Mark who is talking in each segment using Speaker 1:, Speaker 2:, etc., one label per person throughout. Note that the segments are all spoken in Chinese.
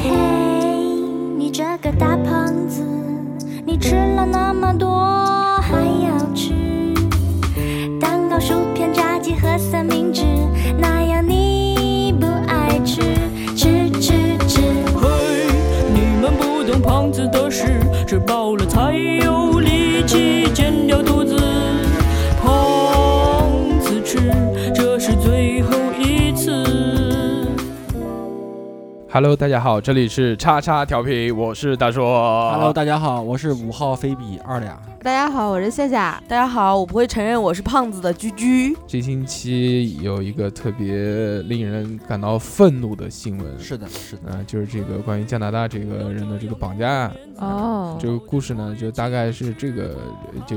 Speaker 1: 嘿，你这个大胖子，你吃了那么多还要吃蛋糕、薯片、炸鸡和三明治，那样你不爱吃，吃吃吃。
Speaker 2: 嘿，你们不懂胖子的事，吃饱了才有力气减掉肚子。胖子吃，这是最后一次。
Speaker 3: Hello，大家好，这里是叉叉调频，我是大硕。
Speaker 4: Hello，大家好，我是五号菲比二两。
Speaker 5: 大家好，我是夏夏。
Speaker 6: 大家好，我不会承认我是胖子的居居。
Speaker 3: 这星期有一个特别令人感到愤怒的新闻，
Speaker 4: 是的，是的，
Speaker 3: 啊、就是这个关于加拿大这个人的这个绑架案。
Speaker 5: 哦
Speaker 3: 这个故事呢，就大概是这个，呃就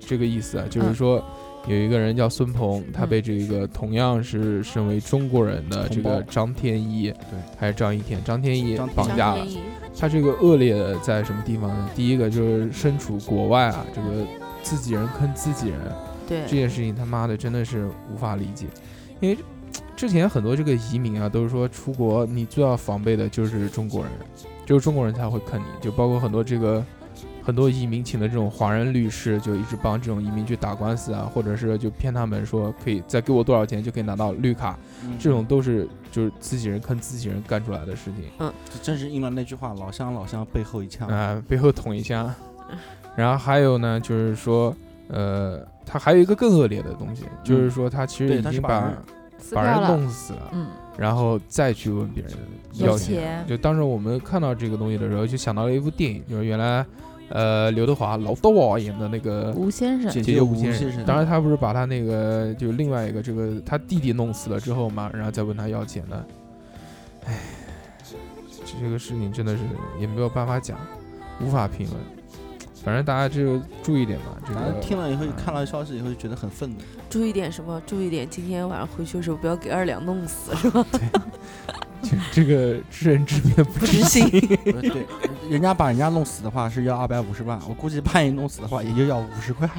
Speaker 3: 这个意思啊，
Speaker 4: 嗯
Speaker 3: 就是说。有一个人叫孙鹏，他被这个同样是身为中国人的
Speaker 4: 同
Speaker 3: 这个
Speaker 4: 胞
Speaker 3: 张天一，
Speaker 4: 对，
Speaker 3: 还是张一天，张天一
Speaker 4: 张天一
Speaker 3: 绑架了。他这个恶劣的在什么地方呢？第一个就是身处国外啊，这个自己人坑自己人，
Speaker 6: 对
Speaker 3: 这件事情他妈的真的是无法理解，因为之前很多这个移民啊，都是说出国你最要防备的就是中国人，就是中国人才会坑你，就包括很多这个很多移民请的这种华人律师，就一直帮这种移民去打官司啊，或者是就骗他们说可以再给我多少钱就可以拿到绿卡，
Speaker 4: 嗯
Speaker 3: 这种都是就是自己人坑自己人干出来的事情。
Speaker 4: 这真是应了那句话：老乡，老乡，背后一枪。
Speaker 3: 啊、背后捅一下。然后还有呢，就是说，呃，他还有一个更恶劣的东西，嗯就是说他其实
Speaker 4: 对
Speaker 3: 已
Speaker 4: 他
Speaker 3: 经
Speaker 4: 是
Speaker 3: 把
Speaker 4: 把人
Speaker 5: 撕
Speaker 3: 把
Speaker 5: 票
Speaker 3: 人
Speaker 5: 了，
Speaker 3: 弄死了，
Speaker 5: 嗯，
Speaker 3: 然后再去问别人要
Speaker 5: 有钱，
Speaker 3: 就当时我们看到这个东西的时候，就想到了一部电影，就是原来，呃，刘德华老豆啊演的那个。
Speaker 5: 吴先生，
Speaker 4: 解
Speaker 3: 解
Speaker 4: 救
Speaker 3: 救吴
Speaker 4: 吴
Speaker 3: 先
Speaker 4: 先
Speaker 3: 生，
Speaker 4: 生
Speaker 3: 当然他不是把他那个就另外一个这个他弟弟弄死了之后嘛，然后再问他要钱的，唉，这个事情真的是也没有办法讲，无法评论。反正大家就注意点吧，这
Speaker 4: 反正
Speaker 3: 个
Speaker 4: 听了以后，
Speaker 3: 嗯
Speaker 4: 看了消息以后就觉得很愤怒。
Speaker 6: 注意点什么？注意点，今天晚上回去的时候不要给二两弄死，是吧？
Speaker 3: 这这个知人知面不
Speaker 6: 不
Speaker 3: 知
Speaker 6: 执
Speaker 3: 心。
Speaker 6: 行。
Speaker 4: 不是对，人家把人家弄死的话是要二百五十万，我估计把你弄死的话也就要五十块，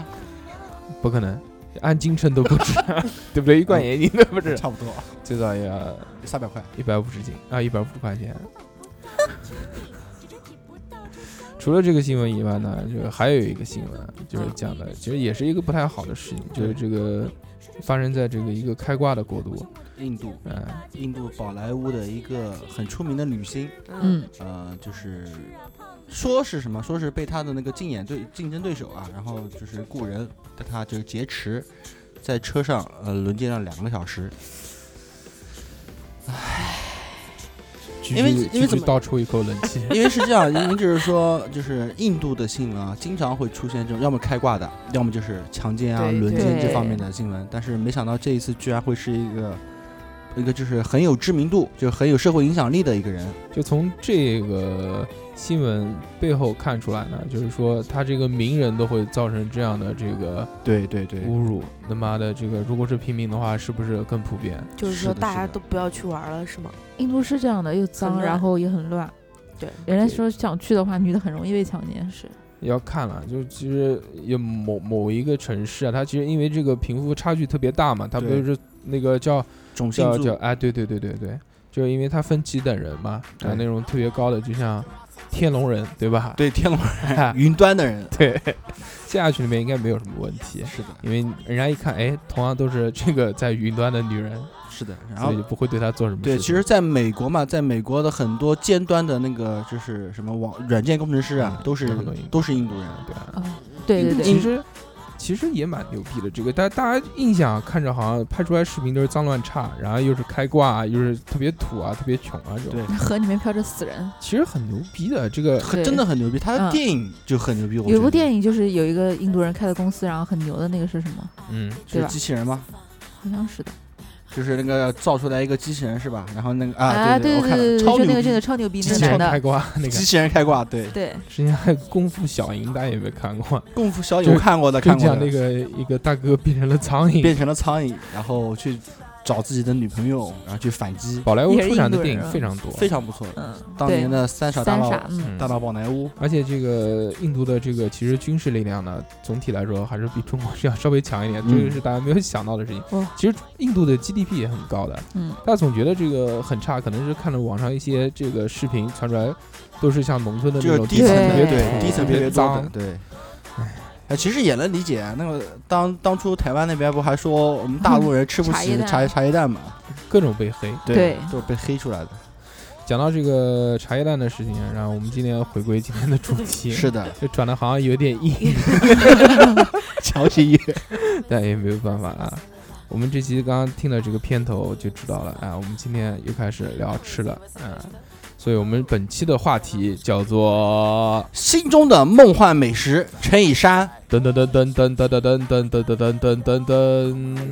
Speaker 3: 不可能，按斤称都不止， 对不对？一
Speaker 4: 嗯
Speaker 3: 罐盐斤都不止，
Speaker 4: 差不多
Speaker 3: 最少也要
Speaker 4: 三百块。
Speaker 3: 一百五十斤啊，一百五十块钱。除了这个新闻以外呢，就是还有一个新闻，就是讲的，其实也是一个不太好的事情，就是这个发生在这个一个开挂的国度，
Speaker 4: 印度，
Speaker 3: 嗯、
Speaker 4: 印度宝莱坞的一个很出名的女星，
Speaker 5: 嗯，
Speaker 4: 呃，就是说是什么？说是被他的那个竞演对竞争对手啊，然后就是雇人跟他就是劫持，在车上呃轮奸了两个小时。
Speaker 3: 继
Speaker 4: 因为
Speaker 3: 续
Speaker 4: 因为
Speaker 3: 继
Speaker 4: 怎
Speaker 3: 续
Speaker 4: 么
Speaker 3: 倒抽一口冷气，
Speaker 4: 因为是这样，因为就是说，就是印度的新闻啊，经常会出现这种要么开挂的，要么就是强奸啊、
Speaker 6: 对
Speaker 4: 轮奸
Speaker 5: 对
Speaker 4: 这方面的新闻。但是没想到这一次居然会是一个一个就是很有知名度，就是很有社会影响力的一个人。
Speaker 3: 就从这个新闻背后看出来呢，就是说他这个名人都会造成这样的这个
Speaker 4: 对对对
Speaker 3: 侮辱，他妈的这个如果是平民的话，是不是更普遍？
Speaker 6: 就是
Speaker 4: 是的
Speaker 6: 说，大家
Speaker 4: 是的
Speaker 6: 都不要去玩了，是吗？
Speaker 5: 印度是这样的，又脏，
Speaker 6: 很乱
Speaker 5: 然后也很乱。
Speaker 6: 对，
Speaker 5: 人家说想去的话，女的很容易被强奸。
Speaker 6: 是，
Speaker 3: 要看了，就是其实有某某一个城市啊，它其实因为这个贫富差距特别大嘛，它不
Speaker 4: 对
Speaker 3: 是那个叫
Speaker 4: 种姓
Speaker 3: 叫叫
Speaker 4: 族
Speaker 3: 哎，对对对对对，就是因为它分几等人嘛，
Speaker 4: 对
Speaker 3: 啊，那种特别高的，就像天龙人对吧？
Speaker 4: 对天龙
Speaker 3: 对
Speaker 4: 云端的人，
Speaker 3: 对，接下去里面应该没有什么问题，
Speaker 4: 是的，
Speaker 3: 因为人家一看，哎，同样都是这个在云端的女人，
Speaker 4: 是的。然
Speaker 3: 所
Speaker 4: 后
Speaker 3: 以就不会对她做什么事情。
Speaker 4: 对，其实在美国嘛，在美国的很多尖端的那个就是什么网软件工程师啊，
Speaker 3: 嗯
Speaker 4: 都是
Speaker 3: 都很多印度
Speaker 4: 都是印度人。
Speaker 3: 对啊，
Speaker 4: 哦
Speaker 5: 啊，对对
Speaker 3: 其
Speaker 5: 对，
Speaker 3: 实其实也蛮牛逼的。这个大大家印象看着好像拍出来视频都是脏乱差，然后又是开挂啊，又是特别土啊，特别穷啊这种。
Speaker 4: 对，
Speaker 5: 河里面漂着死人。
Speaker 3: 其实很牛逼的。这个
Speaker 4: 很
Speaker 5: 对
Speaker 4: 真的很牛逼，他的
Speaker 5: 嗯
Speaker 4: 电影就很牛逼。我
Speaker 5: 有一
Speaker 4: 觉
Speaker 5: 部
Speaker 4: 得
Speaker 5: 电影就是有一个印度人开的公司，然后很牛的那个是什么？
Speaker 3: 嗯，
Speaker 4: 就是
Speaker 5: 对吧
Speaker 4: 机器人嘛，
Speaker 5: 好像是的。
Speaker 4: 就是那个造出来一个机器人是吧？然后那个
Speaker 5: 啊，
Speaker 4: 啊，对
Speaker 5: 对
Speaker 4: 我看了
Speaker 5: 对对，
Speaker 4: 超
Speaker 5: 就那
Speaker 4: 牛
Speaker 5: 个真的
Speaker 4: 逼，
Speaker 5: 超牛逼，
Speaker 3: 机
Speaker 5: 那个
Speaker 3: 器人
Speaker 5: 男
Speaker 3: 开
Speaker 5: 的。
Speaker 3: 挂 那个
Speaker 4: 机。器人开挂，对，
Speaker 5: 对，
Speaker 3: 之前还有功夫小蝇，大家有没有看过？
Speaker 4: 功夫小
Speaker 3: 就
Speaker 4: 有看过的，
Speaker 3: 就
Speaker 4: 看过
Speaker 3: 讲
Speaker 4: 的
Speaker 3: 那个一个大哥变成了苍
Speaker 4: 变
Speaker 3: 蝇。
Speaker 4: 成了苍蝇，然后去找自己的女朋友，然后去反击，
Speaker 3: 宝莱坞
Speaker 5: 也是
Speaker 3: 出产的
Speaker 5: 印度
Speaker 3: 电影
Speaker 5: 人啊
Speaker 3: 非常多，
Speaker 4: 非常不错。
Speaker 5: 嗯，
Speaker 4: 当
Speaker 5: 对
Speaker 4: 年的三傻大
Speaker 5: 三
Speaker 4: 闹
Speaker 5: 傻，嗯，
Speaker 4: 大闹宝莱坞，
Speaker 3: 而且这个印度的这个其实军事力量呢，总体来说还是比中国是要稍微强一点，
Speaker 4: 嗯
Speaker 3: 这个是大家没有想到的事情。
Speaker 5: 哇
Speaker 3: 其实印度的 GDP 也很高的，
Speaker 5: 嗯，
Speaker 3: 大家总觉得这个很差，可能是看了网上一些这个视频传出来，都是像农村的
Speaker 4: 就
Speaker 3: 那
Speaker 4: 是
Speaker 3: 种
Speaker 4: 低层
Speaker 3: 层
Speaker 4: 特
Speaker 3: 特
Speaker 4: 别
Speaker 3: 别
Speaker 5: 对
Speaker 4: 对，
Speaker 3: 土
Speaker 4: 低层特别多的
Speaker 3: 脏，
Speaker 4: 对。哎，其实也能理解啊。那个当当初台湾那边不还说我们大陆人吃不
Speaker 5: 茶叶
Speaker 4: 起
Speaker 5: 蛋
Speaker 4: 茶茶叶蛋嘛？
Speaker 3: 各种被黑。
Speaker 5: 对
Speaker 4: 都是被黑出来的。
Speaker 3: 讲到这个茶叶蛋的事情，然后我们今天回归今天的主题，
Speaker 4: 是的，
Speaker 3: 这转的好像有点硬，
Speaker 4: 乔西
Speaker 3: 但也没有办法啊。我们这期刚刚听了这个片头就知道了啊，我们今天又开始聊吃了啊，所以我们本期的话题叫做
Speaker 4: 心中的梦幻美食乘以山。
Speaker 3: 噔噔噔噔噔噔噔噔噔噔噔噔噔噔。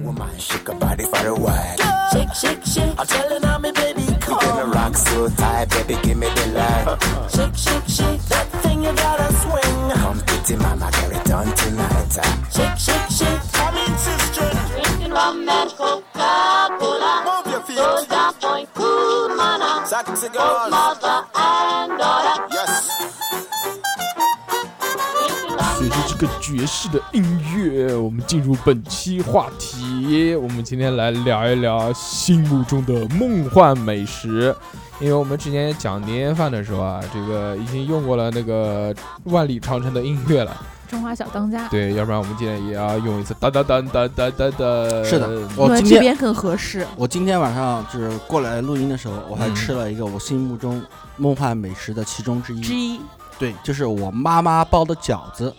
Speaker 7: Woman, shake your body for a while. Shake, shake, shake. I'm telling on me, baby, come. You gonna rock so tight, baby, give me the light. shake, shake, shake. That thing you gotta swing. Come, pretty mama, get it on tonight. Shake, shake, shake. Come in, sister. Drinking rum and Coca-Cola. Move your feet. Soda point, kumana. Sexy girls. mother and daughter. Yes.
Speaker 3: 随着这个爵士的音乐，我们进入本期话题。我们今天来聊一聊心目中的梦幻美食，因为我们之前讲年夜饭的时候啊，这个已经用过了那个万里长城的音乐了。
Speaker 5: 中华小当家，
Speaker 4: 哦
Speaker 3: 对，要不然我们今天也要用一次哒哒哒哒哒哒哒。
Speaker 4: 是的，我
Speaker 5: 暖
Speaker 4: 今
Speaker 5: 这
Speaker 4: 天
Speaker 5: 边更合适。
Speaker 4: 我今天晚上就是过来录音的时候，我还
Speaker 3: 嗯
Speaker 4: 吃了一个我心目中梦幻美食的其中之一。
Speaker 5: 一，
Speaker 4: 对，就是我妈妈包的饺子。。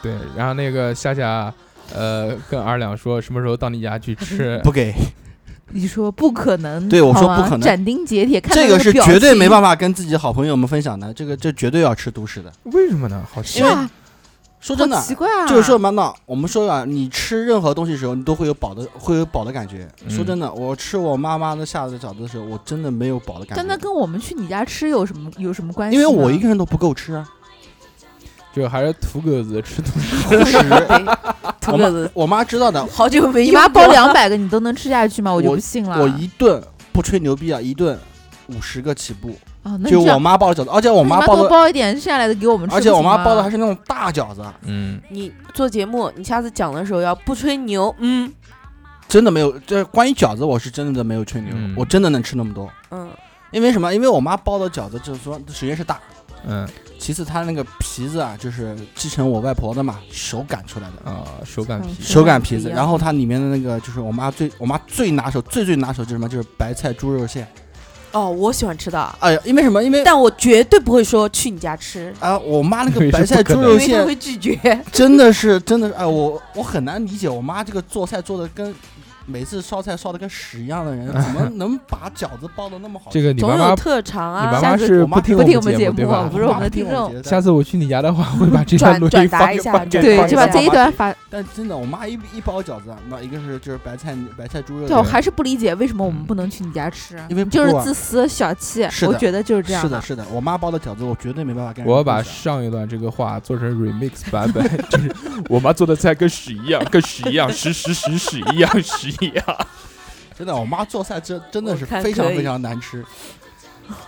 Speaker 3: 对，然后那个夏夏，呃，跟二两说什么时候到你家去吃
Speaker 4: 不给，
Speaker 5: 你说不可能，
Speaker 4: 对我说
Speaker 5: 好吗
Speaker 4: 不可能
Speaker 5: 斩钉截铁，看
Speaker 4: 这个是绝对没
Speaker 5: 法。
Speaker 4: 办法跟自己好朋友们分享的，这个这绝对要吃独食的。
Speaker 3: 为什么呢？好奇
Speaker 4: 因
Speaker 5: 是
Speaker 4: 为
Speaker 5: 啊，
Speaker 4: 说真的
Speaker 5: 好，奇怪啊！
Speaker 4: 就是说嘛，那我们说啊，你吃任何东西的时候，你都会有饱的，会有饱的感觉。
Speaker 3: 嗯
Speaker 4: 说真的，我吃我妈妈的下的饺子的时候，我真的没有饱的感觉。
Speaker 5: 但那跟我们去你家吃有什么有什么关系
Speaker 4: 因
Speaker 5: 呢？
Speaker 4: 为我一个人都不够吃 啊。
Speaker 3: 就还是土狗子吃土
Speaker 4: 独食，
Speaker 6: 土狗子，
Speaker 4: 我妈知道的，
Speaker 6: 好久没
Speaker 5: 你
Speaker 6: 用
Speaker 5: 妈
Speaker 6: 过
Speaker 5: 包两百个，你都能吃下去吗？我就不信了。
Speaker 4: 我一顿不吹牛逼啊，一顿五十个起步，
Speaker 5: 啊，那你
Speaker 4: 就
Speaker 5: 这样
Speaker 4: 我妈包的饺子，而且我
Speaker 5: 你
Speaker 4: 妈
Speaker 5: 妈
Speaker 4: 包
Speaker 5: 多
Speaker 4: 的，
Speaker 5: 包一点，剩下来的给我们吃。
Speaker 4: 而且我妈包的还
Speaker 5: 是
Speaker 4: 是那种大饺子啊，
Speaker 3: 嗯，
Speaker 6: 你做节目，你下次讲的时候要不吹牛，嗯
Speaker 4: 真的没有。这关于饺子，我是真的没有吹牛，
Speaker 3: 嗯
Speaker 4: 我真的能吃那么多。
Speaker 6: 嗯，
Speaker 4: 因为什么？因为我妈包的饺子，就是说，首先是大，
Speaker 3: 嗯
Speaker 4: 其次她那个皮子啊，就是继承我外婆的嘛，手擀出来的，
Speaker 3: 啊，手擀皮，
Speaker 4: 手擀皮子。
Speaker 5: 嗯
Speaker 4: 然后它里面的那个，就是我妈最我妈最拿手、最最拿手就是什么？就是白菜猪肉馅。
Speaker 6: 哦，我喜欢吃的，
Speaker 4: 哎呀，因为什么？因为
Speaker 6: 但我绝对不会说去你家吃，
Speaker 4: 啊，我妈那
Speaker 3: 也
Speaker 4: 个
Speaker 3: 是
Speaker 4: 白菜
Speaker 3: 不可
Speaker 4: 猪
Speaker 3: 能
Speaker 4: 肉
Speaker 6: 因为他
Speaker 4: 馅
Speaker 6: 会拒绝。
Speaker 4: 真的是，真的是，哎，我我很难理解我妈这个做菜做的跟每次烧菜烧的跟屎一样的人， 怎么能把饺子包的那么好吃？
Speaker 3: 这个你
Speaker 6: 总
Speaker 3: 妈
Speaker 6: 有
Speaker 3: 妈，
Speaker 6: 特长
Speaker 3: 你妈
Speaker 6: 啊，
Speaker 3: 妈是不听
Speaker 5: 不听我
Speaker 3: 们
Speaker 5: 们节
Speaker 3: 目对
Speaker 5: 目
Speaker 3: 吧
Speaker 5: 啊，？不是我们的听众。
Speaker 3: 下次我去你家的话，会把这段
Speaker 6: 转
Speaker 3: 录音
Speaker 6: 转达
Speaker 3: 发
Speaker 6: 一
Speaker 3: 给
Speaker 6: 下
Speaker 3: 发给
Speaker 4: 对
Speaker 3: 发
Speaker 5: 对，
Speaker 3: 给
Speaker 5: 就
Speaker 4: 把
Speaker 5: 把
Speaker 3: 爸
Speaker 5: 这一
Speaker 3: 妈
Speaker 5: 段发。
Speaker 4: 但真的，我妈一一包饺子啊，那一个是就是白菜白菜猪肉
Speaker 5: 对，我
Speaker 4: 馅，
Speaker 5: 还是不理解为什么我们不能去你家吃，
Speaker 4: 因为
Speaker 5: 就
Speaker 4: 不啊
Speaker 5: 是自私小气
Speaker 4: 是。的
Speaker 5: 我觉得就是这样。
Speaker 4: 是的，，是的，我妈包的饺子我绝对没办法跟人
Speaker 3: 我要把
Speaker 4: 分享
Speaker 3: 上一段这个话做成 remix 版本，就是我妈做的菜跟屎一样，跟屎一样，屎屎屎屎一样，屎一样。
Speaker 4: 真的，我妈做菜真真的是
Speaker 6: 我看
Speaker 4: 非常
Speaker 6: 可以
Speaker 4: 非常难吃，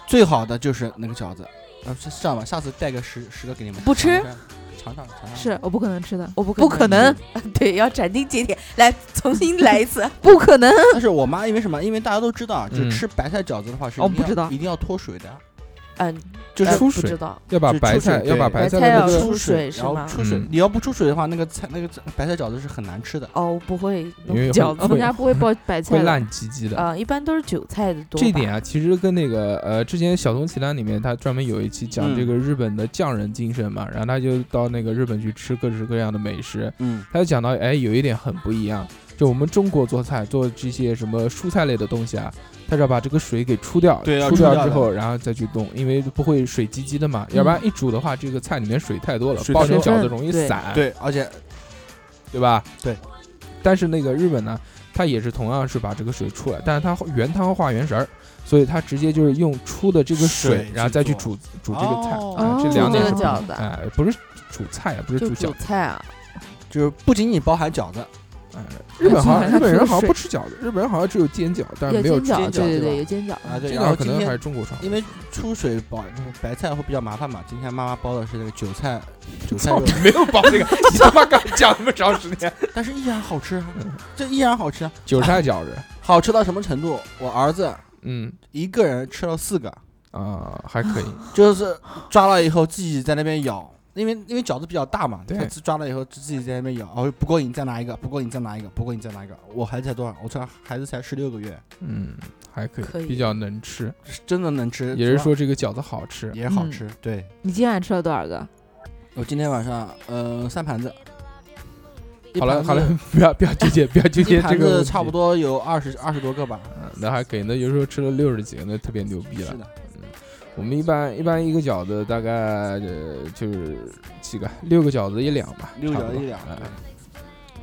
Speaker 4: 最好的就是那个饺子。啊，这这样吧，下次带个十十个给你们
Speaker 6: 不吃
Speaker 4: 尝尝，尝尝尝尝。
Speaker 5: 是我不可能吃的，我不
Speaker 6: 不可
Speaker 5: 可
Speaker 6: 能
Speaker 5: 能，
Speaker 6: 对，要斩钉截铁，来重新来一次。
Speaker 5: 不可能。
Speaker 4: 但是我妈因为什么？因为大家都知道，就
Speaker 3: 嗯
Speaker 4: 吃白菜饺子的话是
Speaker 5: 哦
Speaker 4: 一定要
Speaker 5: 不知道
Speaker 4: 一定要脱水的。
Speaker 6: 嗯，
Speaker 4: 就是
Speaker 6: 呃
Speaker 3: 出
Speaker 6: 不
Speaker 3: 水
Speaker 6: 知道，
Speaker 3: 要把
Speaker 4: 就
Speaker 3: 白
Speaker 4: 出水
Speaker 3: 菜要把
Speaker 4: 对
Speaker 3: 白
Speaker 6: 白
Speaker 3: 菜
Speaker 6: 菜
Speaker 3: 的那
Speaker 6: 要
Speaker 3: 个
Speaker 4: 出
Speaker 6: 出水是
Speaker 4: 然后
Speaker 6: 吗
Speaker 4: 出水
Speaker 3: 嗯，
Speaker 4: 你要不出水的话，那个菜那个白菜饺子是很难吃的。
Speaker 6: 哦，我不会弄
Speaker 3: 因为
Speaker 6: 饺
Speaker 5: 我
Speaker 3: 会
Speaker 5: 们
Speaker 6: 子
Speaker 3: 会
Speaker 5: 家不会爆白菜
Speaker 3: 会
Speaker 5: 的
Speaker 3: 烂唧唧的。
Speaker 6: 啊，一般都是韭菜的多吧。
Speaker 3: 这一点啊，其实跟那个呃，之前《小松奇谈》里面他专门有一期讲
Speaker 4: 嗯
Speaker 3: 这个日本的匠人精神嘛，然后他就到那个日本去吃各式各样的美食，
Speaker 4: 嗯，
Speaker 3: 他就讲到，哎，有一点很不一样，就我们中国做菜做这些什么蔬菜类的东西啊，他是要把这个水给出掉，
Speaker 4: 对要
Speaker 3: 出
Speaker 4: 出掉
Speaker 3: 之
Speaker 4: 的
Speaker 3: 后，然后再去弄，因为不会水唧唧的嘛，要不然一煮的话，这个菜里面水太多了，
Speaker 4: 水
Speaker 3: 包
Speaker 4: 太
Speaker 3: 成
Speaker 4: 多
Speaker 3: 饺子
Speaker 5: 了
Speaker 3: 容易
Speaker 6: 对
Speaker 3: 散，
Speaker 4: 对，而且
Speaker 3: 对吧？
Speaker 4: 对。
Speaker 3: 但是那个日本呢，它也是同样是把这个水出来，但是它原汤化原食儿，所以它直接就是用出的这个水，
Speaker 4: 水
Speaker 3: 然后再去
Speaker 4: 去
Speaker 3: 煮
Speaker 4: 做
Speaker 3: 煮这个菜，
Speaker 4: 哦
Speaker 3: 啊，这
Speaker 5: 哦
Speaker 3: 两点
Speaker 6: 煮
Speaker 3: 是
Speaker 6: 这
Speaker 3: 不
Speaker 6: 个
Speaker 3: 一样
Speaker 6: 饺子
Speaker 3: 哎，不是煮菜啊，不是
Speaker 6: 就
Speaker 3: 煮饺
Speaker 6: 韭
Speaker 3: 子，
Speaker 6: 菜啊，
Speaker 4: 就是不仅仅包含饺子，
Speaker 3: 哎，日本好像
Speaker 5: 还
Speaker 3: 日本人
Speaker 5: 煮
Speaker 3: 好像
Speaker 5: 水
Speaker 3: 不吃饺子，日本人好像只有煎饺，但是
Speaker 5: 有
Speaker 3: 没有
Speaker 5: 煎
Speaker 3: 吃
Speaker 4: 煎
Speaker 5: 饺，
Speaker 4: 饺对
Speaker 5: 对对
Speaker 4: 吧
Speaker 5: 对，有煎饺
Speaker 4: 啊对
Speaker 3: 煎
Speaker 4: 然
Speaker 3: 饺
Speaker 4: 后
Speaker 3: 可
Speaker 4: 今
Speaker 3: 能
Speaker 4: 天
Speaker 3: 还是中国传统
Speaker 4: 因为出水保白菜会比较麻烦嘛。今天妈妈包的是那个韭菜韭菜
Speaker 3: 操
Speaker 4: 肉
Speaker 3: 你，没有包这个，你他妈刚讲那么长时 间，
Speaker 4: 但是依然好吃啊，这依然好吃啊，
Speaker 3: 韭菜饺子，
Speaker 4: 好吃到什么程度？我儿子
Speaker 3: 嗯
Speaker 4: 一个人吃了四个，
Speaker 3: 啊，还可以，
Speaker 4: 就是抓了以后自己在那边咬，因为因为饺子比较大嘛，
Speaker 3: 对
Speaker 4: 他自抓了以后自己在那边咬，哦不过瘾再拿一个，不过瘾再拿一个，不过瘾再拿一个。我孩子才多少？我这孩子才十六个月，
Speaker 3: 嗯，还可
Speaker 6: 可以
Speaker 3: 比较 能吃，
Speaker 4: 是真的能吃，
Speaker 3: 也是说这嗯个饺子好吃，
Speaker 4: 也好吃。对
Speaker 5: 你今晚吃了多少个？
Speaker 4: 我今天晚上呃三盘子，一
Speaker 3: 好了
Speaker 4: 盘子
Speaker 3: 好了，， 不要不要纠结，不要纠
Speaker 4: 一
Speaker 3: 结这
Speaker 4: 盘
Speaker 3: 个
Speaker 4: 子
Speaker 3: 问题
Speaker 4: 差不多有二十二十多个吧。
Speaker 3: 嗯那还可以，那有时候吃了六十几个，那特别牛逼
Speaker 4: 是
Speaker 3: 了。
Speaker 4: 的，
Speaker 3: 我们一般一般一个饺子大概呃就是几个，六个饺子一两吧，
Speaker 4: 六
Speaker 3: 差不
Speaker 4: 角
Speaker 3: 多
Speaker 4: 一两。
Speaker 3: 哎
Speaker 4: 对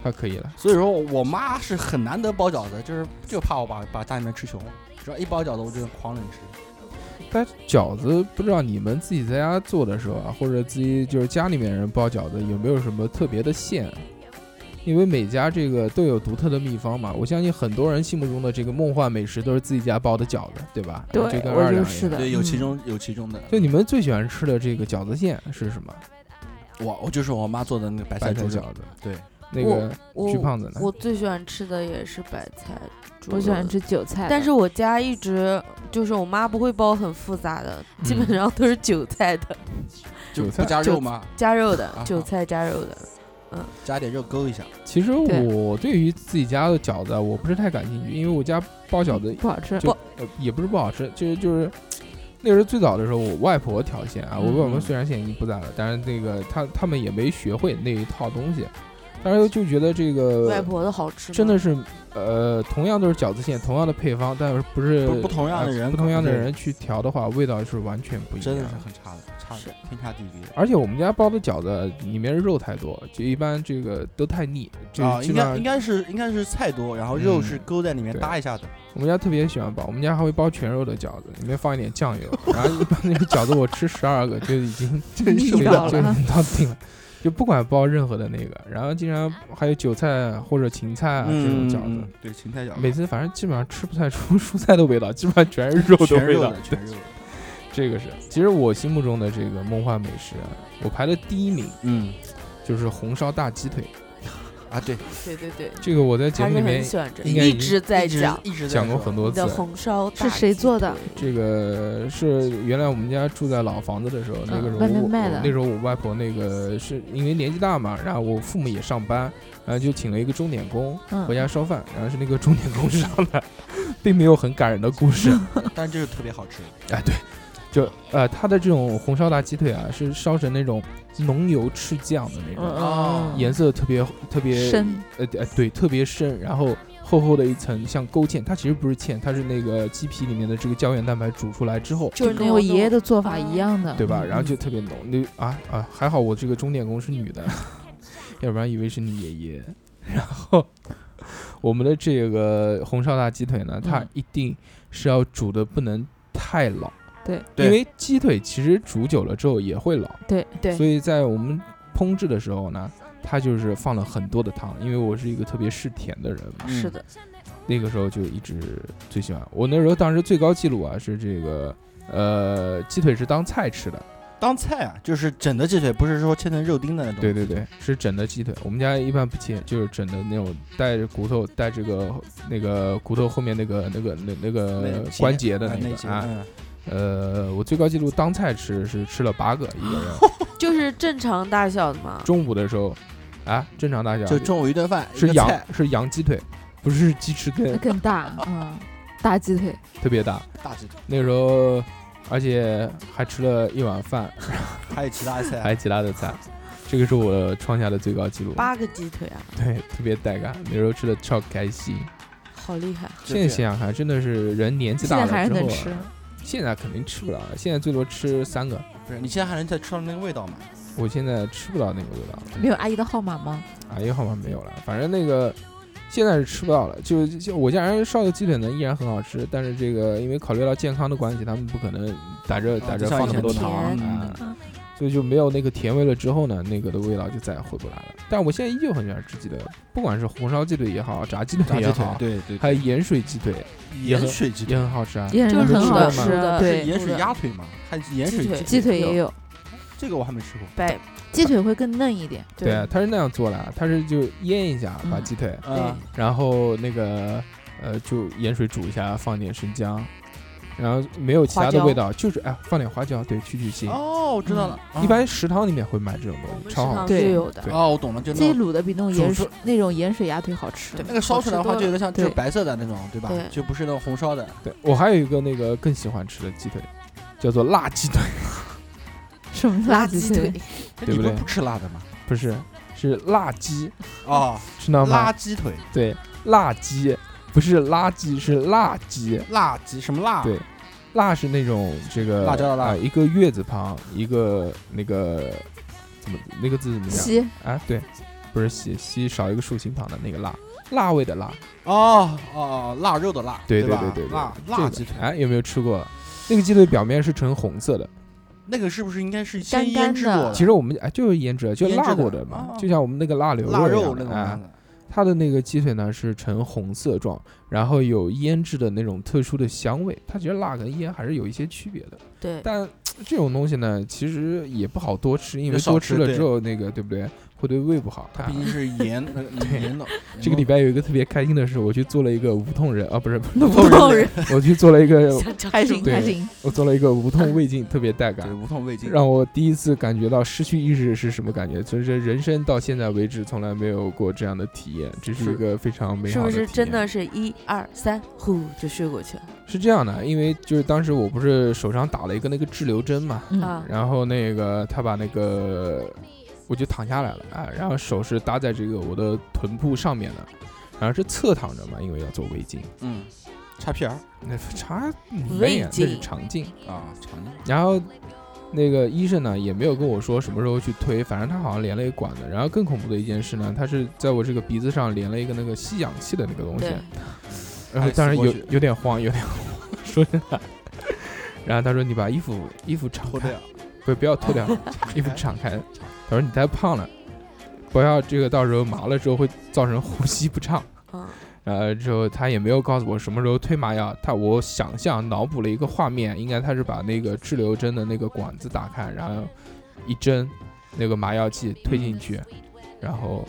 Speaker 3: 还可以了。
Speaker 4: 所以说我妈是很难得包饺子，就是就怕我把把家里面吃穷，只要一包饺子我就狂冷吃。
Speaker 3: 但饺子不知道你们自己在家做的时候啊，或者自己就是家里面人包饺子，有没有什么特别的馅？啊因为每家这个都有独特的秘方嘛，我相信很多人心目中的这个梦幻美食都是自己家包的饺子，对吧？
Speaker 5: 对
Speaker 3: 就跟
Speaker 5: 我觉
Speaker 3: 二
Speaker 5: 得
Speaker 3: 两一
Speaker 5: 是
Speaker 3: 样。
Speaker 5: 的
Speaker 4: 对，有其
Speaker 5: 嗯
Speaker 4: 中有其中的，
Speaker 3: 就你们最喜欢吃的这个饺子馅是什么？
Speaker 4: 我我就是我妈做的那个白
Speaker 3: 白
Speaker 4: 菜
Speaker 3: 菜
Speaker 4: 猪肉，
Speaker 3: 饺子。
Speaker 4: 对，
Speaker 3: 那个
Speaker 6: 我
Speaker 3: 巨胖子呢？
Speaker 6: 我最喜欢吃的也是白菜，猪
Speaker 5: 我喜欢
Speaker 6: 肉的
Speaker 5: 吃韭菜的，
Speaker 6: 但是我家一直就是我妈不会包很复杂的，
Speaker 3: 嗯
Speaker 6: 基本上都是韭菜的，
Speaker 4: 就
Speaker 3: 韭
Speaker 4: 不
Speaker 3: 菜
Speaker 4: 加
Speaker 6: 就
Speaker 4: 肉吗？
Speaker 6: 加肉的
Speaker 4: 啊，
Speaker 6: 韭菜加肉的。
Speaker 4: 加点肉勾一下，
Speaker 3: 其实
Speaker 5: 对
Speaker 3: 我对于自己家的饺子啊，我不是太感兴趣，因为我家包饺
Speaker 6: 嗯
Speaker 3: 子
Speaker 5: 不好吃。
Speaker 3: 就呃也不是不好吃，就是就是那时候最早的时候，我外婆调馅啊，我外婆虽然现在已经不在了，但是那个她他们也没学会那一套东西，当时就觉得这
Speaker 6: 外
Speaker 3: 个
Speaker 6: 婆的好吃吗，
Speaker 3: 真的是呃，同样都是饺子馅，同样的配方，但是不是
Speaker 4: 不不同样的人
Speaker 3: 呃不
Speaker 4: 搞
Speaker 3: 同样的
Speaker 4: 对
Speaker 3: 人去调的话，味道是完全不一样，
Speaker 4: 真的是很差的，差的天差地别。
Speaker 3: 而且我们家包的饺子里面肉太多，就一般这个都太腻。这
Speaker 4: 啊，
Speaker 3: 基
Speaker 4: 应
Speaker 3: 本
Speaker 4: 该
Speaker 3: 上
Speaker 4: 应该是应该是菜多，然后肉
Speaker 3: 嗯
Speaker 4: 是勾在里面
Speaker 3: 对
Speaker 4: 搭一下的。
Speaker 3: 我们家特别喜欢包，我们家还会包全肉的饺子，里面放一点酱油。然后一般那个饺子我吃十二个就已 经
Speaker 5: 腻
Speaker 3: 就就
Speaker 5: 到
Speaker 3: 就
Speaker 5: 了
Speaker 3: 到顶了，就不管包任何的那个。然后竟然还有韭菜或者芹菜啊这种饺子，
Speaker 4: 嗯，对，芹菜饺子，
Speaker 3: 每次反正基本上吃不太出蔬菜的味道，基本上全是肉的
Speaker 4: 全
Speaker 3: 味
Speaker 4: 肉
Speaker 3: 道
Speaker 4: 的，。全肉的。
Speaker 3: 这个是，其实我心目中的这个梦幻美食啊，我排的第一名
Speaker 4: 嗯，
Speaker 3: 就是红烧大鸡腿。
Speaker 4: 啊，对，
Speaker 6: 对对对，
Speaker 3: 这个我在节
Speaker 6: 还
Speaker 3: 目里
Speaker 6: 是
Speaker 3: 面
Speaker 6: 很喜欢吃，
Speaker 3: 应该已
Speaker 6: 一
Speaker 3: 经
Speaker 6: 直在
Speaker 4: 一直
Speaker 6: 讲
Speaker 4: 一直在
Speaker 3: 讲过
Speaker 4: 说
Speaker 3: 很多
Speaker 6: 你
Speaker 3: 次
Speaker 6: 的。红烧
Speaker 5: 是谁做的？
Speaker 3: 这个是原来我们家住在老房子的时候，那个时候
Speaker 5: 啊外面
Speaker 3: 我
Speaker 5: 卖的
Speaker 3: 那时候我外婆那个是因为年纪大嘛，然后我父母也上班，然后就请了一个钟点工
Speaker 5: 嗯
Speaker 3: 回家烧饭，然后是那个钟点工上来，并没有很感人的故事。
Speaker 5: 嗯
Speaker 4: 但是这个特别好吃。
Speaker 3: 哎，对，就呃，它的这种红烧大鸡腿啊，是烧成那种浓油赤酱的那种，
Speaker 4: 哦
Speaker 3: 颜色特别特别
Speaker 5: 嗯深，
Speaker 3: 呃呃对，特别深，然后厚厚的一层像勾芡，它其实不是芡，它是那个鸡皮里面的这个胶原蛋白煮出来之后，
Speaker 6: 就是那
Speaker 5: 跟
Speaker 6: 种
Speaker 5: 我爷爷的做法一样的，
Speaker 3: 对吧？
Speaker 5: 嗯
Speaker 3: 然后就特别浓，那啊啊，还好我这个钟点工是女的， 要不然以为是你爷爷。然后我们的这个红烧大鸡腿呢，它
Speaker 5: 嗯
Speaker 3: 一定是要煮的不能太老，
Speaker 5: 对
Speaker 3: 因
Speaker 4: 对
Speaker 3: 为鸡腿其实煮久了之后也会老，
Speaker 5: 对
Speaker 6: 对
Speaker 3: 所以在我们烹制的时候呢。它就是放了很多的糖，因为我是一个特别嗜甜的人嘛，
Speaker 6: 是
Speaker 4: 嗯
Speaker 6: 的，
Speaker 3: 那个时候就一直最喜欢。我那时候当时最高记录啊是这个，呃，鸡腿是当菜吃的，
Speaker 4: 当菜啊，就是整的鸡腿，不是说切成肉丁的那种。
Speaker 3: 对对对，是整的鸡腿。我们家一般不切，就是整的那种带着骨头，带这个那个骨头后面那个那个那那
Speaker 4: 那
Speaker 3: 个
Speaker 4: 个节
Speaker 3: 呃关节的
Speaker 4: 啊
Speaker 3: 那
Speaker 4: 那
Speaker 3: 个
Speaker 4: 节
Speaker 3: 啊，
Speaker 4: 嗯
Speaker 3: 呃，我最高纪录当菜吃是吃了八个一个人，
Speaker 6: 就是正常大小的嘛。
Speaker 3: 中午的时候，啊，正常大小
Speaker 4: 就中午一顿饭一
Speaker 3: 是
Speaker 4: 个
Speaker 3: 羊
Speaker 4: 菜
Speaker 3: 是羊鸡腿，不是鸡翅
Speaker 5: 那
Speaker 3: 根，
Speaker 5: 更大，嗯，大鸡腿，
Speaker 3: 特别大。
Speaker 4: 大鸡腿，
Speaker 3: 那时候，而且还吃了一碗饭，
Speaker 4: 还有其他菜，啊
Speaker 3: 还有其他的菜，这个是我创下的最高纪录。
Speaker 6: 八个鸡腿啊，
Speaker 3: 对，特别带感，那时候吃的超开心。
Speaker 6: 好厉害！
Speaker 3: 现在想想看，真的是人年纪
Speaker 5: 现在
Speaker 3: 大了
Speaker 5: 还是
Speaker 3: 之
Speaker 5: 能
Speaker 3: 后
Speaker 5: 吃
Speaker 3: 啊，。现在肯定吃不了，现在最多吃三个。
Speaker 4: 不是你现在还能再吃到那个味道吗？
Speaker 3: 我现在吃不到那个味道，
Speaker 5: 没有阿姨的号码吗？
Speaker 3: 阿姨好像没有了，啊反正那个现在是吃不到了。就就我家人烧的鸡腿呢，依然很好吃，但是这个因为考虑到健康的关系，他们不可能打着打
Speaker 4: 啊就
Speaker 3: 着
Speaker 4: 像
Speaker 3: 放那么多
Speaker 4: 以前
Speaker 3: 糖
Speaker 6: 甜
Speaker 3: 啊
Speaker 4: 嗯，
Speaker 3: 所以就没有那个甜味了。之后呢，那个的味道就再也回不来了。但我现在依旧很喜欢吃鸡腿，不管是红烧鸡腿也好，炸鸡
Speaker 4: 炸
Speaker 3: 腿也
Speaker 4: 鸡
Speaker 3: 好
Speaker 4: 腿，，对对，
Speaker 3: 还有盐水鸡腿也
Speaker 4: 盐
Speaker 3: 很
Speaker 4: 水鸡
Speaker 3: 也
Speaker 4: 腿，
Speaker 3: 很好吃啊。
Speaker 5: 也
Speaker 6: 就是
Speaker 5: 很
Speaker 3: 吃
Speaker 5: 好
Speaker 3: 的
Speaker 5: 吃
Speaker 6: 嘛
Speaker 5: 的，
Speaker 4: 不是
Speaker 5: 对，
Speaker 4: 盐水
Speaker 6: 对
Speaker 4: 鸭腿吗？还是盐水
Speaker 6: 鸡腿
Speaker 5: 鸡腿也有，
Speaker 4: 这个我还没吃过。
Speaker 6: 白
Speaker 5: 鸡腿会更嫩一点，
Speaker 3: 对啊，他是那样做的，他是就腌一下
Speaker 5: 嗯
Speaker 3: 把鸡腿，
Speaker 4: 啊，
Speaker 3: 然后那个呃，就盐水煮一下，放点生姜，然后没有其他的
Speaker 6: 花椒
Speaker 3: 味道，就是哎，放点花椒，对，去去腥。
Speaker 4: 哦，我知道了，
Speaker 5: 嗯
Speaker 4: 啊
Speaker 3: 一般食堂里面会买这种
Speaker 6: 哦我们
Speaker 3: 东西，
Speaker 6: 食
Speaker 3: 超好
Speaker 6: 堂
Speaker 3: 吃。
Speaker 5: 对
Speaker 6: 是有的
Speaker 3: 对。
Speaker 4: 哦，我懂了，就
Speaker 5: 自己
Speaker 4: 那种
Speaker 5: 卤的比那种盐
Speaker 4: 煮
Speaker 5: 水那种盐水鸭腿好吃。
Speaker 4: 那个烧出来的话，就有点像就是
Speaker 5: 对
Speaker 4: 白色的那种，对吧
Speaker 6: 对？
Speaker 4: 就不是那种红烧的。
Speaker 3: 对我还有一个那个更喜欢吃的鸡腿，叫做辣鸡腿，
Speaker 5: 什么
Speaker 6: 辣
Speaker 5: 辣
Speaker 6: 鸡
Speaker 5: 鸡
Speaker 6: 腿
Speaker 5: 腿？，
Speaker 3: 对
Speaker 4: 你
Speaker 3: 不对嗯
Speaker 4: 们不吃辣的吗？
Speaker 3: 不是，是辣鸡，
Speaker 4: 哦，
Speaker 3: 知道吗
Speaker 4: 辣？鸡腿，
Speaker 3: 对，辣鸡不是垃圾，是辣鸡。
Speaker 4: 辣鸡什么辣？
Speaker 3: 对辣是那种这个
Speaker 4: 辣椒的辣
Speaker 3: 啊一个月字旁，一个那个怎么那个字怎么讲？
Speaker 5: 西
Speaker 3: 啊，对，不是西西少一个竖心旁的那个辣，辣味的辣，
Speaker 4: 哦哦哦，腊肉的腊，
Speaker 3: 对
Speaker 4: 吧
Speaker 3: 对对对，
Speaker 4: 辣
Speaker 3: 这
Speaker 4: 辣
Speaker 3: 个
Speaker 4: 鸡腿，
Speaker 3: 哎，有没有吃过？那个鸡腿表面是呈红色
Speaker 4: 嗯
Speaker 3: 的，
Speaker 4: 那个是不是应该是
Speaker 5: 干
Speaker 4: 先
Speaker 5: 干
Speaker 4: 腌制
Speaker 5: 的
Speaker 4: 过
Speaker 3: 其实我们哎就是腌制，就
Speaker 4: 腌
Speaker 3: 辣
Speaker 4: 制的
Speaker 3: 过的嘛，
Speaker 4: 哦
Speaker 3: 就像我们那个腊牛
Speaker 4: 腊
Speaker 3: 肉一
Speaker 4: 肉
Speaker 3: 样
Speaker 4: 那
Speaker 3: 的
Speaker 4: 种
Speaker 3: 哎
Speaker 4: 样。的？
Speaker 3: 它的那个鸡腿呢是呈红色状，然后有腌制的那种特殊的香味，它其实辣跟腌还是有一些区别的。
Speaker 6: 对，
Speaker 3: 但这种东西呢，其实也不好多吃，因
Speaker 4: 就
Speaker 3: 为
Speaker 4: 少
Speaker 3: 多吃
Speaker 4: 吃
Speaker 3: 了
Speaker 4: 对
Speaker 3: 之后那个对不对，会对胃不好。
Speaker 4: 它
Speaker 3: 啊
Speaker 4: 毕竟是盐那个盐的。
Speaker 3: 这个礼
Speaker 4: 里边
Speaker 3: 拜有一个特别开心的事，我去做了一个无痛人啊，不 是，
Speaker 4: 无痛人
Speaker 3: 我去做了一个，
Speaker 6: 想尝
Speaker 5: 还
Speaker 6: 试
Speaker 5: 行
Speaker 3: 对
Speaker 5: 还行，
Speaker 3: 我做了一个无痛胃镜，特别带
Speaker 4: 嗯对
Speaker 3: 感，
Speaker 4: 无痛胃镜，
Speaker 3: 让我第一次感觉到失去意识是什么感觉，就是人生到现在为止从来没有过这样的体验，这是
Speaker 4: 是
Speaker 3: 一个非常美
Speaker 6: 是
Speaker 3: 好
Speaker 6: 不
Speaker 3: 的体
Speaker 6: 是
Speaker 3: 验。
Speaker 6: 真的是一二三，呼就睡过去了？
Speaker 3: 是这样的？啊因为就是当时我不是手上打了一个那个滞留针嘛，
Speaker 5: 嗯
Speaker 6: 啊
Speaker 3: 然后那个他把那个我就躺下来了啊，然后手是搭在这个我的臀部上面的，然后是侧躺着嘛，因为要做胃镜。
Speaker 4: 嗯，插片儿
Speaker 3: 那查
Speaker 6: 胃
Speaker 3: 没啊，那
Speaker 6: 镜
Speaker 3: 是肠镜。
Speaker 4: 啊，肠镜
Speaker 3: 然后那个医生呢也没有跟我说什么时候去推，反正他好像连了一管子。然后更恐怖的一件事呢，他是在我这个鼻子上连了一个那个吸氧器的那个东西啊
Speaker 6: 对，，
Speaker 3: 然后当然
Speaker 4: 哎死过
Speaker 3: 有
Speaker 4: 去
Speaker 3: 有点慌， 有点慌，说真的。然后他说：“你把衣服衣服敞
Speaker 4: 脱
Speaker 3: 开，
Speaker 4: 掉，啊
Speaker 3: 不不要脱掉， 衣服敞开。”他说：“你太胖了，不要这个到时候麻了之后会造成呼吸不畅。”
Speaker 6: 嗯，
Speaker 3: 呃，之后他也没有告诉我什么时候推麻药，他我想象脑补了一个画面，应该他是把那个滞留针的那个管子打开，然后一针那个麻药剂推进去，然后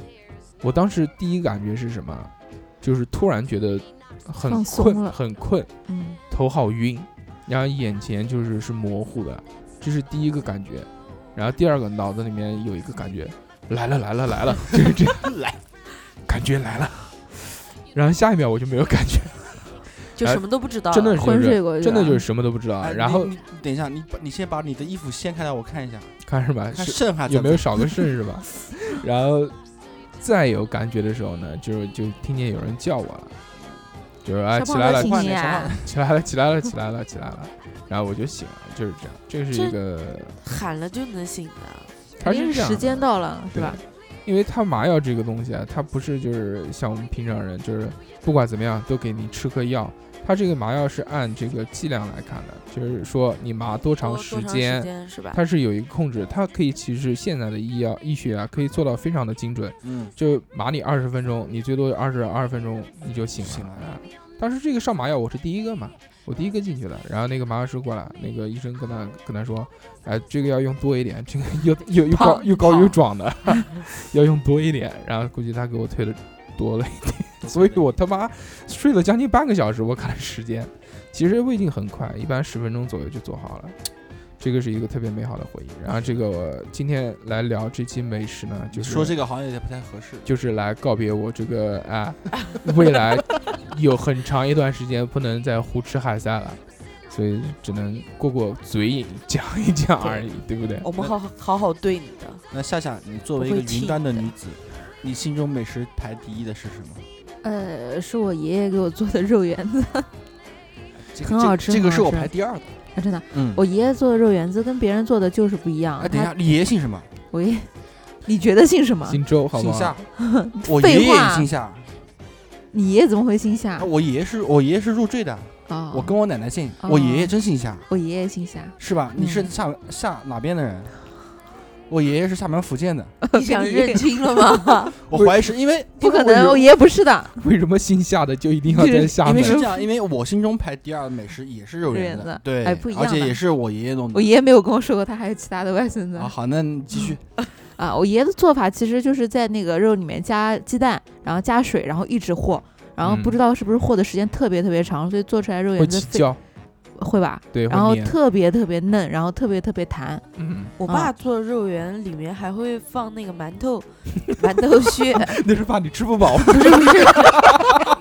Speaker 3: 我当时第一感觉是什么？就是突然觉得很
Speaker 5: 放松
Speaker 3: 困，
Speaker 5: 了
Speaker 3: 很困，
Speaker 5: 嗯，
Speaker 3: 头好晕，然后眼前就是是模糊的，这是第一个感觉，然后第二个脑子里面有一个感觉，来了来了来 了，就是这样来，感觉来了，然后下一秒我就没有感觉，
Speaker 6: 就
Speaker 3: 哎
Speaker 6: 什么都不知道了，
Speaker 3: 真的
Speaker 5: 啊昏
Speaker 3: 是
Speaker 5: 睡过去了，
Speaker 3: 真的就是什么都不知道，啊
Speaker 4: 哎
Speaker 3: 然后
Speaker 4: 你你等一下，你把你先把你的衣服掀开来，我看一下，
Speaker 3: 看什么
Speaker 4: 看
Speaker 3: 是
Speaker 4: 剩下
Speaker 3: 有没有少个肾 是吧？然后再有感觉的时候呢，就是就听见有人叫我了，就是哎
Speaker 5: 小
Speaker 3: 起
Speaker 5: 胖
Speaker 3: 来
Speaker 5: 子
Speaker 3: 了
Speaker 5: 请
Speaker 4: 换
Speaker 5: 你
Speaker 4: 点什
Speaker 5: 啊
Speaker 4: 么，
Speaker 3: 起来了起来了起来了起来了，然后我就醒了，就是这样，这是
Speaker 6: 这
Speaker 3: 一个。
Speaker 6: 喊了就能醒的，
Speaker 5: 肯
Speaker 3: 它
Speaker 5: 定
Speaker 3: 这样
Speaker 5: 时
Speaker 3: 的
Speaker 5: 间到了是吧？
Speaker 3: 因为它麻药这个东西啊，它不是就是像我们平常人，就是不管怎么样都给你吃颗药。它这个麻药是按这个剂量来看的，就是说你麻多长
Speaker 6: 多
Speaker 3: 时
Speaker 6: 长
Speaker 3: 间，
Speaker 6: 间是吧？
Speaker 3: 它是有一个控制。它可以其实现在的医药医学啊，可以做到非常的精准，
Speaker 4: 嗯，
Speaker 3: 就麻你二十分钟，你最多二十二分钟你就醒了。
Speaker 4: 醒了
Speaker 3: 啊当时这个上麻药我是第一个嘛，我第一个进去的，然后那个麻药师过来，那个医生跟他跟他说，哎、这个要用多一点，这个 又又又高
Speaker 6: 胖
Speaker 3: 又高又
Speaker 6: 胖
Speaker 3: 壮的， 要用多一点，然后估计他给我推 的多了一点，所以我他妈睡了将近半个小时，我看了时间，其实胃镜很快，一般十分钟左右就做好了。这个是一个特别美好的回忆。然后这个我今天来聊这期美食呢，就是
Speaker 4: 说这个好像也不太合适。
Speaker 3: 就是来告别我这个啊，未来有很长一段时间不能再胡吃海塞了，所以只能过过嘴瘾，讲一讲而已，对不对？
Speaker 4: 哦
Speaker 6: 我们好好好对你的，
Speaker 4: 那夏夏，你作为一
Speaker 6: 我
Speaker 4: 个
Speaker 6: 会气
Speaker 4: 云端的
Speaker 6: 你的
Speaker 4: 女子，你心中美食排第一的是什么？
Speaker 5: 呃，是我爷爷给我做的肉圆子，
Speaker 4: 这个
Speaker 5: 很好吃
Speaker 4: 这个
Speaker 5: 很
Speaker 4: 是
Speaker 5: 好
Speaker 4: 我
Speaker 5: 吃
Speaker 4: 排第二的。
Speaker 5: 啊真的，
Speaker 4: 嗯，
Speaker 5: 我爷爷做的肉圆子跟别人做的就是不一样。啊
Speaker 4: 哎，等一
Speaker 5: 他
Speaker 4: 下，你爷姓什么？
Speaker 5: 我爷，你觉得姓什么？
Speaker 3: 姓周，好不
Speaker 4: 姓
Speaker 3: 好
Speaker 4: 夏？。我
Speaker 5: 废
Speaker 4: 爷爷也
Speaker 5: 话
Speaker 4: 姓夏。
Speaker 5: 你爷爷怎么会姓夏
Speaker 4: 啊？我爷爷是我爷爷是入赘的，
Speaker 5: 啊，
Speaker 4: 我跟我奶奶姓，
Speaker 5: 哦
Speaker 4: 我爷爷真姓夏，
Speaker 5: 我爷爷姓夏，
Speaker 4: 是吧？你是
Speaker 5: 嗯
Speaker 4: 厦厦哪边的人？我爷爷是厦门福建的，
Speaker 6: 你想认清了吗？
Speaker 4: 我怀疑是因为
Speaker 5: 不可能，我爷爷不是的。
Speaker 3: 为什么姓夏的就一定要在厦
Speaker 4: 因为
Speaker 3: 门
Speaker 4: 是？这样，因为我心中排第二的美食也是肉圆
Speaker 5: 肉圆子
Speaker 4: 对，
Speaker 5: 哎不一样
Speaker 4: 而
Speaker 5: 的
Speaker 4: 且也是我爷爷弄
Speaker 5: 我
Speaker 4: 的。
Speaker 5: 爷爷没有跟我说过，他还有其他的外孙子
Speaker 4: 啊，好，那你继续。
Speaker 5: 啊。我爷爷的做法其实就是在那个肉里面加鸡蛋，然后加水，然后一直和，然后不
Speaker 3: 嗯
Speaker 5: 知道是不是和的时间特别特别长，所以做出来肉
Speaker 3: 会
Speaker 5: 圆子
Speaker 3: 起
Speaker 5: 非
Speaker 3: 叫，
Speaker 5: 会吧，
Speaker 3: 对，
Speaker 5: 然后
Speaker 3: 会黏。
Speaker 5: 特别特别嫩，然后特别特别弹。
Speaker 3: 嗯，
Speaker 6: 我爸做肉圆里面还会放那个馒头，馒头屑，
Speaker 3: 那是怕你吃不饱。
Speaker 6: 不是不是，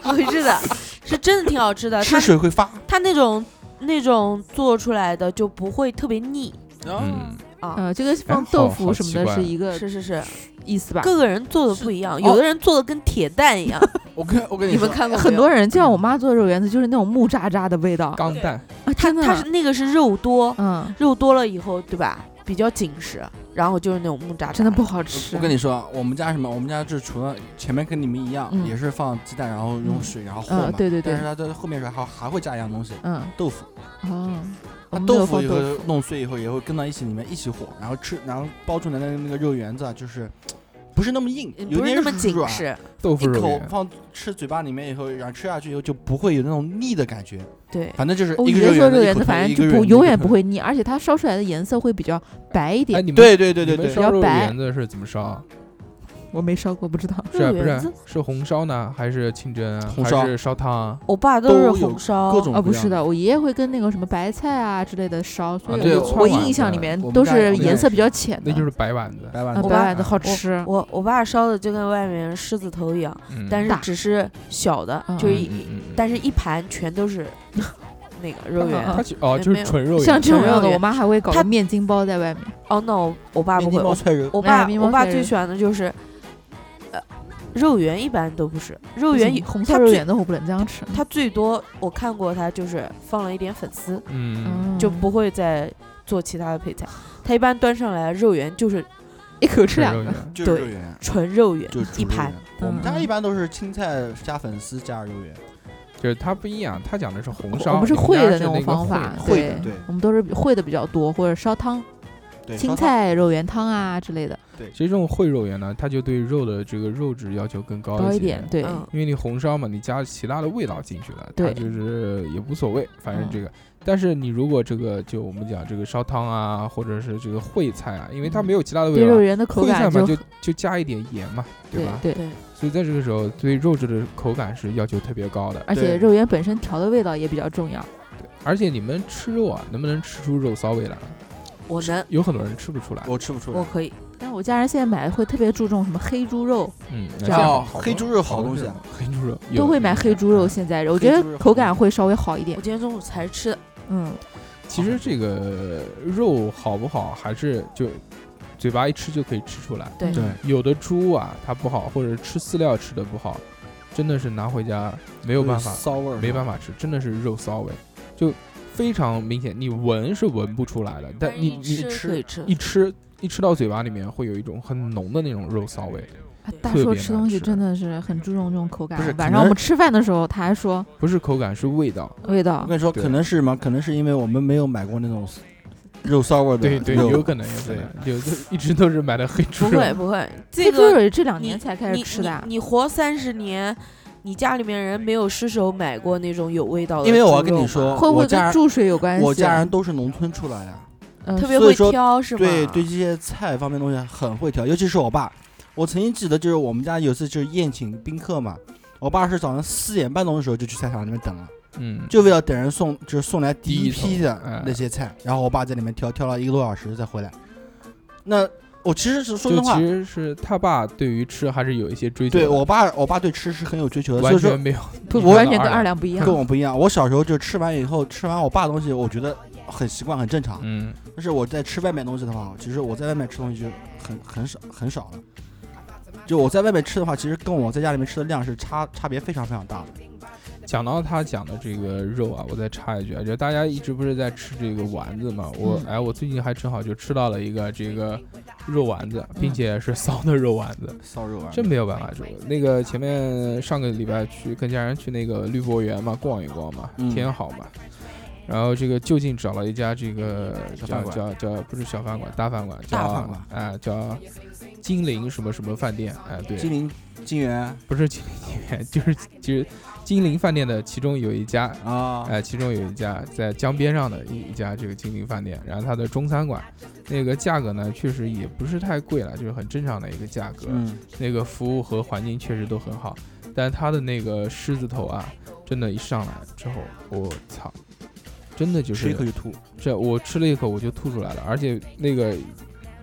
Speaker 6: 不是的，是真的挺好
Speaker 5: 嗯
Speaker 6: 吃的。
Speaker 4: 吃
Speaker 6: 它
Speaker 4: 水会发，
Speaker 6: 它那种那种做出来的就不会特别腻
Speaker 4: 哦
Speaker 3: 嗯，
Speaker 6: 啊。
Speaker 5: 呃，这个放
Speaker 3: 好
Speaker 5: 豆
Speaker 3: 好
Speaker 5: 腐什
Speaker 3: 奇
Speaker 5: 么的
Speaker 3: 怪
Speaker 5: 是一个
Speaker 6: 是是是，
Speaker 5: 意思吧？
Speaker 6: 各个人做的不一样，有的人做的跟铁蛋一样。
Speaker 4: 我跟我跟
Speaker 6: 你
Speaker 4: 说
Speaker 6: 们，看过没有
Speaker 5: 很多人就像我妈做的肉圆子，就是那种木渣渣的味
Speaker 4: 哦
Speaker 5: 道
Speaker 3: 钢蛋，
Speaker 5: 啊，
Speaker 6: 它
Speaker 5: 真的
Speaker 6: 它是那个是肉多，
Speaker 5: 嗯，
Speaker 6: 肉多了以后，对吧？比较紧实，然后就是那种木渣渣，
Speaker 5: 真的不好吃。
Speaker 4: 我跟你说啊，我们家什么？我们家就是除了前面跟你们一样，
Speaker 5: 嗯
Speaker 4: 也是放鸡蛋，然后用
Speaker 5: 嗯
Speaker 4: 水，然后和嘛
Speaker 5: 嗯，。对对对
Speaker 4: 但是，它在后面时候还还会加一样东西，
Speaker 5: 嗯，
Speaker 4: 豆腐。
Speaker 5: 哦，我
Speaker 4: 它
Speaker 5: 们没
Speaker 4: 豆
Speaker 5: 有
Speaker 4: 腐
Speaker 5: 放
Speaker 4: 也
Speaker 5: 豆
Speaker 4: 会
Speaker 5: 腐，
Speaker 4: 弄碎以后，也会跟到一起，里面一起和，然后吃，然后包出来的那个肉圆子啊，就是不是那么
Speaker 5: 呃
Speaker 4: 硬，有
Speaker 6: 嗯不是
Speaker 4: 点
Speaker 6: 那么
Speaker 4: 软
Speaker 6: 紧实。
Speaker 3: 豆
Speaker 4: 一
Speaker 3: 腐肉
Speaker 4: 口
Speaker 3: 圆，
Speaker 4: 放吃嘴巴里面以后，然后吃下去以后就不会有那种腻的感觉。
Speaker 6: 对，
Speaker 4: 反正就是
Speaker 5: 我
Speaker 4: 一个
Speaker 5: 觉得
Speaker 4: 肉圆
Speaker 5: 哦做肉
Speaker 4: 子，一
Speaker 5: 圆
Speaker 4: 口
Speaker 5: 子反
Speaker 4: 吞
Speaker 5: 正
Speaker 4: 一个
Speaker 5: 就
Speaker 4: 肉
Speaker 5: 不
Speaker 4: 圆子
Speaker 5: 永
Speaker 4: 一
Speaker 5: 远
Speaker 4: 口
Speaker 5: 不
Speaker 4: 吞
Speaker 5: 会腻，而且它烧出来的颜色会比较白一
Speaker 3: 哎，
Speaker 5: 点。
Speaker 3: 你们
Speaker 4: 对对对对
Speaker 3: 你们
Speaker 4: 对，
Speaker 3: 烧肉
Speaker 5: 比较白
Speaker 3: 圆子是怎么烧？
Speaker 5: 我没烧过，不知道。
Speaker 3: 是啊
Speaker 6: 肉
Speaker 3: 不
Speaker 6: 圆
Speaker 3: 是
Speaker 6: 子
Speaker 3: 是红烧呢，还是清蒸啊，
Speaker 4: 红烧
Speaker 3: 还是烧汤啊？
Speaker 6: 我爸都
Speaker 4: 都
Speaker 6: 是
Speaker 4: 有
Speaker 6: 红烧，
Speaker 4: 各种
Speaker 5: 哦，不
Speaker 4: 样
Speaker 5: 是的，我爷爷会跟那个什么白菜啊之类的烧，所
Speaker 3: 啊
Speaker 5: 以
Speaker 3: 对
Speaker 5: 我
Speaker 3: 串
Speaker 5: 我
Speaker 3: 碗
Speaker 5: 印象
Speaker 3: 的
Speaker 5: 里面
Speaker 4: 我们
Speaker 5: 都
Speaker 4: 家也
Speaker 5: 是
Speaker 4: 是
Speaker 5: 颜色比较浅的，
Speaker 3: 那就是白丸子。
Speaker 4: 白
Speaker 5: 啊
Speaker 4: 丸
Speaker 5: 白
Speaker 4: 子。
Speaker 6: 我爸
Speaker 5: 丸子好吃。
Speaker 6: 我我爸烧的就跟外面狮子头一样，
Speaker 3: 嗯
Speaker 6: 但是
Speaker 5: 大
Speaker 6: 只是小的，
Speaker 5: 嗯
Speaker 6: 就是
Speaker 5: 嗯
Speaker 6: 一，
Speaker 3: 嗯嗯
Speaker 6: 但是一盘全都 是那个肉圆。
Speaker 3: 它其哦就是纯肉
Speaker 5: 像
Speaker 3: 圆，
Speaker 5: 这种
Speaker 6: 纯
Speaker 5: 样
Speaker 6: 肉
Speaker 5: 的，我
Speaker 6: 圆
Speaker 5: 妈还会搞
Speaker 6: 它
Speaker 5: 个面筋包在外面。
Speaker 6: 哦，那我我爸不
Speaker 4: 面筋
Speaker 6: 会，
Speaker 4: 包
Speaker 6: 我
Speaker 4: 脆肉，
Speaker 6: 我爸
Speaker 5: 哎面
Speaker 6: 我
Speaker 5: 包
Speaker 6: 爸
Speaker 5: 菜
Speaker 6: 最
Speaker 5: 肉
Speaker 6: 喜欢的就是，呃，肉圆一般都不是肉
Speaker 5: 不
Speaker 6: 圆
Speaker 5: 行
Speaker 6: 有，
Speaker 5: 红
Speaker 6: 它
Speaker 5: 烧肉
Speaker 6: 最
Speaker 5: 圆子我不能这样吃，
Speaker 6: 它最多我看过它就是放了一点粉丝，
Speaker 3: 嗯，
Speaker 5: 嗯
Speaker 6: 就不会再做其他的配菜。它一般端上来肉圆就是
Speaker 5: 一口吃
Speaker 3: 纯
Speaker 5: 两
Speaker 3: 肉
Speaker 5: 个。
Speaker 3: 圆，
Speaker 4: 就是
Speaker 6: 对
Speaker 4: 肉圆，
Speaker 6: 纯肉圆
Speaker 4: 就是煮
Speaker 6: 一
Speaker 4: 肉
Speaker 6: 盘
Speaker 4: 圆。我们
Speaker 5: 嗯
Speaker 4: 家
Speaker 5: 嗯
Speaker 4: 一般都是青菜加粉丝加肉圆，
Speaker 3: 就是它不一样，它讲的是红烧，
Speaker 5: 我们是
Speaker 3: 你
Speaker 5: 烩
Speaker 3: 家
Speaker 5: 的
Speaker 3: 是
Speaker 5: 种
Speaker 3: 那个
Speaker 5: 方
Speaker 3: 烩
Speaker 5: 法，
Speaker 4: 烩的对
Speaker 5: 我们都是烩的比较多，或者烧汤、
Speaker 4: 对，
Speaker 5: 青
Speaker 4: 烧汤
Speaker 5: 菜肉圆汤啊之类的，
Speaker 3: 其实这种烩肉圆呢，它就对肉的这个肉质要求更高
Speaker 5: 高
Speaker 3: 一
Speaker 5: 一
Speaker 3: 些
Speaker 5: 点，对，
Speaker 6: 嗯，
Speaker 3: 因为你红烧嘛，你加其他的味道进去了，它
Speaker 5: 对嗯
Speaker 3: 就是也无所谓，反正这个。但是你如果这个就我们讲这个烧汤啊，或者是这个烩菜啊，因为它没有其他的
Speaker 5: 嗯对
Speaker 3: 味
Speaker 5: 肉
Speaker 3: 道，
Speaker 5: 圆的口
Speaker 3: 烩菜
Speaker 5: 感
Speaker 3: 嘛
Speaker 5: 就
Speaker 3: 就就加一点盐嘛，
Speaker 5: 对
Speaker 3: 吧？
Speaker 5: 对，
Speaker 6: 对，
Speaker 3: 所以在这个时候，对肉质的口感是要求特别高的。
Speaker 5: 而且
Speaker 4: 对
Speaker 5: 肉圆本身调的味道也比较重要。
Speaker 3: 而且你们吃肉啊，能不能吃出肉骚味来？啊
Speaker 6: 我能，
Speaker 3: 有很多人吃不出来。
Speaker 4: 我吃不出
Speaker 6: 我
Speaker 4: 来。
Speaker 6: 可以。
Speaker 5: 但我家人现在买的会特别注重什么黑猪肉，
Speaker 3: 嗯，
Speaker 5: 这样
Speaker 3: 好
Speaker 4: 黑猪肉好东西啊，
Speaker 3: 黑猪肉有
Speaker 5: 都会买黑猪肉。现在我觉
Speaker 4: 黑猪肉
Speaker 5: 得
Speaker 4: 好
Speaker 5: 口感会稍微好一点
Speaker 6: 我。今天中午才吃的，
Speaker 5: 嗯，
Speaker 3: 其实这个肉好不好，还是就嘴巴一吃就可以吃出来。
Speaker 6: 对
Speaker 5: 嗯
Speaker 4: 对，
Speaker 3: 有的猪啊，它不好，或者吃饲料吃的不好，真的是拿回家没有办法，
Speaker 4: 骚味儿，
Speaker 5: 嗯
Speaker 3: 没办。法吃，真的是肉骚味，就非常明显。你闻是闻不出来的，但你
Speaker 6: 一
Speaker 3: 你
Speaker 6: 可以吃
Speaker 3: 一吃一吃到嘴巴里面，会有一种很浓的那种肉骚味。
Speaker 5: 啊大
Speaker 3: 特
Speaker 5: 叔
Speaker 3: 别
Speaker 5: 吃
Speaker 3: 难
Speaker 5: 东西
Speaker 3: 吃
Speaker 5: 真的是很注重这种口感
Speaker 4: 不是。可
Speaker 5: 晚上我
Speaker 4: 能
Speaker 5: 们吃饭的时候，他还说
Speaker 3: 不是口感，是味道。
Speaker 6: 嗯
Speaker 5: 味
Speaker 4: 我
Speaker 5: 道
Speaker 4: 跟你说，
Speaker 3: 对
Speaker 4: 可能是什么？可能是因为我们没有买过那种肉骚味儿的
Speaker 3: 对
Speaker 4: 肉，
Speaker 3: 对，有可能，有可能，有 的一直都是买的黑
Speaker 6: 不
Speaker 3: 猪肉。
Speaker 6: 会不会，这
Speaker 5: 黑猪肉
Speaker 6: 个
Speaker 5: 也这两
Speaker 6: 你
Speaker 5: 年才开始
Speaker 6: 你
Speaker 5: 吃的啊
Speaker 6: 你，你活三十年，你家里面人没有失手买过那种有味道的
Speaker 4: 因为我要
Speaker 6: 猪
Speaker 4: 跟
Speaker 6: 肉
Speaker 4: 你
Speaker 6: 吗
Speaker 4: 说，
Speaker 5: 会不
Speaker 4: 呃我
Speaker 5: 会
Speaker 4: 家
Speaker 5: 跟
Speaker 4: 人
Speaker 5: 注水有关系？啊
Speaker 4: 我家人都是农村出来的，
Speaker 5: 嗯
Speaker 6: 特别
Speaker 4: 所以
Speaker 6: 会
Speaker 4: 说
Speaker 6: 挑是吗？
Speaker 4: 对对，这些菜方面的东西很会挑，尤其是我爸。我曾经记得，就是我们家有次就是宴请宾客嘛，我爸是早上四点半钟的时候就去菜场里面等了，
Speaker 3: 嗯，
Speaker 4: 就为了等人送，就是送来第一
Speaker 3: 第一
Speaker 4: 批
Speaker 3: 桶
Speaker 4: 的
Speaker 3: 哎
Speaker 4: 那些菜，然后我爸在里面挑，挑了一个多小时才回来。那我其实是说
Speaker 3: 就
Speaker 4: 真
Speaker 3: 其
Speaker 4: 话，
Speaker 3: 实是他爸对于吃还是有一些追求的，
Speaker 4: 对我爸，我爸对吃是很有追求的，所
Speaker 3: 完
Speaker 4: 以说
Speaker 3: 全没有，
Speaker 5: 不
Speaker 3: 你
Speaker 5: 完
Speaker 3: 看
Speaker 5: 全
Speaker 3: 到
Speaker 5: 跟
Speaker 3: 二
Speaker 5: 二两不一样
Speaker 4: 跟。我不一样。我小时候就吃完以后，吃完我爸的东西，我觉得很习惯，很正常。
Speaker 3: 嗯，
Speaker 4: 但是我在吃外面东西的话，其实我在外面吃东西就很很少很少了。就我在外面吃的话，其实跟我在家里面吃的量是差差别非常非常大的。
Speaker 3: 讲到他讲的这个肉啊，我再插一句啊，就大家一直不是在吃这个丸子嘛？我、
Speaker 4: 嗯
Speaker 3: 哎，我最近还正好就吃到了一个这个肉丸子，并且是骚的肉丸子，
Speaker 4: 烧肉啊，
Speaker 3: 真没有办法说。那个前面上个礼拜去跟家人去那个绿博园嘛，逛一逛嘛，
Speaker 4: 嗯
Speaker 3: 天好嘛。然后这个就近找了一家这个
Speaker 4: 小
Speaker 3: 叫
Speaker 4: 饭馆
Speaker 3: 叫叫不是小饭馆，大饭馆，叫
Speaker 4: 大饭馆
Speaker 3: 哎叫金陵什么什么饭店，哎对，
Speaker 4: 金陵金源
Speaker 3: 不是金陵 金源，就是就是金陵饭店的其中有一家，
Speaker 4: 啊
Speaker 3: 哎、，其中有一家在江边上的一一家这个金陵饭店，然后它的中餐馆，那个价格呢，确实也不是太贵了，就是很正常的一个价格。
Speaker 4: 嗯，
Speaker 3: 那个服务和环境确实都很好，但它的那个狮子头啊，真的，一上来之后，我操，真的就
Speaker 4: 吃一
Speaker 3: 是
Speaker 4: 口就吐。
Speaker 3: 这我吃了一口我就吐出来了，而且那个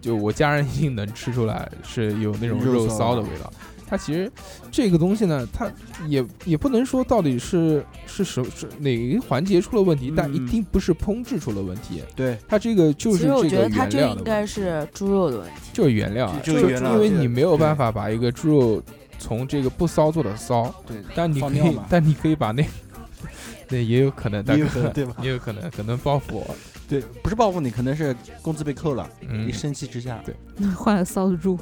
Speaker 3: 就我家人一定能吃出来是有那种
Speaker 4: 肉
Speaker 3: 肉
Speaker 4: 骚
Speaker 3: 骚的味道。它其实这个东西呢，它也也不能说到底是是什是哪个环节出了问题，但一
Speaker 4: 嗯
Speaker 3: 定不是烹制出了问题，
Speaker 4: 对，
Speaker 3: 它这个就
Speaker 6: 其
Speaker 3: 是
Speaker 6: 实我
Speaker 3: 这
Speaker 6: 觉
Speaker 3: 个
Speaker 6: 得它
Speaker 3: 原
Speaker 6: 就
Speaker 3: 料的
Speaker 6: 应
Speaker 3: 问
Speaker 6: 该
Speaker 3: 题
Speaker 6: 是猪肉的问题，
Speaker 3: 就是原料啊，
Speaker 4: 就
Speaker 3: 就
Speaker 4: 就原料
Speaker 3: 因为
Speaker 4: 对
Speaker 3: 你没有办
Speaker 4: 对
Speaker 3: 法把一个猪肉从这个不骚做的骚，
Speaker 4: 对，
Speaker 3: 但你
Speaker 4: 放
Speaker 3: 可
Speaker 4: 尿
Speaker 3: 以
Speaker 4: 嘛，
Speaker 3: 但你可以把那那也有可能，但
Speaker 4: 也有可 能对吧
Speaker 3: 也有可能可能报复我，
Speaker 4: 对，不是报复你，可能是工资被扣了，
Speaker 3: 嗯
Speaker 4: 你，生气之下。
Speaker 5: 换了骚猪，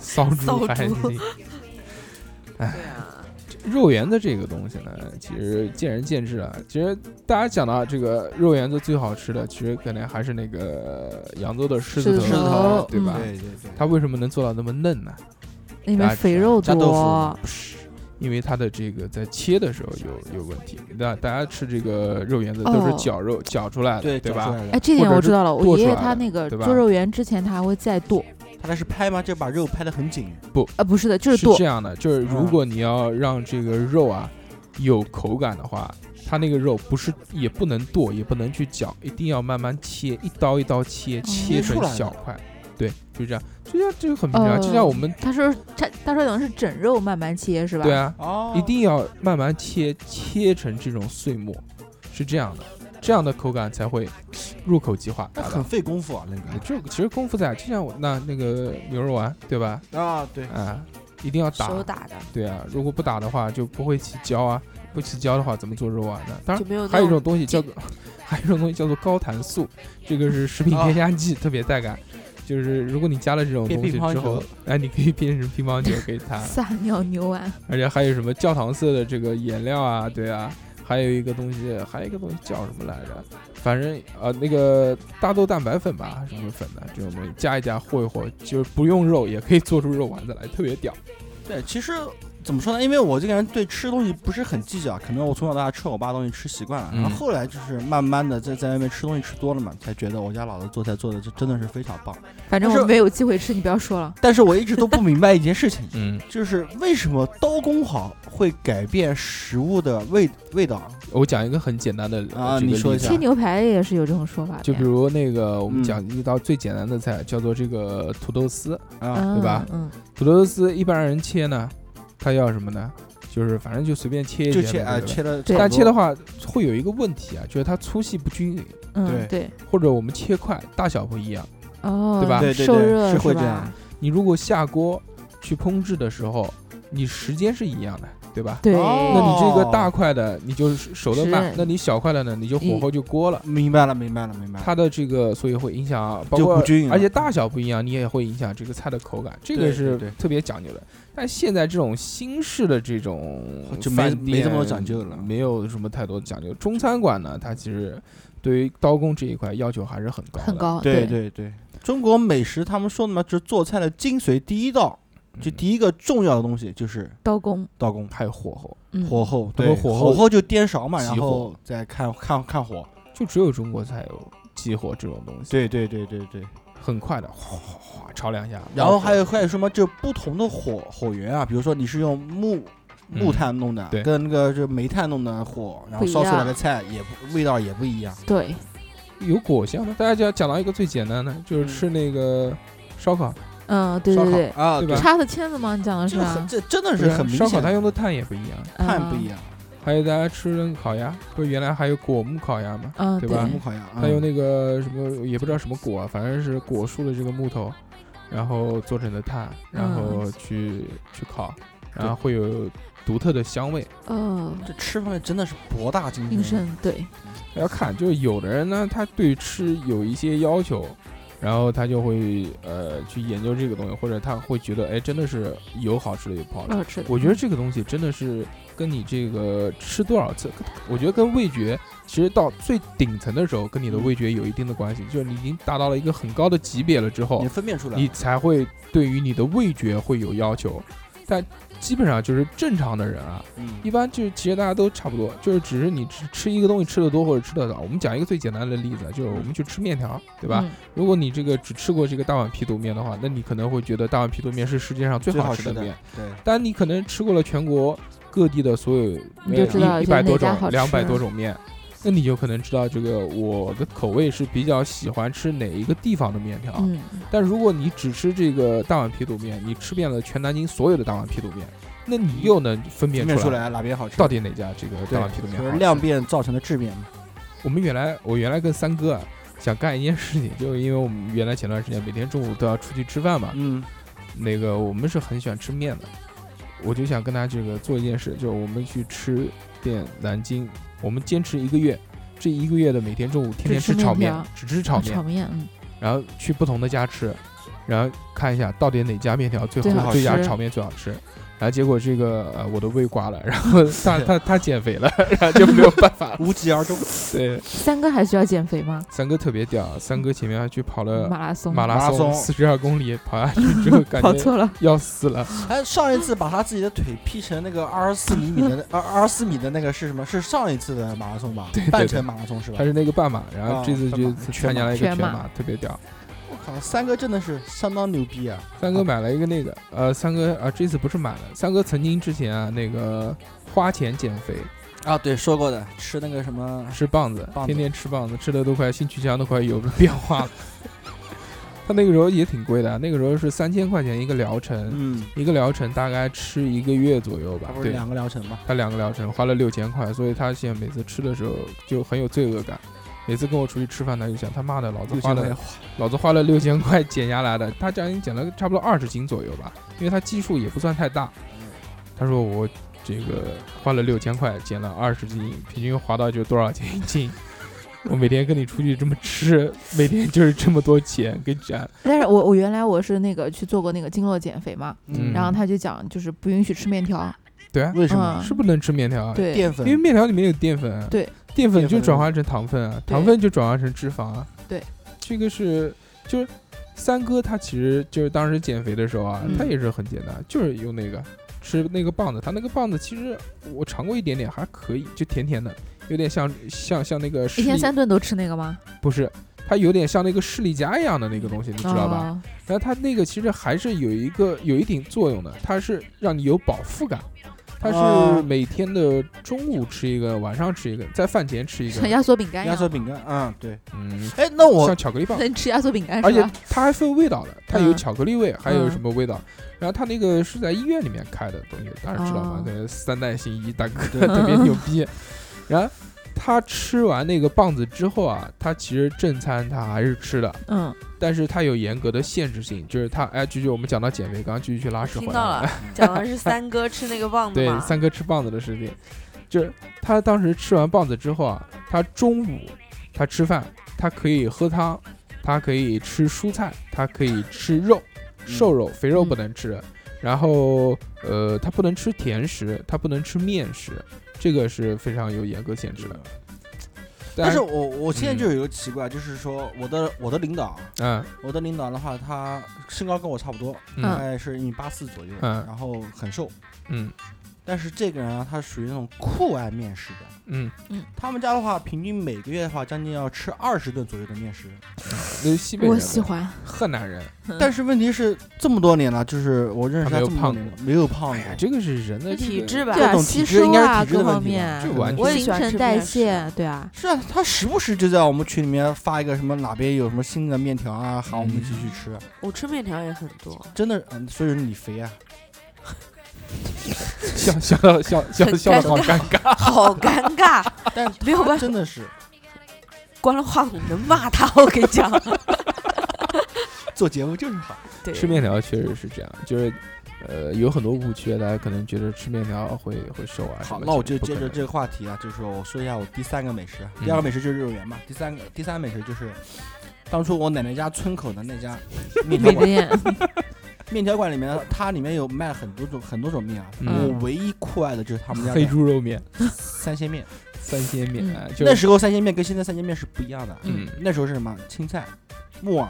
Speaker 3: 骚猪
Speaker 6: 骚
Speaker 3: 还
Speaker 6: 猪
Speaker 3: 行。
Speaker 6: 对啊，
Speaker 3: 肉圆子这个东西呢，其实见仁见智啊。其实大家讲到这个肉圆子最好吃的，其实可能还是那个扬州的狮子
Speaker 5: 狮子
Speaker 3: 头，
Speaker 5: 头
Speaker 3: 对吧？
Speaker 4: 对对对，
Speaker 3: 它为什么能做到那么嫩呢？
Speaker 5: 里面肥肉
Speaker 4: 加豆腐
Speaker 5: 多，
Speaker 3: 不是，因为它的这个在切的时候有有问题。那大家吃这个肉圆子都是
Speaker 5: 哦
Speaker 3: 绞肉、绞出来的，
Speaker 4: 对
Speaker 3: 对
Speaker 4: 找出
Speaker 3: 吧？
Speaker 4: 来了
Speaker 5: 哎，这点
Speaker 3: 或者
Speaker 5: 我
Speaker 3: 是
Speaker 5: 知道了。我
Speaker 3: 剁
Speaker 5: 爷
Speaker 3: 出
Speaker 5: 爷
Speaker 3: 来
Speaker 5: 他
Speaker 3: 的
Speaker 5: 那个
Speaker 3: 对吧
Speaker 5: 做肉圆之前，他还会再剁，
Speaker 4: 他那是拍吗？就把肉拍得很紧。
Speaker 5: 呃，不是的，就是
Speaker 3: 是
Speaker 5: 剁
Speaker 3: 这，样的，就是
Speaker 4: 嗯
Speaker 3: 如果你要让这个肉啊有口感的话，它那个肉不是也不能剁，也不能去绞，一定要慢慢切，一刀一刀切，
Speaker 4: 切
Speaker 3: 切
Speaker 4: 出
Speaker 3: 成
Speaker 4: 来的
Speaker 3: 小块。对，就这样，就像这个很平常，啊
Speaker 5: 哦
Speaker 3: 就像我们
Speaker 5: 呃他说他他说等于是整肉慢慢切是吧？，
Speaker 3: 对啊，
Speaker 4: 哦
Speaker 3: 一定要慢慢切，切成这种碎末，是这样的，这样的口感才会入口即化。
Speaker 4: 那
Speaker 3: 达
Speaker 4: 很
Speaker 3: 到。
Speaker 4: 费功夫啊，那个
Speaker 3: 就哎其实功夫在，就像我那那个牛肉丸，对吧？
Speaker 4: 啊，对，
Speaker 3: 啊，一定要打，
Speaker 6: 手打的
Speaker 3: 对啊，如果不打的话就不会起胶啊，不起胶的话怎么做肉丸呢？当
Speaker 6: 就
Speaker 3: 然，
Speaker 6: 没有
Speaker 3: 啊还有一
Speaker 6: 那
Speaker 3: 种东西叫做， 还有一种东西叫做高弹素，这个是食
Speaker 4: 啊
Speaker 3: 品添加剂，特别带感。就是如果你加了这种
Speaker 4: 变
Speaker 3: 东西
Speaker 4: 乒乓
Speaker 3: 之后
Speaker 4: 球，
Speaker 3: 哎，你可以变成乒乓球可以弹
Speaker 5: 撒尿牛丸，
Speaker 3: 而且还有什么焦糖色的这个颜料啊，对啊，还有一个东西，还有一个东西叫什么来着？反正呃，那个大豆蛋白粉吧，什么粉的这种东西，加一加和一和，就是不用肉也可以做出肉丸子来，特别屌。
Speaker 4: 对，其实怎么说呢？因为我这个人对吃东西不是很计较，可能我从小到大吃我爸东西吃习惯了，
Speaker 3: 嗯，
Speaker 4: 然后后来就是慢慢的在在外面吃东西吃多了嘛，才觉得我家老子做菜做的这真的是非常棒。
Speaker 5: 反正
Speaker 4: 但是
Speaker 5: 我没有机会吃，你不要说了。
Speaker 4: 但是我一直都不明白一件事情
Speaker 3: 嗯，
Speaker 4: 就是为什么刀工好会改变食物的味味道？
Speaker 3: 我讲一个很简单的
Speaker 4: 啊
Speaker 3: 这个
Speaker 4: 你说一
Speaker 3: 例子
Speaker 4: 下
Speaker 5: 切牛排也是有这种说法的呀，
Speaker 3: 就比如那个，我们
Speaker 4: 嗯
Speaker 3: 讲一道最简单的菜，叫做这个土豆丝。
Speaker 4: 啊，
Speaker 5: 嗯
Speaker 3: 对吧
Speaker 5: 嗯，
Speaker 3: 土豆丝一般人切呢，他要什么呢？就是反正就随便切一
Speaker 4: 就
Speaker 3: 嘛
Speaker 4: 切啊
Speaker 3: 对吧
Speaker 4: 切的，
Speaker 5: 对
Speaker 3: 但切的话会有一个问题啊，就是它粗细不均匀，
Speaker 4: 对
Speaker 5: 嗯，对，
Speaker 3: 或者我们切块大小不一样。
Speaker 5: 哦，
Speaker 3: 对吧
Speaker 4: 对对
Speaker 5: 受
Speaker 4: 对
Speaker 5: 热
Speaker 4: 是会
Speaker 5: 吧
Speaker 4: 这样
Speaker 3: 你如果下锅去烹制的时候，你时间是一样的，对吧？
Speaker 5: 对，
Speaker 4: 哦
Speaker 3: 那你这个大块的，你就是熟的慢
Speaker 5: 是；
Speaker 3: 那你小块的呢，你就火
Speaker 5: 你
Speaker 3: 候就锅了。
Speaker 4: 明白了明白了明白了。
Speaker 3: 它的这个所以会影响，啊包
Speaker 4: 嗯就
Speaker 3: 括
Speaker 4: 不均匀了
Speaker 3: 而且大小不一样，你也会影响这个菜的口感，这个
Speaker 4: 对
Speaker 3: 是
Speaker 4: 对对
Speaker 3: 特别讲究的。但现在这种新式的这种
Speaker 4: 就没
Speaker 3: 饭
Speaker 4: 没这么多
Speaker 3: 店
Speaker 4: 讲究了
Speaker 3: 没有什么太多讲究。中餐馆呢，它其实对于刀工这一块要求还是很高的，
Speaker 5: 很高，
Speaker 4: 对对对，中国美食他们说的嘛，就是做菜的精髓，第一道
Speaker 3: 嗯，
Speaker 4: 就第一个重要的东西就是
Speaker 5: 刀工，
Speaker 4: 刀工、
Speaker 3: 还有火候，
Speaker 5: 嗯，
Speaker 4: 火候。
Speaker 3: 他
Speaker 4: 对，
Speaker 3: 们火
Speaker 4: 火
Speaker 3: 候
Speaker 4: 就颠勺嘛，然
Speaker 3: 急火
Speaker 4: 后再看看看火。
Speaker 3: 就只有中国才有激活这种东西，
Speaker 4: 对对对对对。
Speaker 3: 很快的，哗哗哗炒两下，
Speaker 4: 然后还
Speaker 3: 有
Speaker 4: 有还有什么？就不同的火火源啊，比如说你是用木木炭弄的
Speaker 3: 对，
Speaker 4: 跟那个就煤炭弄的火，然后
Speaker 5: 不一
Speaker 4: 烧出来
Speaker 5: 样
Speaker 4: 的菜也不味道也不一样。
Speaker 5: 对，
Speaker 3: 有果香吗？大家讲讲到一个最简单的，就是
Speaker 4: 嗯
Speaker 3: 吃那个烧烤，
Speaker 5: 嗯，对对对，
Speaker 4: 啊，
Speaker 3: 对吧
Speaker 5: 插的签子吗？你讲的是
Speaker 4: 这很
Speaker 5: 吧？嗯
Speaker 4: 这真的
Speaker 3: 不啊
Speaker 4: 是很明
Speaker 3: 烧烤
Speaker 4: 显
Speaker 3: 它
Speaker 4: 的，
Speaker 3: 用的炭也不一样。
Speaker 4: 碳不一
Speaker 5: 样。
Speaker 4: 样，
Speaker 3: 还有大家吃那个烤鸭，不是原来还有果木烤鸭吗？
Speaker 5: 嗯，
Speaker 3: 对
Speaker 4: 果
Speaker 3: 吧
Speaker 4: 木烤鸭，
Speaker 3: 它用那个什么也不知道什么果啊，反正是果树的这个木头，然后做成的炭，然
Speaker 4: 嗯
Speaker 3: 后去、去烤，然后会有独特的香味。
Speaker 5: 嗯，
Speaker 4: 这吃方面真的是博大精
Speaker 5: 应
Speaker 4: 深。啊
Speaker 5: 声对，
Speaker 3: 要看，就是有的人呢，他对吃有一些要求，然后他就会呃去研究这个东西，或者他会觉得，哎，真的是有好吃的有不好吃
Speaker 5: 不
Speaker 3: 的。
Speaker 5: 好吃哦的。
Speaker 3: 我觉得这个东西真的是跟你这个吃多少次，我觉得跟味觉其实到最顶层的时候，跟你的味觉有一定的关系，就是你已经达到了一个很高的级别了之后
Speaker 4: 你，分辨出来
Speaker 3: 你才会对于你的味觉会有要求。但基本上就是正常的人啊，
Speaker 4: 嗯
Speaker 3: 一般就是其实大家都差不多，就是只是你吃吃一个东西吃的多或者吃的少。我们讲一个最简单的例子，就是我们去吃面条，对吧？
Speaker 5: 嗯？
Speaker 3: 如果你这个只吃过这个大碗皮肚面的话，那你可能会觉得大碗皮肚面是世界上最
Speaker 4: 最好
Speaker 3: 好
Speaker 4: 吃
Speaker 3: 吃的面。
Speaker 4: 对，
Speaker 3: 但你可能吃过了全国各地的所有
Speaker 5: 你就知道
Speaker 3: 一
Speaker 5: 有
Speaker 3: 一百
Speaker 5: 哪
Speaker 3: 多
Speaker 5: 家
Speaker 3: 种、
Speaker 5: 好吃
Speaker 3: 两百多种面，那你就可能知道这个我的口味是比较喜欢吃哪一个地方的面条。
Speaker 5: 嗯，
Speaker 3: 但如果你只吃这个大碗皮肚面，你吃遍了全南京所有的大碗皮肚面，那你又能分辨
Speaker 4: 分辨出
Speaker 3: 出
Speaker 4: 来哪边好吃，
Speaker 3: 到底哪家这个大碗皮肚面
Speaker 4: 就
Speaker 3: 好
Speaker 4: 是
Speaker 3: 吃
Speaker 4: 量变造成的质变嘛。
Speaker 3: 我们原来我原来跟三哥啊想干一件事情，就是因为我们原来前段时间每天中午都要出去吃饭嘛，
Speaker 4: 嗯，
Speaker 3: 那个我们是很喜欢吃面的，我就想跟他这个做一件事，就是我们去吃遍南京，我们坚持一个月，这一个月的每天中午天天
Speaker 5: 只吃
Speaker 3: 吃炒
Speaker 5: 面
Speaker 3: 面
Speaker 5: 条，
Speaker 3: 只吃炒
Speaker 5: 炒
Speaker 3: 面，
Speaker 5: 面，嗯，
Speaker 3: 然后去不同的家吃，然后看一下到底哪家面条最
Speaker 5: 最
Speaker 3: 好
Speaker 4: 好
Speaker 3: 吃，这家
Speaker 5: 吃
Speaker 3: 炒面最好吃。然后结果这个呃我的胃挂了，然后他他他减肥了， 然后就没有办法了。
Speaker 4: 无疾而终。
Speaker 3: 对，
Speaker 5: 三哥还需要减肥吗？
Speaker 3: 三哥特别屌，三哥前面还去跑了
Speaker 5: 马拉松，
Speaker 3: 呃马
Speaker 4: 马
Speaker 3: 拉
Speaker 4: 拉
Speaker 3: 松
Speaker 4: 松
Speaker 3: 四十二公里，跑下去之后感
Speaker 5: 跑
Speaker 3: 觉
Speaker 5: 错了，
Speaker 3: 要死了。
Speaker 4: 哎，上一次把他自己的腿劈成那个二十四厘米 的那二二十四米的那个是什么？是上一次的马拉松吧？
Speaker 3: 对对
Speaker 4: 半程马拉松是吧
Speaker 3: 他？是那个半马，然后
Speaker 4: 啊
Speaker 3: 这次就
Speaker 4: 半马
Speaker 3: 参加了一个全
Speaker 5: 全
Speaker 3: 马
Speaker 5: 马，
Speaker 3: 特别屌。
Speaker 4: 我靠，三哥真的是相当牛逼啊！
Speaker 3: 三哥买了一个那个，呃，三哥啊，这次不是买了，三哥曾经之前啊，那个花钱减肥，
Speaker 4: 啊，对，说过的，吃那个什么，
Speaker 3: 吃棒子，
Speaker 4: 啊棒子
Speaker 3: 天天吃棒子，吃的都快性取向都快有变化 了。他那个时候也挺贵的，那个时候是三千块钱一个疗程，
Speaker 4: 嗯，
Speaker 3: 一个疗程大概吃一个月左右吧
Speaker 4: 他，不是
Speaker 3: 对，
Speaker 4: 两个疗程吗？
Speaker 3: 他两个疗程花了六千块，所以他现在每次吃的时候就很有罪恶感。每次跟我出去吃饭，他就想他妈的，老子花了，老子花了六千块减下来的，他这样已经减了差不多二十斤左右吧，因为他基数也不算太大。他说我这个花了六千块减了二十斤，平均划到就多少钱一斤？ 我每天跟你出去这么吃，每天就是这么多钱给攒。
Speaker 5: 但是我我原来我是那个去做过那个经络减肥嘛，
Speaker 3: 嗯
Speaker 5: 然后他就讲就是不允许吃面条，
Speaker 3: 对啊，
Speaker 4: 为什么？
Speaker 5: 嗯，
Speaker 3: 是不能吃面条啊，
Speaker 5: 对，
Speaker 4: 淀
Speaker 3: 因为
Speaker 4: 粉
Speaker 3: 面条里面有淀粉啊，
Speaker 5: 对，
Speaker 3: 淀粉
Speaker 4: 淀
Speaker 3: 就
Speaker 4: 粉
Speaker 3: 转化成糖分啊，
Speaker 5: 对
Speaker 3: 糖分就转化成脂肪啊，
Speaker 5: 对，
Speaker 3: 这个是就是三哥他其实就是当时减肥的时候啊，
Speaker 5: 嗯
Speaker 3: 他也是很简单，就是用那个吃那个棒子，他那个棒子其实我尝过一点点，还可以，就甜甜的，有点像像像那个士
Speaker 5: 一天
Speaker 3: 力
Speaker 5: 三顿都吃那个吗？
Speaker 3: 不是。它有点像那个士力架一样的那个东西，你知道吧？
Speaker 5: 哦？
Speaker 3: 然后它那个其实还是有一个有一点作用的，它是让你有饱腹感。它是
Speaker 4: 哦
Speaker 3: 每天的中午吃一个，晚上吃一个，在饭前吃一个
Speaker 5: 像，压缩饼干一
Speaker 4: 压
Speaker 5: 样，
Speaker 4: 缩饼干，嗯，对。
Speaker 3: 嗯，
Speaker 4: 哎，那我
Speaker 3: 像巧克力棒，
Speaker 5: 能吃压缩饼干
Speaker 3: 而
Speaker 5: 是
Speaker 3: 且
Speaker 5: 吧？
Speaker 3: 它还分味道的，它有
Speaker 5: 嗯
Speaker 3: 巧克力味，还有
Speaker 5: 嗯
Speaker 3: 什么味道？然后它那个是在医院里面开的东西，当然知道嘛
Speaker 5: 哦，
Speaker 3: 那三代行医大哥
Speaker 4: 对
Speaker 3: 特别牛 逼。然后他吃完那个棒子之后啊，他其实正餐他还是吃的，
Speaker 5: 嗯，
Speaker 3: 但是他有严格的限制性，就是他哎，就就我们讲到减肥，刚刚继续去拉屎回
Speaker 6: 听
Speaker 3: 来
Speaker 6: 到
Speaker 3: 了
Speaker 6: 了，讲的是三哥吃那个棒子
Speaker 3: 对，
Speaker 6: 嗯嘛，
Speaker 3: 三哥吃棒子的事情，就是他当时吃完棒子之后啊，他中午他吃饭，他可以喝汤，他可以吃蔬菜，他可以吃肉，瘦肉、肥肉不
Speaker 6: 嗯
Speaker 3: 能吃，然后呃，他不能吃甜食，他不能吃面食，这个是非常有严格限制的。
Speaker 4: 嗯但是我我现在就有一个奇怪，就是说我的我的领导，啊
Speaker 3: 嗯
Speaker 4: 我的领导的话，他身高跟我差不多，
Speaker 3: 嗯
Speaker 4: 大概是一米八四左右，
Speaker 3: 嗯
Speaker 4: 然后很瘦，
Speaker 3: 嗯，
Speaker 4: 但是这个人啊，他属于那种酷爱面食的。
Speaker 3: 嗯，
Speaker 4: 他们家的话，平均每个月的话，将近要吃二十顿左右的面食。
Speaker 3: 那是西北人，
Speaker 5: 我喜，欢，
Speaker 3: 河南人。
Speaker 4: 但是问题是，这么多年了，就是我认识他
Speaker 3: 他没有
Speaker 4: 这么多
Speaker 3: 胖
Speaker 4: 年了，没有胖
Speaker 3: 哎
Speaker 4: 过。
Speaker 3: 呀，这个是人的
Speaker 6: 这
Speaker 3: 这
Speaker 6: 体
Speaker 3: 个
Speaker 6: 质吧
Speaker 5: 对，啊，
Speaker 4: 种
Speaker 5: 吸
Speaker 4: 体质
Speaker 5: 收
Speaker 4: 应该是
Speaker 5: 啊，
Speaker 4: 体质
Speaker 5: 各
Speaker 4: 的
Speaker 5: 方
Speaker 4: 问题吧
Speaker 5: 面嗯
Speaker 3: 这完全，
Speaker 6: 我也
Speaker 5: 新
Speaker 6: 喜欢
Speaker 5: 陈
Speaker 6: 吃
Speaker 5: 代
Speaker 6: 面食
Speaker 5: 谢，对啊，
Speaker 4: 是啊，他时不时就在我们群里面发一个什么哪边有什么新的面条啊，喊我们一起去吃。
Speaker 6: 我吃面条也很多，
Speaker 4: 真的，嗯，所以说你肥 啊，
Speaker 3: 笑笑到笑笑
Speaker 6: 很
Speaker 3: 笑的好尴尬。
Speaker 6: 好尴尬，
Speaker 4: 但是
Speaker 6: 没有办法
Speaker 4: 真的是
Speaker 6: 关了话筒能骂他，我跟你讲，
Speaker 4: 做节目就是好。
Speaker 6: 对，
Speaker 3: 吃面条确实是这样，就是呃有很多误区，大家可能觉得吃面条会会瘦啊。
Speaker 4: 好，那我就接着这
Speaker 3: 个，
Speaker 4: 个话题啊，就是我说一下我第三个美食啊，
Speaker 3: 嗯
Speaker 4: 第二个美食就是肉圆嘛，第三个第三个美食就是当初我奶奶家村口的那 家面条
Speaker 5: 美
Speaker 4: 馆，
Speaker 5: 店，
Speaker 4: 面条馆里面它里面有卖很多种很多种面啊，
Speaker 3: 嗯
Speaker 4: 我唯一酷爱的就是 他们家
Speaker 3: 黑
Speaker 4: 的
Speaker 3: 猪肉面、
Speaker 4: 三鲜面，
Speaker 3: 三鲜面，
Speaker 5: 嗯
Speaker 3: 啊就
Speaker 4: 那
Speaker 3: 是
Speaker 4: 时候三鲜面跟现在三鲜面是不一样的，
Speaker 3: 嗯，
Speaker 4: 那时候是什么青菜、木耳。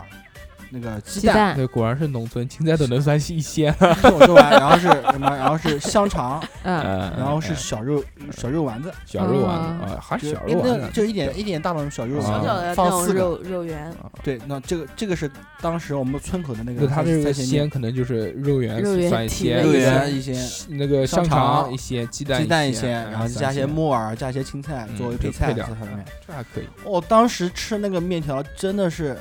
Speaker 4: 那个鸡
Speaker 5: 鸡
Speaker 4: 蛋，
Speaker 5: 蛋，
Speaker 3: 对，果然是农村，青菜都能算是一鲜。
Speaker 4: 听我说完，然后是什么？然后是香肠，
Speaker 5: 嗯，
Speaker 3: 然
Speaker 4: 然后是小肉小肉丸子，
Speaker 3: 啊哎小肉丸子
Speaker 5: 啊
Speaker 3: 啊，还是
Speaker 4: 就
Speaker 3: 小
Speaker 4: 因
Speaker 3: 肉
Speaker 4: 为那
Speaker 3: 丸子，啊
Speaker 4: 就一点一点大的那种小肉
Speaker 3: 小
Speaker 4: 丸
Speaker 3: 小
Speaker 4: 子，放四个。
Speaker 6: 肉圆，
Speaker 4: 对，那这个这个是当时我们村口的那
Speaker 3: 那
Speaker 4: 个
Speaker 3: 它
Speaker 4: 三
Speaker 3: 这个
Speaker 4: 三鲜
Speaker 3: 鲜可能就是肉圆
Speaker 6: 肉圆
Speaker 3: 算一
Speaker 6: 体
Speaker 3: 鲜，
Speaker 6: 内
Speaker 4: 肉
Speaker 6: 肉
Speaker 4: 圆
Speaker 6: 圆
Speaker 4: 一些。
Speaker 3: 那个
Speaker 4: 香
Speaker 3: 香肠
Speaker 4: 肠
Speaker 3: 一些，鸡蛋
Speaker 4: 鸡蛋一些，
Speaker 3: 些，
Speaker 4: 然后
Speaker 3: 嗯
Speaker 4: 加
Speaker 3: 三
Speaker 4: 些
Speaker 3: 鲜
Speaker 4: 木耳，加些青菜
Speaker 3: 嗯
Speaker 4: 作为
Speaker 3: 就
Speaker 4: 配菜
Speaker 3: 料
Speaker 4: 这方面。
Speaker 3: 这还可以。
Speaker 4: 我当时吃那个面条真的 是，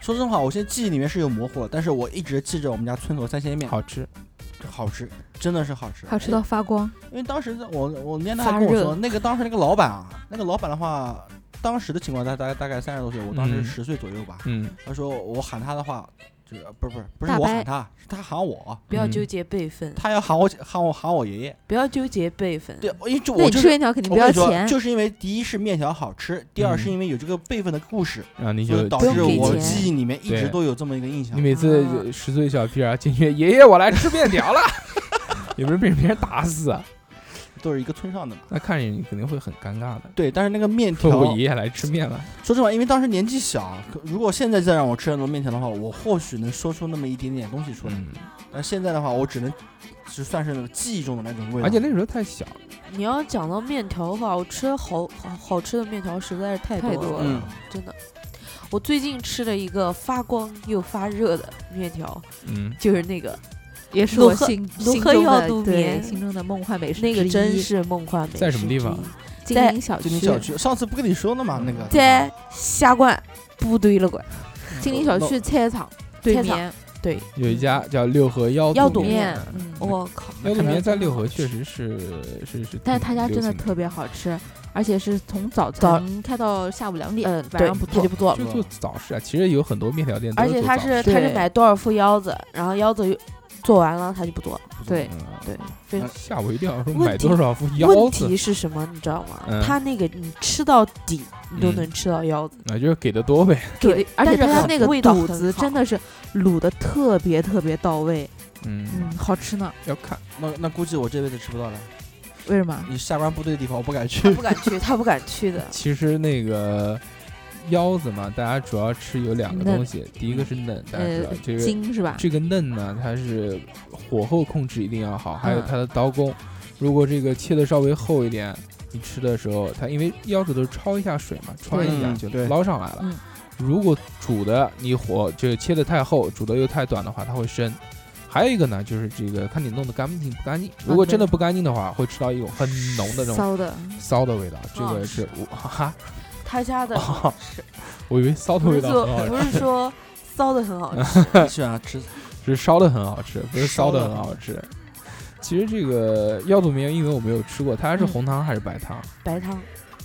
Speaker 4: 说真话，我现在记忆里面是有模糊了，但是我一直记着我们家村口三鲜面
Speaker 3: 好吃，
Speaker 4: 好吃，真的是好吃，
Speaker 5: 好吃到发光，
Speaker 4: 因为当时我我奶奶
Speaker 5: 发
Speaker 4: 还跟我说，
Speaker 5: 热
Speaker 4: 那个当时那个老板啊，那个老板的话，当时的情况大大概大概三十多岁，我当时
Speaker 3: 嗯
Speaker 4: 十岁左右吧。
Speaker 3: 嗯，
Speaker 4: 他说我喊他的话，这个不是不是不是
Speaker 5: 大
Speaker 4: 我
Speaker 5: 伯
Speaker 4: 喊他，是他喊我，
Speaker 6: 不要
Speaker 3: 嗯
Speaker 6: 纠结辈分，
Speaker 4: 他要喊我喊我喊我爷爷。
Speaker 6: 不要纠结辈分，
Speaker 4: 对，我因为就
Speaker 5: 那
Speaker 4: 我
Speaker 5: 你
Speaker 4: 就
Speaker 5: 吃
Speaker 4: 是
Speaker 5: 面条肯定
Speaker 4: 我
Speaker 5: 不
Speaker 4: 跟
Speaker 5: 要
Speaker 4: 你说，
Speaker 5: 钱，
Speaker 4: 就是因为第一是面条好吃，第二
Speaker 3: 嗯
Speaker 4: 是因为有这个辈分的故事，
Speaker 3: 然后你
Speaker 4: 所
Speaker 3: 就
Speaker 4: 以导
Speaker 5: 不用
Speaker 4: 致
Speaker 5: 给
Speaker 4: 我
Speaker 5: 钱
Speaker 4: 记忆里面一直
Speaker 3: 对
Speaker 4: 都有这么一个印象
Speaker 3: 你。每次呃
Speaker 6: 啊
Speaker 3: 十岁小屁孩进去，爷爷我来吃面条了， 有没有被别人打死啊？
Speaker 4: 都是一个村上的嘛。
Speaker 3: 那看着你肯定会很尴尬的。
Speaker 4: 对，但是那个 面
Speaker 3: 说
Speaker 4: 条，
Speaker 3: 我爷爷来吃面了，
Speaker 4: 说实话，因为当时年纪小，可如果现在再让我吃那种面条的话，我或许能说出那么一点点东西出来。
Speaker 3: 嗯，
Speaker 4: 但现在的话，我只能只算是记忆中的那种味道。
Speaker 3: 而且那时候太小，
Speaker 6: 你要讲到面条的话，我吃了好好好吃的面条实在是太
Speaker 5: 太
Speaker 6: 多
Speaker 5: 多
Speaker 6: 了，
Speaker 4: 嗯，
Speaker 6: 真的。我最近吃了一个发光又发热的面条，
Speaker 3: 嗯，
Speaker 6: 就是那个
Speaker 5: 也是
Speaker 6: 卢
Speaker 5: 我
Speaker 6: 克
Speaker 5: 心
Speaker 6: 卢
Speaker 5: 心
Speaker 6: 克
Speaker 5: 中
Speaker 6: 要
Speaker 5: 的
Speaker 6: 渡
Speaker 5: 对
Speaker 6: 边
Speaker 5: 心中的梦幻美食之
Speaker 6: 那
Speaker 5: 一，
Speaker 6: 个真是梦幻美食。
Speaker 3: 在什么地方？
Speaker 5: 金
Speaker 6: 在
Speaker 5: 陵小
Speaker 4: 金
Speaker 5: 区
Speaker 4: 陵，小区，上次不跟你说了吗？那个
Speaker 6: 在下关部队了馆，
Speaker 5: 金陵
Speaker 3: 哦
Speaker 5: 小区菜场对
Speaker 6: 菜场
Speaker 5: 面，
Speaker 6: 对，
Speaker 3: 有一家叫六合腰
Speaker 6: 腰
Speaker 3: 肚
Speaker 6: 肚
Speaker 3: 面
Speaker 5: 面，嗯
Speaker 6: 我靠，
Speaker 3: 腰肚面在六合确实是是是挺流行，
Speaker 5: 但是他家真的特别好吃，而且是从早呃
Speaker 6: 早
Speaker 5: 晨开到下午两
Speaker 6: 嗯，
Speaker 5: 点，晚
Speaker 6: 对，
Speaker 5: 上不
Speaker 6: 他
Speaker 5: 做
Speaker 6: 就。不做了。
Speaker 3: 就做早市啊。其实有很多面条店，
Speaker 6: 而且他是
Speaker 5: 对
Speaker 6: 他是买多少副腰子，然后腰子又做完了他就不做了。
Speaker 5: 对，
Speaker 6: 对，非常。
Speaker 3: 嗯吓我一跳，说
Speaker 6: 问
Speaker 3: 买
Speaker 6: 题
Speaker 3: 多少副腰
Speaker 6: 问
Speaker 3: 子
Speaker 6: 题是什么，你知道吗
Speaker 3: 嗯？
Speaker 6: 他那个你吃到底，你都
Speaker 3: 嗯
Speaker 6: 能吃到腰子。
Speaker 3: 啊，就是给的多呗。
Speaker 6: 对
Speaker 5: 对，而且
Speaker 6: 但是
Speaker 5: 他
Speaker 6: 很
Speaker 5: 那个
Speaker 6: 味道
Speaker 5: 肚
Speaker 6: 很
Speaker 5: 子
Speaker 6: 好
Speaker 5: 真的是卤的特别特别到位，
Speaker 3: 嗯
Speaker 5: 嗯，，好吃呢。
Speaker 3: 要看。
Speaker 4: 那那估计我这辈子吃不到了。
Speaker 5: 为什么？
Speaker 4: 你下关部队的地方我不敢
Speaker 6: 他
Speaker 4: 去
Speaker 6: 不。敢去，他不敢去的
Speaker 3: 其实那个腰子嘛，大家主要吃有两个
Speaker 5: 嫩
Speaker 3: 东西，第一个是嫩，大家知
Speaker 5: 呃
Speaker 3: 道这，个
Speaker 5: 筋是吧？
Speaker 3: 这个嫩呢，它是火候控制一定要好，还有
Speaker 5: 嗯
Speaker 3: 它的刀工，如果这个切的稍微厚一点，你吃的时候，它因为腰子都是焯一下水嘛，焯一下
Speaker 4: 嗯
Speaker 3: 就
Speaker 4: 对
Speaker 3: 捞上来了。
Speaker 5: 嗯
Speaker 3: 如果煮的你火就切的太厚，煮的又太短的话，它会生。还有一个呢，就是这个看你弄得干净不干净。如果真的不干净的话，会吃到一种很浓的那种
Speaker 5: 啊骚哦的，
Speaker 3: 骚的味道。这个
Speaker 6: 嗯
Speaker 3: 是我哈、
Speaker 6: 他家的
Speaker 3: 哦
Speaker 6: 是
Speaker 3: 我以为骚的
Speaker 6: 不
Speaker 3: 味
Speaker 6: 是
Speaker 3: 道
Speaker 6: 说
Speaker 3: 很好
Speaker 6: 不
Speaker 3: 吃，
Speaker 6: 是说骚的很好吃，
Speaker 4: 你喜欢 吃
Speaker 3: 是烧的很好吃，不是烧
Speaker 4: 烧
Speaker 3: 的
Speaker 4: 得
Speaker 3: 很好吃。其实这个腰肚面，因为我没有吃过，它是
Speaker 5: 嗯
Speaker 3: 红汤还是白汤？
Speaker 6: 白 汤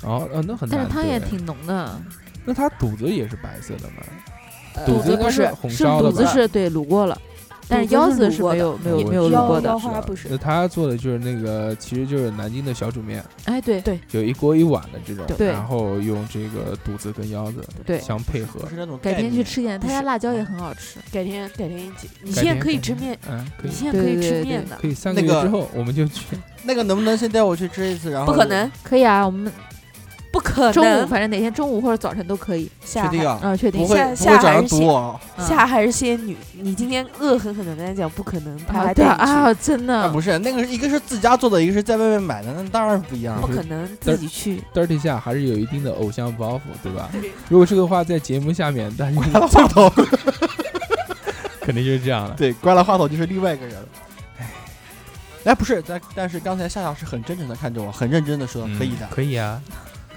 Speaker 3: 哦，呃，那很难。
Speaker 5: 但是汤也
Speaker 3: 对，
Speaker 5: 挺浓的，
Speaker 3: 那它肚子也是白色的嘛？肚
Speaker 6: 呃
Speaker 5: 肚
Speaker 3: 子
Speaker 5: 子
Speaker 3: 应该
Speaker 5: 不
Speaker 3: 是
Speaker 5: 是
Speaker 3: 红
Speaker 5: 是
Speaker 3: 烧的
Speaker 5: 肚子
Speaker 3: 吧
Speaker 5: 是对卤过了，但
Speaker 6: 肚
Speaker 5: 是
Speaker 6: 子
Speaker 5: 腰
Speaker 6: 是
Speaker 5: 子
Speaker 6: 卤
Speaker 5: 是
Speaker 6: 过
Speaker 5: 没
Speaker 6: 的
Speaker 5: 有没有
Speaker 3: 我
Speaker 5: 没有
Speaker 3: 知道
Speaker 5: 卤过的
Speaker 6: 腰，花不是
Speaker 3: 那它做的就是那个，其实就是南京的小煮面，
Speaker 5: 哎对
Speaker 6: 对
Speaker 3: 就一锅一碗的这种，
Speaker 5: 对
Speaker 3: 然后用这个肚子跟腰子
Speaker 5: 对，
Speaker 3: 相配合
Speaker 4: 不。是那种
Speaker 5: 改
Speaker 4: 概
Speaker 5: 天去
Speaker 4: 念
Speaker 5: 吃一点，他家
Speaker 6: 是
Speaker 5: 辣椒也很好吃，
Speaker 6: 改天改天一起，你
Speaker 3: 改
Speaker 6: 现在
Speaker 3: 天
Speaker 6: 可以
Speaker 3: 改
Speaker 6: 吃
Speaker 3: 天
Speaker 6: 面，
Speaker 3: 嗯，可
Speaker 6: 你
Speaker 3: 以，
Speaker 6: 现在可以
Speaker 5: 对对
Speaker 6: 吃
Speaker 5: 对
Speaker 6: 面的，
Speaker 3: 可以三个
Speaker 4: 那
Speaker 3: 月
Speaker 4: 个
Speaker 3: 之后我们就去。
Speaker 4: 那个能不能先带我去吃一次？然后
Speaker 6: 不可能，
Speaker 5: 可以啊，我们
Speaker 6: 不可
Speaker 5: 中午
Speaker 6: 能
Speaker 5: 反正哪天中午或者早晨都可以。
Speaker 6: 下
Speaker 4: 确定
Speaker 6: 海
Speaker 4: 啊？
Speaker 5: 嗯，确定
Speaker 4: 不会
Speaker 6: 下
Speaker 4: 不
Speaker 6: 下
Speaker 4: 会找
Speaker 6: 还
Speaker 4: 人
Speaker 6: 是
Speaker 4: 堵
Speaker 6: 先
Speaker 4: 我？
Speaker 5: 嗯
Speaker 6: 下还是仙女，你今天恶狠狠的跟他讲不可能，他
Speaker 5: 啊
Speaker 6: 还
Speaker 5: 对
Speaker 6: 带
Speaker 5: 啊
Speaker 6: 你去，
Speaker 5: 啊，真
Speaker 4: 啊，
Speaker 5: 的
Speaker 4: 不是，那个是一个是自家做的，一个是在外面买的，那当然不一样
Speaker 5: 啊
Speaker 6: 不
Speaker 4: 了。
Speaker 6: 可能自己去。
Speaker 3: dirty 下还是有一定的偶像包袱，对吧？如果这个话在节目下面，但是
Speaker 4: 关了话筒，
Speaker 3: 肯定就是这样的。
Speaker 4: 对，关了话筒就是另外一个人了。哎，不是，但但是刚才夏夏是很真诚的看着我，很认真的说、
Speaker 3: 嗯
Speaker 4: 可以的
Speaker 3: 可以啊，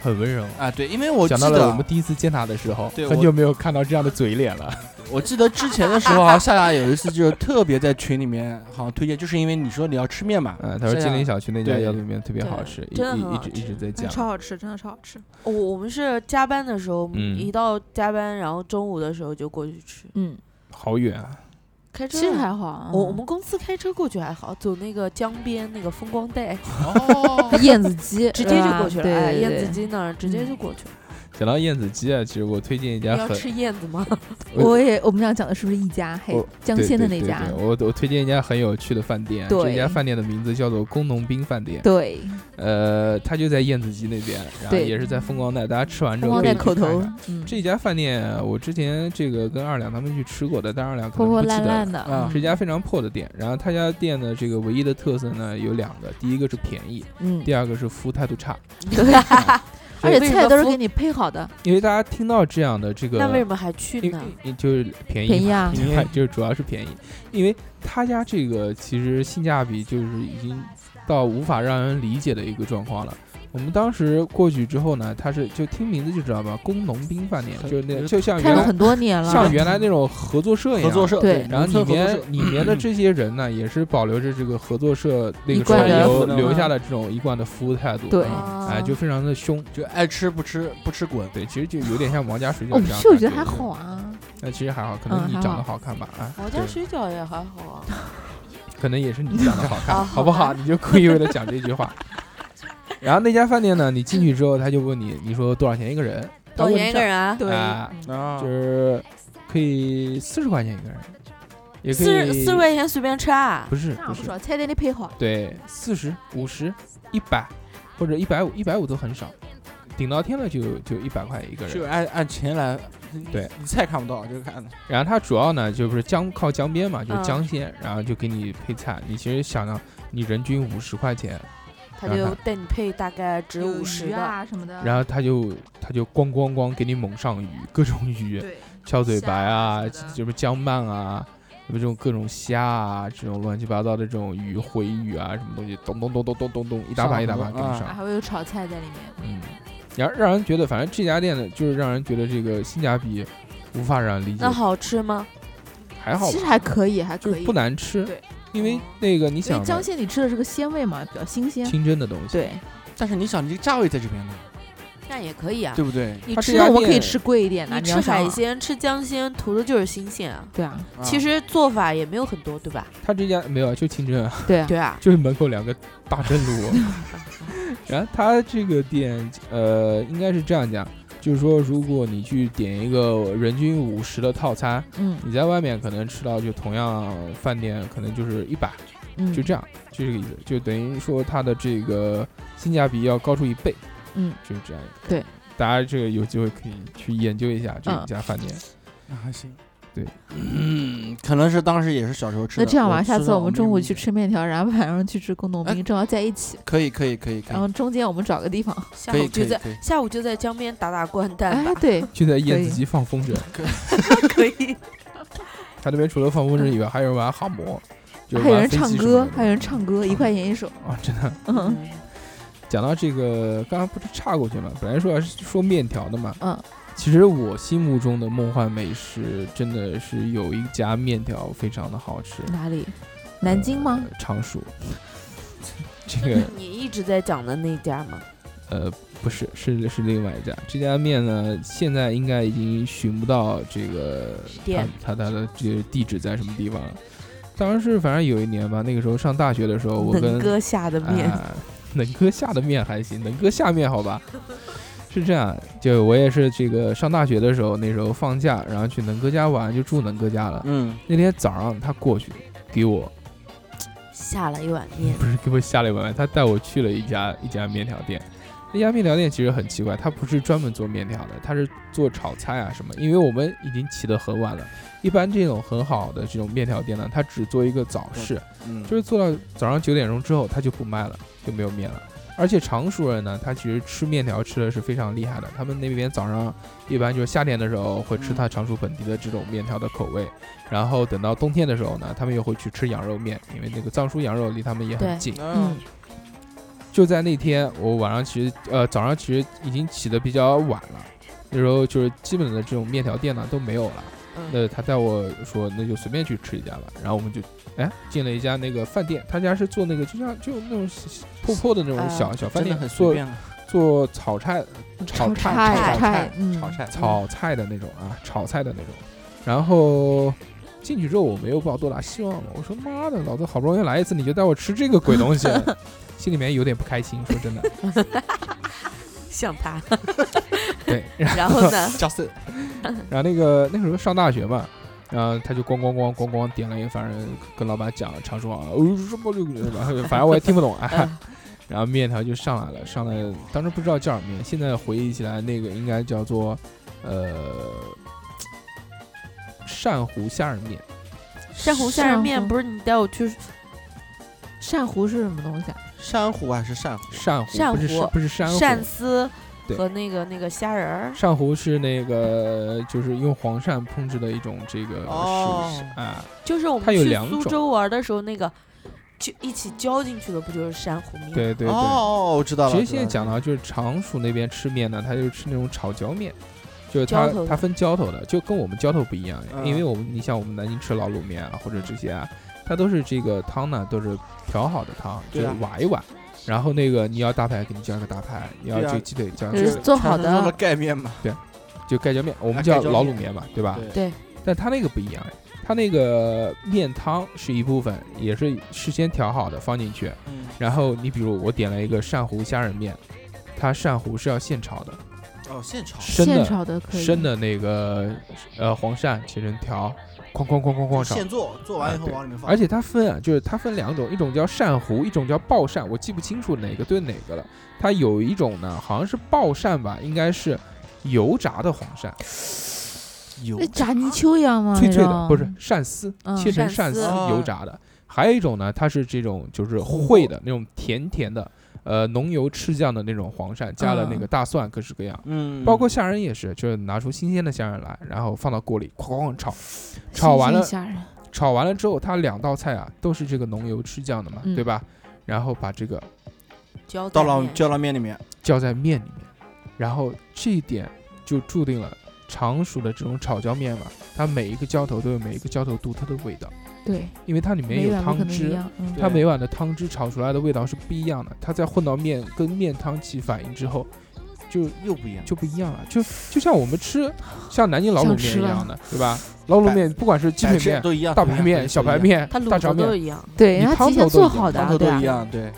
Speaker 3: 很温柔。
Speaker 4: 啊，对，因为我记
Speaker 3: 想到了我们
Speaker 4: 得
Speaker 3: 第一次见他的时候，
Speaker 4: 对
Speaker 3: 很
Speaker 4: 我
Speaker 3: 久没有看到这样的嘴脸了。
Speaker 4: 我记得之前的时候啊，夏夏有一次就是特别在群里面好像推荐，就是因为你说你要吃面嘛，
Speaker 3: 嗯，他说
Speaker 4: 夏夏
Speaker 3: 金陵小区那家
Speaker 4: 对
Speaker 3: 羊肉面特别好吃，一
Speaker 6: 真的很
Speaker 3: 一一
Speaker 6: 好
Speaker 3: 直
Speaker 6: 吃
Speaker 3: 一直在讲。
Speaker 5: 超好吃，真的超好吃。
Speaker 6: 我我们是加班的时候，
Speaker 3: 嗯
Speaker 6: 一到加班，然后中午的时候就过去吃，
Speaker 5: 嗯，
Speaker 3: 好远啊！
Speaker 6: 开车
Speaker 5: 其实还好，啊
Speaker 6: 我我们公司开车过去还好，走那个江边那个风光带，
Speaker 4: 哦，
Speaker 5: 燕子鸡
Speaker 6: 直接就过去了。
Speaker 5: 啊对吧
Speaker 6: 哎，
Speaker 5: 对
Speaker 6: 燕子
Speaker 5: 对嗯
Speaker 6: 鸡那儿直接就过去了。
Speaker 3: 讲到燕子鸡啊，其实我推荐一
Speaker 6: 你
Speaker 3: 家
Speaker 6: 要
Speaker 3: 很
Speaker 6: 吃燕子 吗？
Speaker 3: 我
Speaker 5: 我也我们俩讲的是不是一家？嘿
Speaker 3: 我，
Speaker 5: 江
Speaker 3: 对
Speaker 5: 鲜的
Speaker 3: 对
Speaker 5: 那
Speaker 3: 对
Speaker 5: 家，
Speaker 3: 对我我推荐一家很有趣的饭店，啊这
Speaker 5: 对
Speaker 3: 家饭店的名字叫做工农兵饭店。
Speaker 5: 对，
Speaker 3: 呃，它就在燕子鸡那边，然后
Speaker 5: 对
Speaker 3: 也是在风光带，大家吃完之
Speaker 5: 风
Speaker 3: 后
Speaker 5: 光
Speaker 3: 可以
Speaker 5: 带
Speaker 3: 去
Speaker 5: 口
Speaker 3: 看
Speaker 5: 头
Speaker 3: 看。，
Speaker 5: 嗯，
Speaker 3: 这家饭店我之前这个跟二两他们去吃过的，但二两可
Speaker 5: 破破
Speaker 3: 能不记
Speaker 5: 烂
Speaker 3: 得了。
Speaker 5: 烂的，嗯
Speaker 4: 啊
Speaker 3: 是一家非常破的店，然后他家店的这个唯一的特色呢有两个，第一个是便宜，
Speaker 5: 嗯，
Speaker 3: 第二个是服务态度差。
Speaker 5: 对，而且
Speaker 6: 为什
Speaker 5: 菜
Speaker 6: 么
Speaker 5: 都是
Speaker 6: 服
Speaker 5: 给你配好的，
Speaker 3: 因为大家听到这样的这个，
Speaker 6: 那为什么还去
Speaker 3: 因为
Speaker 6: 呢？
Speaker 3: 因为就是便宜嘛，
Speaker 5: 便宜啊
Speaker 3: 因为 就是主要是便宜，因为他家这个其实性价比就是已经到无法让人理解的一个状况了。我们当时过去之后呢，他是就听名字就知道吧，工农兵饭店，就是那就像
Speaker 5: 开
Speaker 3: 原
Speaker 5: 了
Speaker 3: 来
Speaker 5: 很多年了，
Speaker 3: 像原来那种合作社一样，
Speaker 4: 合作社
Speaker 5: 对
Speaker 3: 然后
Speaker 4: 农村合
Speaker 3: 里
Speaker 4: 作
Speaker 3: 面
Speaker 4: 社
Speaker 3: 里 面的这些人呢，也是保留着这个合作社那
Speaker 5: 一
Speaker 3: 个
Speaker 5: 贯
Speaker 3: 传
Speaker 5: 的
Speaker 3: 流
Speaker 4: 服
Speaker 3: 留
Speaker 4: 务
Speaker 3: 下的这种一贯的服务态度，
Speaker 5: 对
Speaker 3: 啊哎，就非常的凶，
Speaker 4: 就爱吃不吃不吃滚，
Speaker 3: 对，其实就有点像王家水
Speaker 5: 我
Speaker 3: 饺
Speaker 5: 们
Speaker 3: 这样。
Speaker 5: 去哦我觉得还好，啊，
Speaker 3: 那其实还好，可能
Speaker 5: 嗯
Speaker 3: 你
Speaker 5: 还
Speaker 3: 长得
Speaker 5: 好
Speaker 3: 好看吧，啊，
Speaker 6: 我家水饺也还好啊。
Speaker 3: 可能也是你长得好 看，
Speaker 6: 啊
Speaker 3: 好不好？你就故意为了讲这句话。然后那家饭店呢，你进去之后，他就问你，你说多少钱一个人？
Speaker 6: 多少钱一个人啊？
Speaker 3: 他问你啊？
Speaker 4: 啊
Speaker 3: 就是可以四十块钱一个人，也可
Speaker 6: 四十
Speaker 3: 以
Speaker 6: 四十块钱随便吃啊？
Speaker 3: 不是
Speaker 5: 那不
Speaker 3: 不是，
Speaker 5: 少，菜得你配好，
Speaker 3: 对，四十、五十、一百，或者一百五，一百五都很少，顶到天了就就一百块一个
Speaker 4: 就
Speaker 3: 人。
Speaker 4: 按按钱来，
Speaker 3: 对
Speaker 4: 你菜看不到，就是看
Speaker 3: 然后它主要呢就不是江靠江边嘛，就是
Speaker 6: 嗯
Speaker 3: 江鲜，然后就给你配菜。你其实想想，你人均五十块钱，
Speaker 6: 他
Speaker 3: 然后
Speaker 6: 就带你配大概值
Speaker 5: 有
Speaker 6: 五十
Speaker 5: 鱼
Speaker 6: 的，
Speaker 5: 啊什么的，
Speaker 3: 然后他就他就咣咣咣给你猛上鱼，各种鱼，
Speaker 5: 对，
Speaker 3: 翘嘴白啊，
Speaker 5: 虾什么的
Speaker 3: 什么江鳗啊，什么这种各种虾啊，这种乱七八糟的这种鱼，回鱼啊，什么东西，咚咚咚咚咚咚咚，一大把
Speaker 4: 上
Speaker 3: 一大
Speaker 4: 桌
Speaker 3: 把给你
Speaker 4: 啊
Speaker 3: 上。
Speaker 5: 还会有炒菜在里面，
Speaker 3: 嗯，然后让人觉得，反正这家店呢，就是让人觉得这个性价比无法让人理解
Speaker 6: 那，好吃吗？
Speaker 3: 还好
Speaker 5: 啊其
Speaker 3: 吧
Speaker 5: 实，还可以，还
Speaker 3: 就
Speaker 5: 可
Speaker 3: 是
Speaker 5: 以，
Speaker 3: 不难吃
Speaker 5: 对，
Speaker 3: 因为那个你
Speaker 5: 因
Speaker 3: 想
Speaker 5: 为
Speaker 3: 嘛
Speaker 5: 江，鲜里吃的是个鲜味嘛，比较新鲜，
Speaker 3: 清真的东西，
Speaker 5: 对，
Speaker 4: 但是你想，你这个价位在这边呢，
Speaker 6: 那也可以啊。
Speaker 4: 对不对？
Speaker 6: 你
Speaker 3: 它
Speaker 6: 吃
Speaker 3: 这
Speaker 5: 那
Speaker 3: 家
Speaker 5: 我们可以
Speaker 3: 店
Speaker 5: 吃贵一点的，
Speaker 6: 你
Speaker 5: 你
Speaker 6: 吃
Speaker 5: 要想
Speaker 6: 海
Speaker 5: 啊，
Speaker 6: 鲜、吃江鲜，图的就是新鲜啊。
Speaker 5: 对啊，
Speaker 4: 啊
Speaker 6: 其实做法也没有很多，对吧？
Speaker 3: 他这家没有，就清真啊，
Speaker 5: 对啊，
Speaker 6: 对啊，
Speaker 3: 就是门口两个大蒸炉。 然后他这个店，呃，应该是这样讲，就是说，如果你去点一个人均五十的套餐，
Speaker 5: 嗯
Speaker 3: 你在外面可能吃到就同样饭店可能就是一百，
Speaker 5: 嗯，
Speaker 3: 就这样，就这个意思，就等于说它的这个性价比要高出一倍，
Speaker 5: 嗯，
Speaker 3: 就是这样。
Speaker 5: 对，
Speaker 3: 大家这个有机会可以去研究一下这
Speaker 5: 嗯
Speaker 3: 家饭店。
Speaker 4: 那还行，
Speaker 3: 对，
Speaker 4: 嗯，可能是当时也是小时候吃的。
Speaker 5: 那这样吧，
Speaker 4: 我
Speaker 5: 下
Speaker 4: 知
Speaker 5: 次
Speaker 4: 道
Speaker 5: 我们中午
Speaker 4: 没
Speaker 5: 去
Speaker 4: 理解，
Speaker 5: 吃面条，然后晚上去吃宫东
Speaker 4: 哎
Speaker 5: 兵，正好在一起，
Speaker 4: 可以可以可以可
Speaker 5: 然
Speaker 4: 以
Speaker 5: 后中间我们找个地方，
Speaker 6: 下
Speaker 4: 可
Speaker 6: 午
Speaker 4: 以可
Speaker 6: 就
Speaker 4: 以
Speaker 6: 在
Speaker 4: 可以，
Speaker 6: 下午就在江边打打 掼蛋
Speaker 5: 哎
Speaker 6: 吧，，
Speaker 5: 对，
Speaker 3: 就在
Speaker 5: 可
Speaker 3: 燕
Speaker 5: 以
Speaker 3: 子鸡放风筝，
Speaker 6: 可以。
Speaker 3: 它那边除了放风筝以外，还有玩哈摩，就是
Speaker 5: 还有
Speaker 3: 玩
Speaker 5: 人
Speaker 3: 飞
Speaker 5: 唱
Speaker 3: 机什
Speaker 5: 歌
Speaker 3: 么，的
Speaker 5: 还有人唱歌，一块钱一首，
Speaker 3: 啊，真的。
Speaker 5: 嗯
Speaker 3: 讲到这个，刚刚不是岔过去了，本来说要是说面条的嘛，
Speaker 5: 嗯，
Speaker 3: 其实我心目中的梦幻美食真的是有一家面条非常的好吃，
Speaker 5: 哪里？南京吗？
Speaker 3: 呃？常熟， 这个
Speaker 6: 你一直在讲的那家嘛，
Speaker 3: 呃，不是，是是另外一家。这家面呢，现在应该已经寻不到这个
Speaker 6: 店
Speaker 3: 它它它的这个地址在什么地方了。当时反正有一年吧，那个时候上大学的时候，哦我跟
Speaker 6: 能哥下的面，
Speaker 3: 啊， 能哥下的面还行，能哥下面好吧？是这样，就我也是这个上大学的时候，那时候放假，然后去能哥家玩，就住能哥家了。
Speaker 4: 嗯，
Speaker 3: 那天早上他过去给我
Speaker 6: 下了一碗面。
Speaker 3: 不是给我下了一碗饭，他带我去了一家一家面条店，那家面条店其实很奇怪，它不是专门做面条的，它是做炒菜啊什么。因为我们已经起得很晚了，一般这种很好的这种面条店呢，它只做一个早市，
Speaker 4: 嗯，
Speaker 3: 就是做到早上九点钟之后，它就不卖了，就没有面了。而且常熟人呢，他其实吃面条吃的是非常厉害的。他们那边早上一般就是夏天的时候会吃他常熟本地的这种面条的口味，然后等到冬天的时候呢，他们又会去吃羊肉面，因为那个藏书羊肉离他们也
Speaker 5: 对
Speaker 3: 很
Speaker 4: 啊
Speaker 3: 近。
Speaker 5: 嗯，
Speaker 3: 就在那天，我晚上其实呃早上其实已经起得比较晚了，那时候就是基本的这种面条店呢都没有了。
Speaker 4: 嗯
Speaker 3: 那他带我说那就随便去吃一家吧，然后我们就哎进了一家那个饭店，他家是做那个就像就那种小小破破的那种
Speaker 6: 啊
Speaker 3: 小小饭
Speaker 4: 真的
Speaker 3: 店
Speaker 4: 很，随
Speaker 3: 做
Speaker 4: 便啊，
Speaker 3: 做炒菜炒
Speaker 5: 嗯菜
Speaker 3: 炒
Speaker 5: 菜
Speaker 3: 菜
Speaker 5: 嗯
Speaker 4: 炒菜，
Speaker 3: 炒菜的那种啊，炒菜的那种。然后进去之后我没有抱多大希望了，我说妈的，老子好不容易来一次，你就带我吃这个鬼东西，心里面有点不开心，说真的。
Speaker 6: 像他，
Speaker 3: 对，
Speaker 6: 然后呢？
Speaker 3: 嗯
Speaker 4: 加色，
Speaker 3: 然后那个那时候上大学嘛，然后他就咣咣咣咣咣点了一，反正跟老板讲常说啊，哦什么六个，反正我也听不懂啊。然后面条就上来了，上来当时不知道叫什么面，现在回忆起来那个应该叫做呃扇糊虾仁面，
Speaker 6: 扇糊虾仁面不是你带我去
Speaker 5: 扇糊是什么东西啊？
Speaker 4: 珊瑚还是珊瑚？
Speaker 3: 扇糊
Speaker 6: 扇
Speaker 3: 不是
Speaker 6: 糊
Speaker 3: 不是扇糊，
Speaker 6: 鳝丝
Speaker 3: 对
Speaker 6: 和那个那个虾仁儿？
Speaker 3: 扇糊是那个就是用黄鳝烹制的一种这个食物、
Speaker 4: 哦
Speaker 3: 啊，
Speaker 6: 就是我
Speaker 3: 它
Speaker 6: 们
Speaker 3: 有
Speaker 6: 去
Speaker 3: 两
Speaker 6: 苏
Speaker 3: 种
Speaker 6: 州玩的时候，那个就一起浇进去的，不就是珊瑚面？
Speaker 3: 对对对。
Speaker 4: 哦哦，我知道了。
Speaker 3: 其实
Speaker 4: 知道
Speaker 3: 现在
Speaker 4: 了
Speaker 3: 讲到就是常熟那边吃面呢，他就吃那种炒浇面，就是
Speaker 6: 浇
Speaker 3: 它
Speaker 6: 头的
Speaker 3: 它分浇头的，就跟我们浇头不一样，
Speaker 4: 嗯
Speaker 3: 因为我们你像我们南京吃老卤面啊或者这些啊，它都是这个汤呢都是调好的汤，就
Speaker 4: 对
Speaker 3: 是
Speaker 4: 啊
Speaker 3: 挖一挖，然后那个你要大排给你加个大排，你要
Speaker 4: 对啊
Speaker 3: 这个鸡腿加
Speaker 5: 就
Speaker 3: 个
Speaker 5: 是
Speaker 3: 鸡腿
Speaker 5: 做好的
Speaker 4: 传说中盖面嘛，
Speaker 3: 就盖浇面，我们
Speaker 4: 啊盖
Speaker 3: 叫
Speaker 4: 浇
Speaker 3: 老卤
Speaker 4: 面
Speaker 3: 面嘛，对吧？
Speaker 4: 对
Speaker 3: 但它那个不一样，它那个面汤是一部分，也是事先调好的放进去，
Speaker 4: 嗯
Speaker 3: 然后你比如我点了一个扇糊虾仁面，它扇糊是要现炒的。
Speaker 4: 哦，现炒
Speaker 3: 生
Speaker 5: 现
Speaker 3: 的
Speaker 5: 炒的可以，
Speaker 3: 生的那个呃黄鳝切成条，哐哐哐哐哐炒。
Speaker 4: 现做，做完以后
Speaker 3: 啊对
Speaker 4: 往里面放。
Speaker 3: 而且它分啊，就是它分两种，一种叫鳝糊，一种叫爆鳝，我记不清楚哪个对哪个了。它有一种呢，好像是爆鳝吧，应该是油炸的黄鳝，
Speaker 4: 油
Speaker 5: 那哎炸泥鳅一样吗？
Speaker 3: 脆脆
Speaker 5: 嗯那
Speaker 3: 的，
Speaker 5: 种
Speaker 3: 不是鳝丝，
Speaker 5: 嗯
Speaker 3: 切成
Speaker 6: 鳝
Speaker 3: 鳝
Speaker 6: 丝
Speaker 3: 丝
Speaker 4: 哦
Speaker 3: 油炸的。还有一种呢，它是这种就是烩的那种甜甜的，呃浓油赤酱的那种黄鳝，加了那个大蒜，各式各样。
Speaker 4: 嗯
Speaker 3: 包括虾仁也是，就是拿出新鲜的虾仁来，然后放到锅里哐哐哐炒，
Speaker 5: 新
Speaker 3: 炒完
Speaker 5: 鲜
Speaker 3: 了，
Speaker 5: 吓人
Speaker 3: 炒完了之后，它两道菜啊都是这个浓油赤酱的嘛，
Speaker 5: 嗯
Speaker 3: 对吧？然后把这个
Speaker 6: 浇
Speaker 4: 倒
Speaker 6: 在
Speaker 4: 到
Speaker 6: 面
Speaker 4: 浇到面里面，
Speaker 3: 浇在面里面，然后这一点就注定了常熟的这种炒浇面嘛，它每一个浇头都有每一个浇头独特的味道，
Speaker 5: 对，
Speaker 3: 因为它里面
Speaker 5: 每
Speaker 3: 有
Speaker 5: 碗不可
Speaker 3: 汤
Speaker 5: 能一
Speaker 3: 汁，
Speaker 5: 样，嗯，
Speaker 3: 它
Speaker 4: 对
Speaker 3: 每碗的汤汁炒出来的味道是不一样的，它再混到面跟面汤起反应之后，就
Speaker 4: 又不一样。
Speaker 3: 就不一样了，就就像我们吃像南京老卤
Speaker 5: 想
Speaker 3: 面
Speaker 5: 吃
Speaker 3: 一
Speaker 5: 了
Speaker 3: 样的，对吧？老卤面不管是鸡
Speaker 4: 百
Speaker 3: 腿
Speaker 4: 吃
Speaker 3: 面、
Speaker 4: 都一样，
Speaker 3: 大
Speaker 4: 都一
Speaker 3: 排
Speaker 4: 样
Speaker 3: 面、小排，面、
Speaker 6: 它
Speaker 3: 大
Speaker 6: 卤
Speaker 3: 肠
Speaker 6: 的都
Speaker 3: 面，
Speaker 6: 一样，
Speaker 5: 对，
Speaker 3: 你
Speaker 5: 人家
Speaker 3: 汤
Speaker 5: 提前
Speaker 3: 头都
Speaker 5: 做
Speaker 4: 都一
Speaker 5: 好
Speaker 3: 一样
Speaker 5: 的
Speaker 4: 样汤
Speaker 5: 啊，
Speaker 4: 头
Speaker 5: 对
Speaker 4: 都
Speaker 5: 啊
Speaker 4: 一，样，对。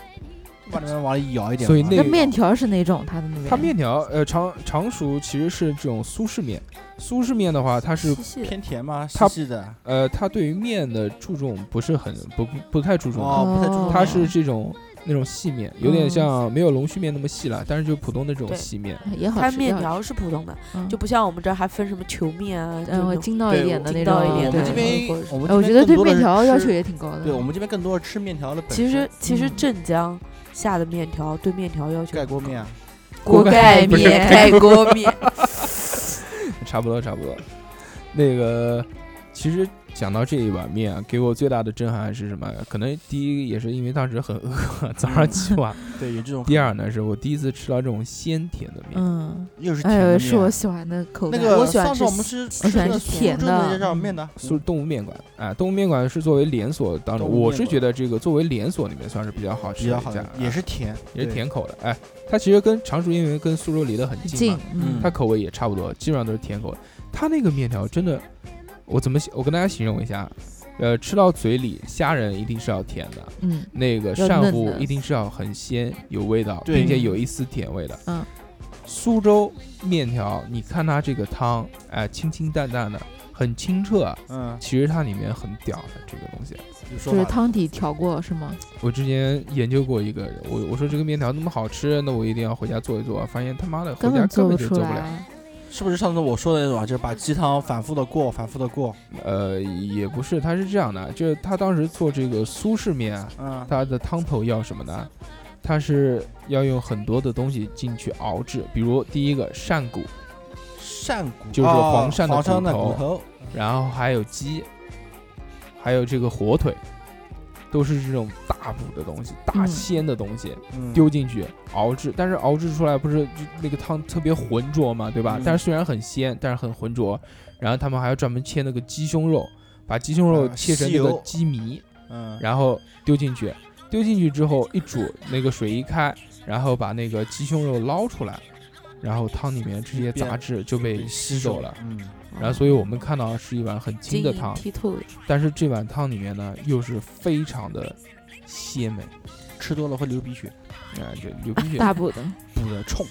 Speaker 4: 把里面往里舀一点嘛，
Speaker 3: 所以那
Speaker 5: 那
Speaker 3: 个
Speaker 5: 面条是哪种？它的那边
Speaker 3: 它面条呃常常熟其实是这种苏式面，苏式面的话它是
Speaker 6: 细细的
Speaker 4: 偏甜嘛，细
Speaker 3: 它
Speaker 4: 细的，
Speaker 3: 呃它对于面的注重不是很不不太注重，
Speaker 4: 哦不太注重
Speaker 3: 它是这种那种细面，有点像没有龙须面那么细了，但是就普通的这种
Speaker 6: 对
Speaker 3: 细面。
Speaker 5: 也好
Speaker 6: 它
Speaker 5: 吃，
Speaker 6: 面条是普通
Speaker 3: 嗯
Speaker 6: 的，就
Speaker 5: 就
Speaker 6: 不像我们这儿还分什么球面啊，就
Speaker 5: 嗯，
Speaker 6: 那
Speaker 5: 我
Speaker 6: 种
Speaker 5: 筋
Speaker 4: 哎
Speaker 5: 道一点的那
Speaker 6: 筋道
Speaker 5: 种，
Speaker 6: 一点
Speaker 4: 我
Speaker 6: 的
Speaker 4: 们
Speaker 5: 对
Speaker 4: 这边我们
Speaker 5: 哎我
Speaker 4: 这
Speaker 5: 觉
Speaker 4: 边更
Speaker 5: 得对
Speaker 4: 多的
Speaker 5: 面条
Speaker 4: 是
Speaker 5: 要
Speaker 4: 吃
Speaker 5: 求也挺高的。
Speaker 4: 对我们这边更多是吃面条的本
Speaker 6: 其实其实
Speaker 5: 嗯
Speaker 6: 镇江下的面条对面条要求
Speaker 4: 盖锅面 啊，
Speaker 3: 锅
Speaker 6: 锅
Speaker 3: 盖
Speaker 6: 盖
Speaker 3: 不是
Speaker 6: 面、盖锅面，
Speaker 3: 差不多差不多。那个，其实讲到这一碗面啊，给我最大的震撼是什么？可能第一也是因为当时很饿， 早上起晚；
Speaker 4: 对，有这种
Speaker 3: 第二呢，是我第一次吃到这种鲜甜的面。
Speaker 5: 嗯，
Speaker 4: 又是
Speaker 5: 哎
Speaker 4: 甜的
Speaker 5: 呦，是我
Speaker 4: 面
Speaker 5: 喜欢的口
Speaker 4: 那
Speaker 5: 感。
Speaker 4: 个
Speaker 6: 我喜
Speaker 4: 上
Speaker 6: 欢
Speaker 4: 次
Speaker 6: 吃
Speaker 4: 我们吃
Speaker 5: 我喜欢
Speaker 4: 那个
Speaker 5: 吃
Speaker 4: 苏
Speaker 5: 甜
Speaker 4: 州
Speaker 5: 的嗯
Speaker 4: 那家叫面的，嗯
Speaker 3: 苏动物面馆啊，动物面馆是作为连锁当
Speaker 4: 动
Speaker 3: 中，
Speaker 4: 物面
Speaker 3: 我
Speaker 4: 馆
Speaker 3: 是觉得这个作为连锁里面算是比较好
Speaker 4: 比
Speaker 3: 吃的
Speaker 4: 较
Speaker 3: 一
Speaker 4: 好
Speaker 3: 家
Speaker 4: 的
Speaker 3: 啊，，
Speaker 4: 也是甜，
Speaker 3: 也是
Speaker 4: 对，
Speaker 3: 甜口的。哎，它其实跟常熟因为跟苏州离得很
Speaker 5: 很
Speaker 3: 近嘛
Speaker 5: 近，，嗯
Speaker 4: 嗯
Speaker 3: 它口味也差不多，基本上都是甜口的。它那个面条真的，我怎么形我跟大家形容一下，呃，吃到嘴里虾仁一定是要甜的，
Speaker 5: 嗯
Speaker 3: 那个
Speaker 5: 要
Speaker 3: 鳝
Speaker 5: 嫩
Speaker 3: 糊
Speaker 5: 的
Speaker 3: 一定是要很鲜有味道，
Speaker 4: 对
Speaker 3: 并且有一丝甜味的。
Speaker 5: 嗯，
Speaker 3: 苏州面条，你看它这个汤，哎、清清淡淡的，很清澈啊，
Speaker 4: 嗯，
Speaker 3: 其实它里面很屌的这个东西。
Speaker 4: 有说
Speaker 5: 就是
Speaker 4: 法
Speaker 5: 汤底调过是吗？
Speaker 3: 我之前研究过一个，我我说这个面条那么好吃，那我一定要回家做一做，发现他妈的回
Speaker 5: 根
Speaker 3: 家
Speaker 5: 本
Speaker 3: 根
Speaker 5: 不
Speaker 3: 本就
Speaker 5: 出
Speaker 3: 做不了。
Speaker 5: 来。
Speaker 4: 是不是上次我说的那种啊？就是把鸡汤反复的过，反复的过，
Speaker 3: 呃，也不是，他是这样的，就是他当时做这个苏式面啊，
Speaker 4: 嗯，
Speaker 3: 它的汤头要什么呢？它是要用很多的东西进去熬制，比如第一个扇骨，
Speaker 4: 扇骨
Speaker 3: 就是
Speaker 4: 哦
Speaker 3: 黄
Speaker 4: 黄
Speaker 3: 鳝的
Speaker 4: 鳝的
Speaker 3: 骨头
Speaker 4: 骨头，
Speaker 3: 然后还有鸡，还有这个火腿，都是这种大补的东西、大
Speaker 5: 嗯
Speaker 3: 鲜的东西、
Speaker 4: 嗯
Speaker 3: 丢进去熬制，但是熬制出来不是就那个汤特别浑浊嘛，对吧？
Speaker 4: 嗯
Speaker 3: 但是虽然很鲜，但是很浑浊。然后他们还要专门切那个鸡胸肉，把鸡胸肉
Speaker 4: 啊
Speaker 3: 切成
Speaker 4: 吸
Speaker 3: 那个
Speaker 4: 油
Speaker 3: 鸡糜，
Speaker 4: 嗯，
Speaker 3: 然后丢进去，丢进去之后一煮，那个水一开，然后把那个鸡胸肉捞出来，然后汤里面这些杂质就被吸走了。
Speaker 4: 嗯，
Speaker 3: 然后，所以我们看到是一碗很清
Speaker 6: 晶
Speaker 3: 的
Speaker 6: 莹
Speaker 3: 汤，
Speaker 6: 剔透的，
Speaker 3: 但是这碗汤里面呢，又是非常的鲜美，
Speaker 4: 吃多了会流鼻血，
Speaker 3: 啊、这流鼻血。
Speaker 5: 大补的，
Speaker 4: 补的冲，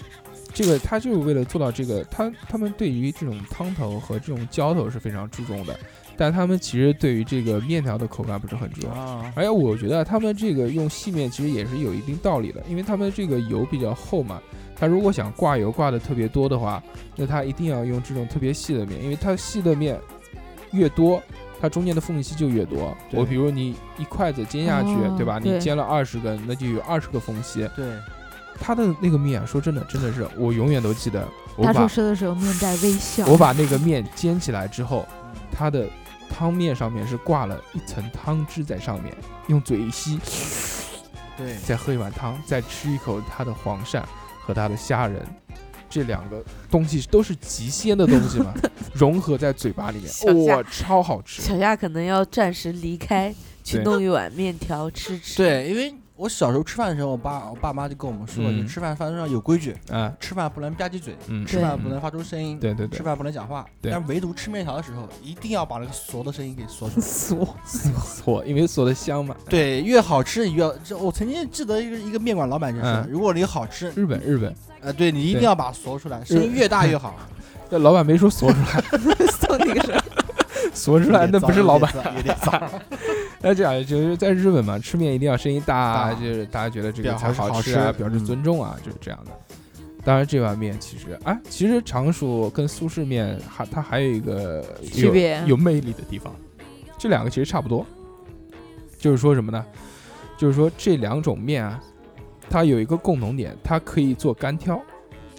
Speaker 3: 这个他就是为了做到这个，他他们对于这种汤头和这种浇头是非常注重的，但他们其实对于这个面条的口感不是很注重。
Speaker 4: 啊，
Speaker 3: 而且我觉得他们这个用细面其实也是有一定道理的，因为他们这个油比较厚嘛，他如果想挂油挂的特别多的话，那他一定要用这种特别细的面，因为它细的面越多，它中间的缝隙就越多。
Speaker 4: 对
Speaker 3: 我比如你一筷子煎下去，
Speaker 5: 哦
Speaker 3: 对吧？你
Speaker 5: 对
Speaker 3: 煎了二十根，那就有二十个缝隙。
Speaker 4: 对，
Speaker 3: 它的那个面，啊说真的，真的是我永远都记得，我
Speaker 5: 大
Speaker 3: 把
Speaker 5: 叔吃的时候面带微笑。
Speaker 3: 我把那个面煎起来之后，
Speaker 4: 嗯
Speaker 3: 它的汤面上面是挂了一层汤汁在上面，用嘴一吸。
Speaker 4: 对，
Speaker 3: 再喝一碗汤，再吃一口它的黄鳝和它的虾仁，这两个东西都是极鲜的东 西嘛，融合在嘴巴里面，
Speaker 6: 小虾
Speaker 3: 哇、超好吃！
Speaker 6: 小夏可能要暂时离开，去
Speaker 3: 对
Speaker 6: 弄一碗面条吃吃。，
Speaker 4: 对，因为我小时候吃饭的时候，我爸我爸妈就跟我们说，
Speaker 3: 嗯
Speaker 4: 就吃饭饭桌上有规矩，
Speaker 3: 啊，
Speaker 4: 吃饭不能吧唧嘴，
Speaker 3: 嗯，
Speaker 4: 吃饭不能
Speaker 3: 嗯，
Speaker 4: 发出声音，
Speaker 3: 对对对
Speaker 4: 吃，饭不能讲话，
Speaker 3: 对
Speaker 4: 但唯独吃面条的时候，一定要把那个嗦的声音给嗦出来。
Speaker 5: 俗，
Speaker 3: 错，因为锁的香嘛。
Speaker 4: 对，越好吃越要。这我曾经记得一个一个面馆老板就说
Speaker 3: 嗯，
Speaker 4: 如果你好吃，
Speaker 3: 日本日本，
Speaker 4: 呃，对你一定
Speaker 3: 对
Speaker 4: 要把它嗦出来，声音越大越好。
Speaker 3: 这老板没说锁出 来，
Speaker 5: 送那个什么，
Speaker 3: 锁出来那不是老板。
Speaker 4: 有点脏，有点脏
Speaker 3: 那这样就是在日本嘛，吃面一定要声音大啊，
Speaker 4: 大
Speaker 3: 就是大家觉得这个
Speaker 4: 表
Speaker 3: 才
Speaker 4: 好
Speaker 3: 好
Speaker 4: 好
Speaker 3: 吃啊，
Speaker 4: 吃
Speaker 3: 表示
Speaker 4: 嗯
Speaker 3: 尊重啊，就是这样的。当然，这碗面其实啊，其实常熟跟苏式面还它还有一个
Speaker 5: 区
Speaker 3: 有
Speaker 5: 别
Speaker 3: 有魅力的地方，这两个其实差不多，就是说什么呢？就是说这两种面啊，它有一个共同点，它可以做干挑，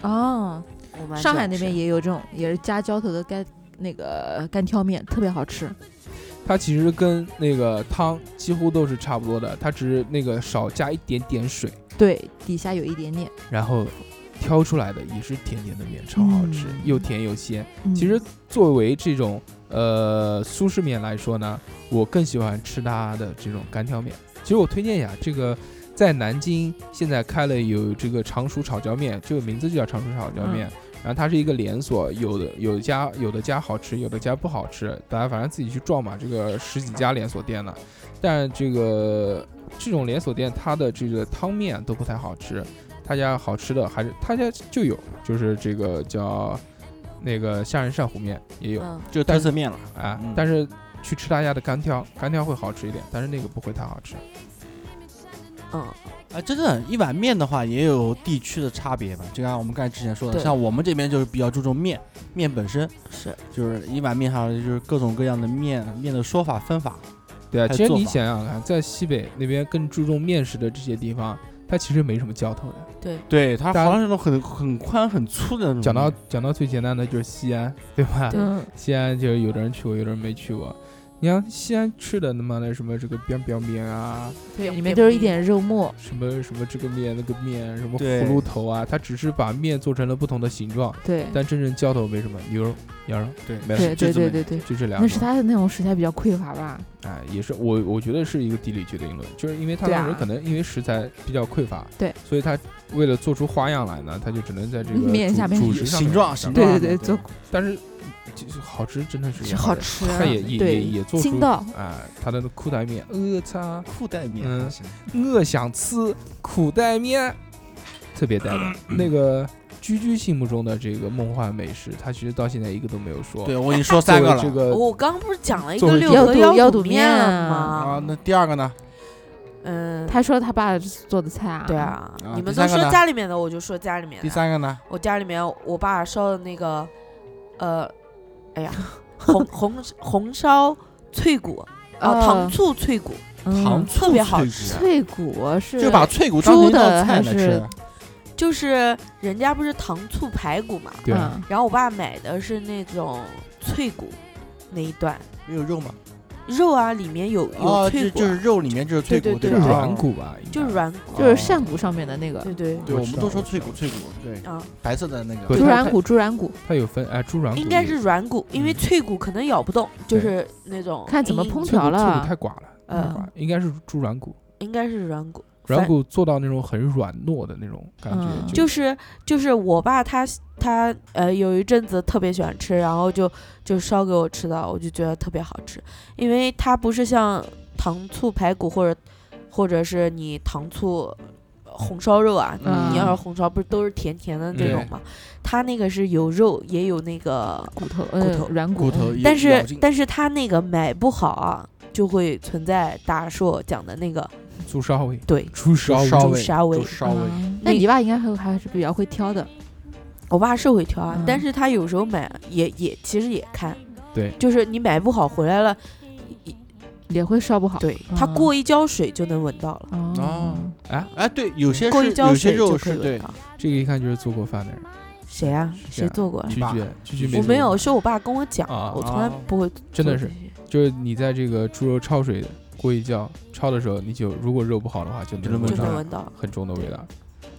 Speaker 5: 哦，
Speaker 6: 我妈
Speaker 5: 上
Speaker 6: 这
Speaker 5: 海
Speaker 6: 样
Speaker 5: 那边
Speaker 6: 吃
Speaker 5: 也有这种，也是加浇头的干那个干挑面，特别好吃。
Speaker 3: 它其实跟那个汤几乎都是差不多的，它只是那个少加一点点水。
Speaker 5: 对，底下有一点点。
Speaker 3: 然后挑出来的也是甜甜的面，超好吃，
Speaker 5: 嗯
Speaker 3: 又甜又鲜。
Speaker 5: 嗯
Speaker 3: 其实作为这种呃苏式面来说呢，我更喜欢吃它的这种干挑面。其实我推荐一下这个。在南京现在开了有这个常熟炒椒面，这个名字就叫常熟炒椒面。
Speaker 5: 嗯
Speaker 3: 然后它是一个连锁，有的有的家有的家好吃，有的家不好吃，大家反正自己去撞嘛。这个十几家连锁店呢，但这个这种连锁店它的这个汤面都不太好吃，他家好吃的还是他家就有，就是这个叫那个虾仁扇糊面也有
Speaker 6: 嗯，
Speaker 4: 就
Speaker 3: 但
Speaker 4: 特
Speaker 3: 是
Speaker 4: 色面了。
Speaker 3: 啊
Speaker 4: 嗯，
Speaker 3: 但是去吃他家的干挑，干挑会好吃一点，但是那个不会太好吃。
Speaker 6: 嗯，
Speaker 4: 啊，真的，一碗面的话也有地区的差别吧，就像我们刚才之前说的，
Speaker 6: 对
Speaker 4: 像我们这边就是比较注重面，面本身
Speaker 6: 是
Speaker 4: 就是一碗面上就是各种各样的面面的说法分法，
Speaker 3: 对啊，
Speaker 4: 还有
Speaker 3: 其实
Speaker 4: 做
Speaker 3: 你
Speaker 4: 法
Speaker 3: 想想看，在西北那边更注重面食的这些地方，它其实没什么浇头的。
Speaker 6: 对，
Speaker 4: 对，它
Speaker 3: 大家
Speaker 4: 好像是那种很很宽很粗的那种面。
Speaker 3: 讲到讲到最简单的就是西安， 对吧？
Speaker 6: 对
Speaker 5: 嗯，
Speaker 3: 西安就是有的人去过，有的人没去过。你看西安吃的他妈的什么这个边边面啊，
Speaker 6: 对，
Speaker 5: 里面都是一点肉末。
Speaker 3: 什么什么这个面那个面，什么
Speaker 4: 对
Speaker 3: 葫芦头啊，它只是把面做成了不同的形状，
Speaker 5: 对，
Speaker 3: 但真正浇头没什么，牛肉、羊肉
Speaker 4: 对
Speaker 5: 对
Speaker 3: 没事，
Speaker 4: 就
Speaker 5: 对
Speaker 4: 这么
Speaker 5: 对对对，
Speaker 3: 就这两
Speaker 5: 那是
Speaker 3: 种。
Speaker 5: 它的那种食材比较匮乏吧？
Speaker 3: 哎，也是我我觉得是一个地理决定论，就是因为他
Speaker 5: 对啊
Speaker 3: 当时可能因为食材比较匮乏，
Speaker 5: 对，
Speaker 3: 所以他为了做出花样来呢，他就只能在这个
Speaker 5: 面
Speaker 3: 主
Speaker 5: 下面
Speaker 3: 主食上面
Speaker 4: 形状
Speaker 3: 上
Speaker 4: 形状
Speaker 5: 对
Speaker 3: 面
Speaker 5: 对
Speaker 4: 的，
Speaker 5: 对做
Speaker 3: 但是就是好吃真的是
Speaker 5: 是
Speaker 3: 好
Speaker 5: 好
Speaker 3: 的
Speaker 5: 吃啊
Speaker 3: 他也也
Speaker 5: 对
Speaker 3: 也也做
Speaker 5: 筋
Speaker 3: 出
Speaker 5: 道
Speaker 3: 啊，他的裤带面，呃我操，
Speaker 4: 裤带面
Speaker 3: 嗯
Speaker 4: 还行，
Speaker 3: 我想吃裤带面，特别带的。那个居居心目中的这个梦幻美食，他其实到现在一个都没有说。
Speaker 4: 对，我已经说三个
Speaker 3: 作为
Speaker 4: 了。
Speaker 3: 这个
Speaker 6: 我刚不是讲了一
Speaker 3: 作
Speaker 6: 个
Speaker 3: 为
Speaker 6: 六
Speaker 5: 妖
Speaker 6: 合
Speaker 5: 肚
Speaker 6: 腰
Speaker 5: 妖
Speaker 6: 肚
Speaker 5: 肚面
Speaker 6: 了
Speaker 4: 啊
Speaker 6: 吗？，
Speaker 4: 那第二个呢？
Speaker 6: 嗯，
Speaker 5: 他说他爸做的菜啊，
Speaker 6: 对，啊
Speaker 4: 啊，
Speaker 6: 你们
Speaker 4: 第三
Speaker 6: 都
Speaker 4: 个
Speaker 6: 说
Speaker 4: 呢
Speaker 6: 家里面的，我就说家里面
Speaker 4: 第
Speaker 6: 的。
Speaker 4: 三个呢？
Speaker 6: 我家里面我爸烧的那个，呃，哎呀，红红红烧脆骨，啊，糖醋脆骨，
Speaker 4: 糖
Speaker 5: 哦嗯、
Speaker 4: 醋
Speaker 6: 特别
Speaker 4: 脆
Speaker 6: 好
Speaker 4: 骨
Speaker 6: 吃
Speaker 5: 脆骨是
Speaker 4: 就把脆骨当成一
Speaker 5: 猪的
Speaker 4: 道菜
Speaker 5: 还
Speaker 4: 来
Speaker 5: 是
Speaker 4: 吃。
Speaker 6: 就是人家不是糖醋排骨嘛，
Speaker 3: 对啊，
Speaker 5: 嗯
Speaker 6: 然后我爸买的是那种脆骨那一段
Speaker 4: 没有肉吗？
Speaker 6: 肉啊，里面有
Speaker 4: 哦，就
Speaker 6: 有脆骨
Speaker 4: 就
Speaker 6: 啊，
Speaker 4: 是肉里面就是脆
Speaker 6: 对
Speaker 4: 骨，
Speaker 6: 对
Speaker 4: 吧？
Speaker 6: 对
Speaker 4: 啊
Speaker 3: 软骨吧，应该啊
Speaker 6: 就是。软骨，
Speaker 3: 哦
Speaker 5: 就是扇骨上面的那个
Speaker 6: 对对
Speaker 4: 对，
Speaker 3: 我
Speaker 4: 我
Speaker 3: 知
Speaker 4: 们
Speaker 3: 道
Speaker 4: 都说
Speaker 3: 我知
Speaker 4: 脆骨，
Speaker 3: 道
Speaker 4: 脆骨，对，
Speaker 6: 啊，
Speaker 4: 白色的那个
Speaker 3: 对
Speaker 5: 猪
Speaker 3: 它
Speaker 5: 软骨，猪软骨，
Speaker 3: 它有分哎，猪软骨
Speaker 6: 应该
Speaker 3: 也
Speaker 6: 是软骨，因为
Speaker 3: 嗯
Speaker 6: 脆骨可能咬不动，就
Speaker 3: 对
Speaker 6: 是那种
Speaker 5: 看怎么
Speaker 6: 硬
Speaker 5: 烹
Speaker 3: 脆
Speaker 5: 调
Speaker 3: 骨脆
Speaker 5: 了
Speaker 3: 骨太寡了，太
Speaker 6: 呃，
Speaker 3: 寡了应该是猪软骨，
Speaker 6: 应该是软骨，
Speaker 3: 软
Speaker 6: 反
Speaker 3: 骨做到那种很软糯的那种感
Speaker 5: 嗯
Speaker 3: 觉，
Speaker 6: 就是就是我爸他他呃有一阵子特别喜欢吃，然后就就烧给我吃的，我就觉得特别好吃，因为它不是像糖醋排骨或者或者是你糖醋呃红烧肉啊，
Speaker 5: 嗯
Speaker 6: 你要是红烧不是都是甜甜的那
Speaker 3: 嗯对
Speaker 6: 种嘛，它那个是有肉也有那个，
Speaker 5: 骨头，呃
Speaker 6: 头
Speaker 5: 软骨，
Speaker 4: 骨头
Speaker 5: 嗯
Speaker 4: 也
Speaker 6: 但
Speaker 4: 咬
Speaker 6: 是
Speaker 4: 劲
Speaker 6: 但是它那个买不好啊，就会存在大硕讲的那个
Speaker 3: 猪烧味，
Speaker 6: 对
Speaker 3: 猪烧
Speaker 4: 烧
Speaker 3: 味，
Speaker 4: 味，
Speaker 6: 沙味
Speaker 4: 就稍微
Speaker 5: 嗯那你爸应该还还是比较会挑的，
Speaker 6: 我爸是会挑啊，
Speaker 5: 嗯
Speaker 6: 但是他有时候买也也其实也看，
Speaker 3: 对
Speaker 6: 就是你买不好回来了，一
Speaker 5: 也会烧不好。
Speaker 6: 对他
Speaker 5: 嗯
Speaker 6: 过一浇水就能闻到了，
Speaker 5: 哦，
Speaker 3: 哎，
Speaker 4: 哎，对，有些
Speaker 6: 过
Speaker 4: 是
Speaker 6: 一浇
Speaker 4: 有些
Speaker 6: 水就
Speaker 4: 肉
Speaker 6: 可以
Speaker 4: 是
Speaker 6: 闻
Speaker 4: 对
Speaker 6: 到。
Speaker 3: 这个一看就是做过饭的人，
Speaker 6: 谁啊？
Speaker 3: 这
Speaker 6: 谁
Speaker 3: 样
Speaker 6: 做过啊？
Speaker 3: 拒
Speaker 4: 爸
Speaker 3: 绝拒绝没
Speaker 6: 我
Speaker 3: 做
Speaker 6: 没有，
Speaker 3: 过
Speaker 6: 是我爸跟我讲
Speaker 3: 啊，
Speaker 6: 我从来
Speaker 4: 啊
Speaker 6: 不会。
Speaker 3: 真的是，就是你在这个猪肉焯水过一觉焯的时候，你就如果肉不好的话，就
Speaker 4: 就能
Speaker 3: 能闻
Speaker 6: 就
Speaker 4: 闻
Speaker 3: 到
Speaker 4: 到
Speaker 6: 能闻到。
Speaker 3: 很重的味道。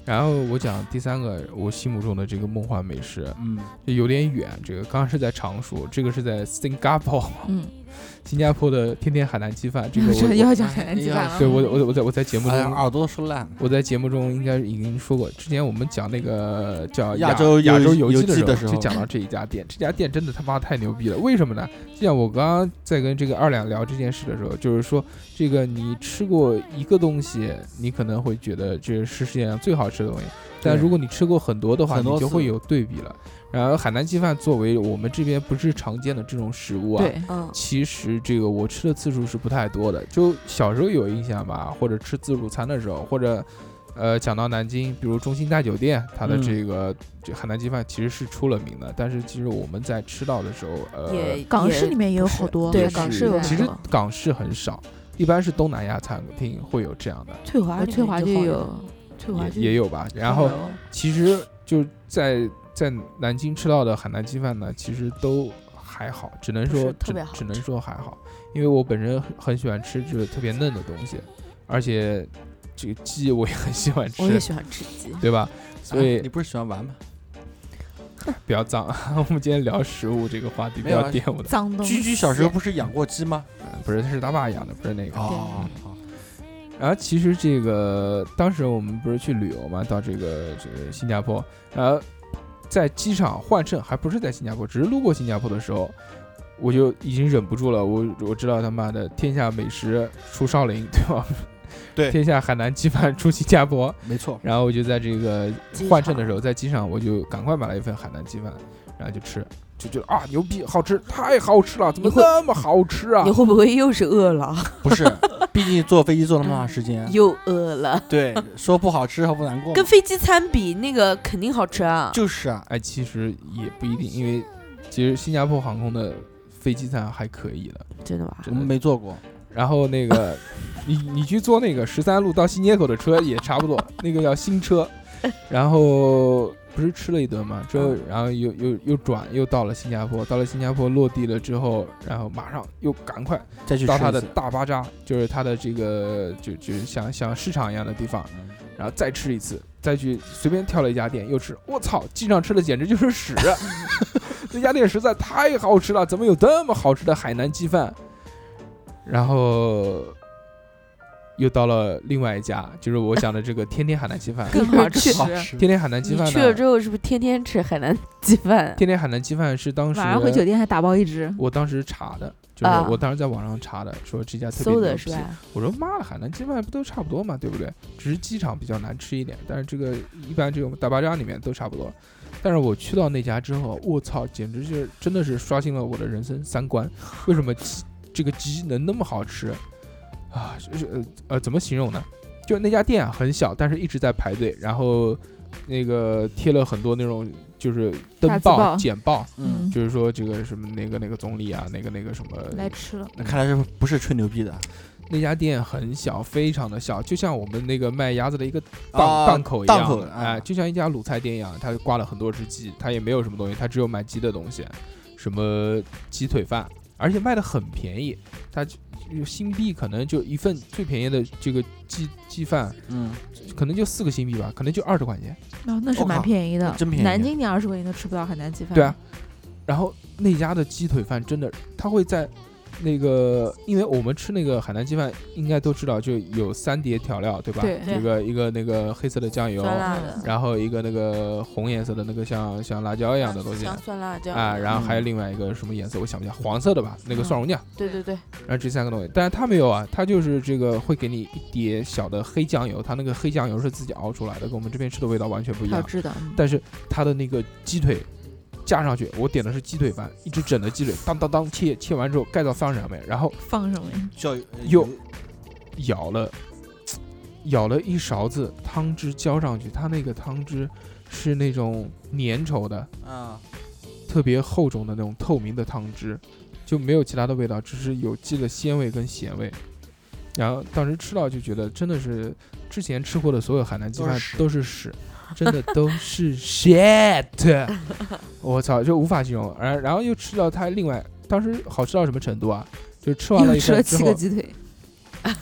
Speaker 3: 然后我讲第三个，我心目中的这个梦幻美食，
Speaker 4: 嗯，
Speaker 3: 这有点远，这个刚刚是在常熟，这个是在新加坡，
Speaker 5: 嗯，
Speaker 3: 新加坡的天天海南鸡饭，这个
Speaker 5: 这
Speaker 3: 我
Speaker 5: 要讲海南鸡饭
Speaker 4: 哎
Speaker 5: 了。
Speaker 4: 呀
Speaker 3: 对我我我在我在节目
Speaker 4: 哎呀，
Speaker 3: 中。
Speaker 4: 耳朵都说烂了。
Speaker 3: 我在节目中应该已经说过，之前我们讲那个叫
Speaker 4: 亚洲
Speaker 3: 亚
Speaker 4: 游
Speaker 3: 洲游
Speaker 4: 游
Speaker 3: 记
Speaker 4: 记
Speaker 3: 的
Speaker 4: 的
Speaker 3: 时
Speaker 4: 时
Speaker 3: 候，
Speaker 4: 候
Speaker 3: 就讲到这一家店，这家店真的他妈太牛逼了，为什么呢？就像我刚刚在跟这个二两聊这件事的时候，就是说这个你吃过一个东西，你可能会觉得这是世界上最好吃的东西，但
Speaker 4: 对
Speaker 3: 如果你吃过很多的话，
Speaker 4: 很多
Speaker 3: 你就
Speaker 4: 次
Speaker 3: 会有对比了。然后海南鸡饭作为我们这边不是常见的这种食物啊，
Speaker 5: 对，
Speaker 6: 嗯，
Speaker 3: 其实这个我吃的次数是不太多的，就小时候有印象吧，或者吃自助餐的时候，或者，呃，讲到南京，比如中心大酒店，它的
Speaker 4: 嗯
Speaker 3: 这个、这海南鸡饭其实是出了名的，但是其实我们在吃到的时候，呃，
Speaker 6: 也
Speaker 5: 港
Speaker 6: 也
Speaker 5: 式里面也有
Speaker 6: 不是
Speaker 5: 好多，
Speaker 6: 对
Speaker 4: 也
Speaker 6: 港
Speaker 4: 是
Speaker 6: 式有
Speaker 5: 其
Speaker 3: 其
Speaker 6: 很
Speaker 3: 实
Speaker 6: 多
Speaker 3: 港式很少，一般是东南亚餐厅会有这样的，
Speaker 6: 翠华里
Speaker 5: 呃翠华
Speaker 6: 面
Speaker 5: 就
Speaker 6: 好
Speaker 5: 有，
Speaker 6: 翠华就
Speaker 3: 也也有吧。然后其实就在在南京吃到的海南鸡饭呢，其实都还好，只能
Speaker 6: 不
Speaker 3: 说
Speaker 6: 是特
Speaker 3: 只
Speaker 6: 别好
Speaker 3: 只能
Speaker 6: 吃
Speaker 3: 说还好，因为我本人很很喜欢吃就是特别嫩的东西，而且这个鸡我也很喜欢
Speaker 6: 我也
Speaker 3: 吃，
Speaker 6: 喜欢吃鸡，
Speaker 3: 对吧？所
Speaker 4: 啊你
Speaker 3: 以
Speaker 4: 不是喜欢玩吗？
Speaker 3: 比较脏。 我们今天聊食物这个话题，不
Speaker 4: 没有
Speaker 3: 要
Speaker 4: 啊
Speaker 3: 玷污的，
Speaker 5: 脏东西。
Speaker 4: 居居小时候不是养过鸡吗？
Speaker 3: 不是，他是他爸养的，不是那个。
Speaker 4: 哦，好
Speaker 3: 然后其实这个当时我们不是去旅游嘛，到这个这个新加坡，然后在机场换乘，还不是在新加坡，只是路过新加坡的时候，我就已经忍不住了，我 我知道他妈的天下美食出少林，对吧？
Speaker 4: 对
Speaker 3: 天下海南鸡饭出新加坡，
Speaker 4: 没错。
Speaker 3: 然后我就在这个
Speaker 6: 鸡
Speaker 3: 换乘的
Speaker 6: 肠
Speaker 3: 时候，在机场我就赶快买了一份海南鸡饭，然后就吃，就觉得啊牛逼，好吃，太好吃了，怎么
Speaker 6: 你会
Speaker 3: 那么好吃啊
Speaker 6: 你？会不会又是饿了？
Speaker 4: 不是，毕竟坐飞机坐了那么
Speaker 3: 嗯
Speaker 4: 长时间，
Speaker 6: 又饿了，
Speaker 4: 对，说不好吃还不难过吗
Speaker 6: 跟飞机餐比，那个肯定好吃 啊。
Speaker 4: 就是啊，
Speaker 3: 哎，其实也不一定，因为其实新加坡航空的飞机餐还可以的。
Speaker 6: 真的吗？。
Speaker 4: 我们没坐过，
Speaker 3: 然后那个，你你去坐那个十三路到新街口的车也差不多，那个叫新车。然后不是吃了一顿嘛，之后然后又又又转又到了新加坡，到了新加坡落地了之后，然后马上又赶快
Speaker 4: 再去吃
Speaker 3: 到它
Speaker 4: 一
Speaker 3: 的
Speaker 4: 次。
Speaker 3: 大巴扎，就是它的这个就就是像像市场一样的地方，然后再吃一次，再去随便挑了一家店又吃，我操，机场吃的简直就是屎！ 这家店实在太好吃了，怎么有这么好吃的海南鸡饭？然后又到了另外一家，就是我讲的这个天天海南鸡饭 啊
Speaker 6: 更好吃。
Speaker 4: 好吃，
Speaker 3: 天天海南鸡
Speaker 6: 你
Speaker 3: 饭
Speaker 6: 去了
Speaker 3: 呢
Speaker 6: 之？后是不是天天 吃海南鸡饭？
Speaker 3: 天天海南鸡饭是当时
Speaker 5: 晚上回酒店还打包一只，
Speaker 3: 我当时查的，就是
Speaker 6: 啊
Speaker 3: 我当时在网上查的，说这家特别
Speaker 6: 馊
Speaker 3: 牛
Speaker 6: 的是
Speaker 3: 批
Speaker 6: 吧？
Speaker 3: 我说妈的，海南鸡饭不都差不多嘛，对不对？只是机场比较难吃一点，但是这个一般这种大巴扎里面都差不多。但是我去到那家之后，我操，简直就是真的是刷新了我的人生三观。为什么鸡这个鸡能那么好吃啊？是是呃呃，怎么形容呢？就那家店啊很小，但是一直在排队，然后那个贴了很多那种就是
Speaker 5: 大
Speaker 3: 登
Speaker 5: 字
Speaker 3: 报、
Speaker 5: 报
Speaker 3: 简报，
Speaker 4: 嗯，
Speaker 3: 就是说这个什么那个那个总理啊，那个那个什么
Speaker 5: 来吃了，
Speaker 4: 那嗯看来是不是吹牛逼的啊
Speaker 3: 那家店很小，非常的小，就像我们那个卖鸭子的一个档、
Speaker 4: 啊
Speaker 3: 档口一样，
Speaker 4: 档口
Speaker 3: 哎、
Speaker 4: 啊
Speaker 3: 就像一家卤菜店一样，它挂了很多只鸡，它也没有什么东西，它只有卖鸡的东西，什么鸡腿饭，而且卖的很便宜，它就新币可能就一份最便宜的这个鸡鸡饭，
Speaker 4: 嗯，
Speaker 3: 可能就四个新币吧，可能就二十块钱，
Speaker 5: 哦，那是
Speaker 4: 我
Speaker 5: 蛮
Speaker 4: 靠
Speaker 5: 便宜的，
Speaker 4: 真便宜
Speaker 5: 南京你二十块钱都吃不到海南鸡饭，
Speaker 3: 啊对啊，然后那家的鸡腿饭真的，它会在那个，因为我们吃那个海南鸡饭，应该都知道，就有三碟调料，对吧？
Speaker 5: 对
Speaker 3: 一个一个那个黑色的酱油，
Speaker 6: 酸辣
Speaker 5: 嗯
Speaker 6: 的，
Speaker 3: 然后一个那个红颜色的那个像像辣椒一样的东西
Speaker 6: 像酸辣椒
Speaker 3: 啊，然后还有
Speaker 4: 嗯
Speaker 3: 另外一个什么颜色，我想不起来，黄色的吧，那个蒜蓉酱，
Speaker 6: 对对对，
Speaker 3: 然后这三个东西，但是它没有啊，它就是这个会给你一碟小的黑酱油，它那个黑酱油是自己熬出来的，跟我们这边吃的味道完全不一
Speaker 5: 好
Speaker 3: 样。
Speaker 5: 吃的，嗯
Speaker 3: 但是它的那个鸡腿加上去，我点的是鸡腿饭，一只整的鸡腿，当当当切，切完之后盖到饭上面，然后
Speaker 5: 放什么呀？
Speaker 4: 叫
Speaker 3: 有舀了舀了一勺子汤汁浇上去，它那个汤汁是那种粘稠的，
Speaker 4: 啊，
Speaker 3: 特别厚重的那种透明的汤汁，就没有其他的味道，只是有鸡的鲜味跟咸味。然后当时吃到就觉得真的是之前吃过的所有海南鸡
Speaker 4: 都
Speaker 3: 饭
Speaker 4: 是屎
Speaker 3: 都 是屎，真的都是 shit，我操，就无法形容。然然后又吃到它另外，当时好吃到什么程度啊？就吃完了
Speaker 5: 又
Speaker 3: 一
Speaker 5: 吃
Speaker 3: 份
Speaker 5: 了
Speaker 3: 之
Speaker 5: 七个
Speaker 3: 后，
Speaker 5: 鸡腿，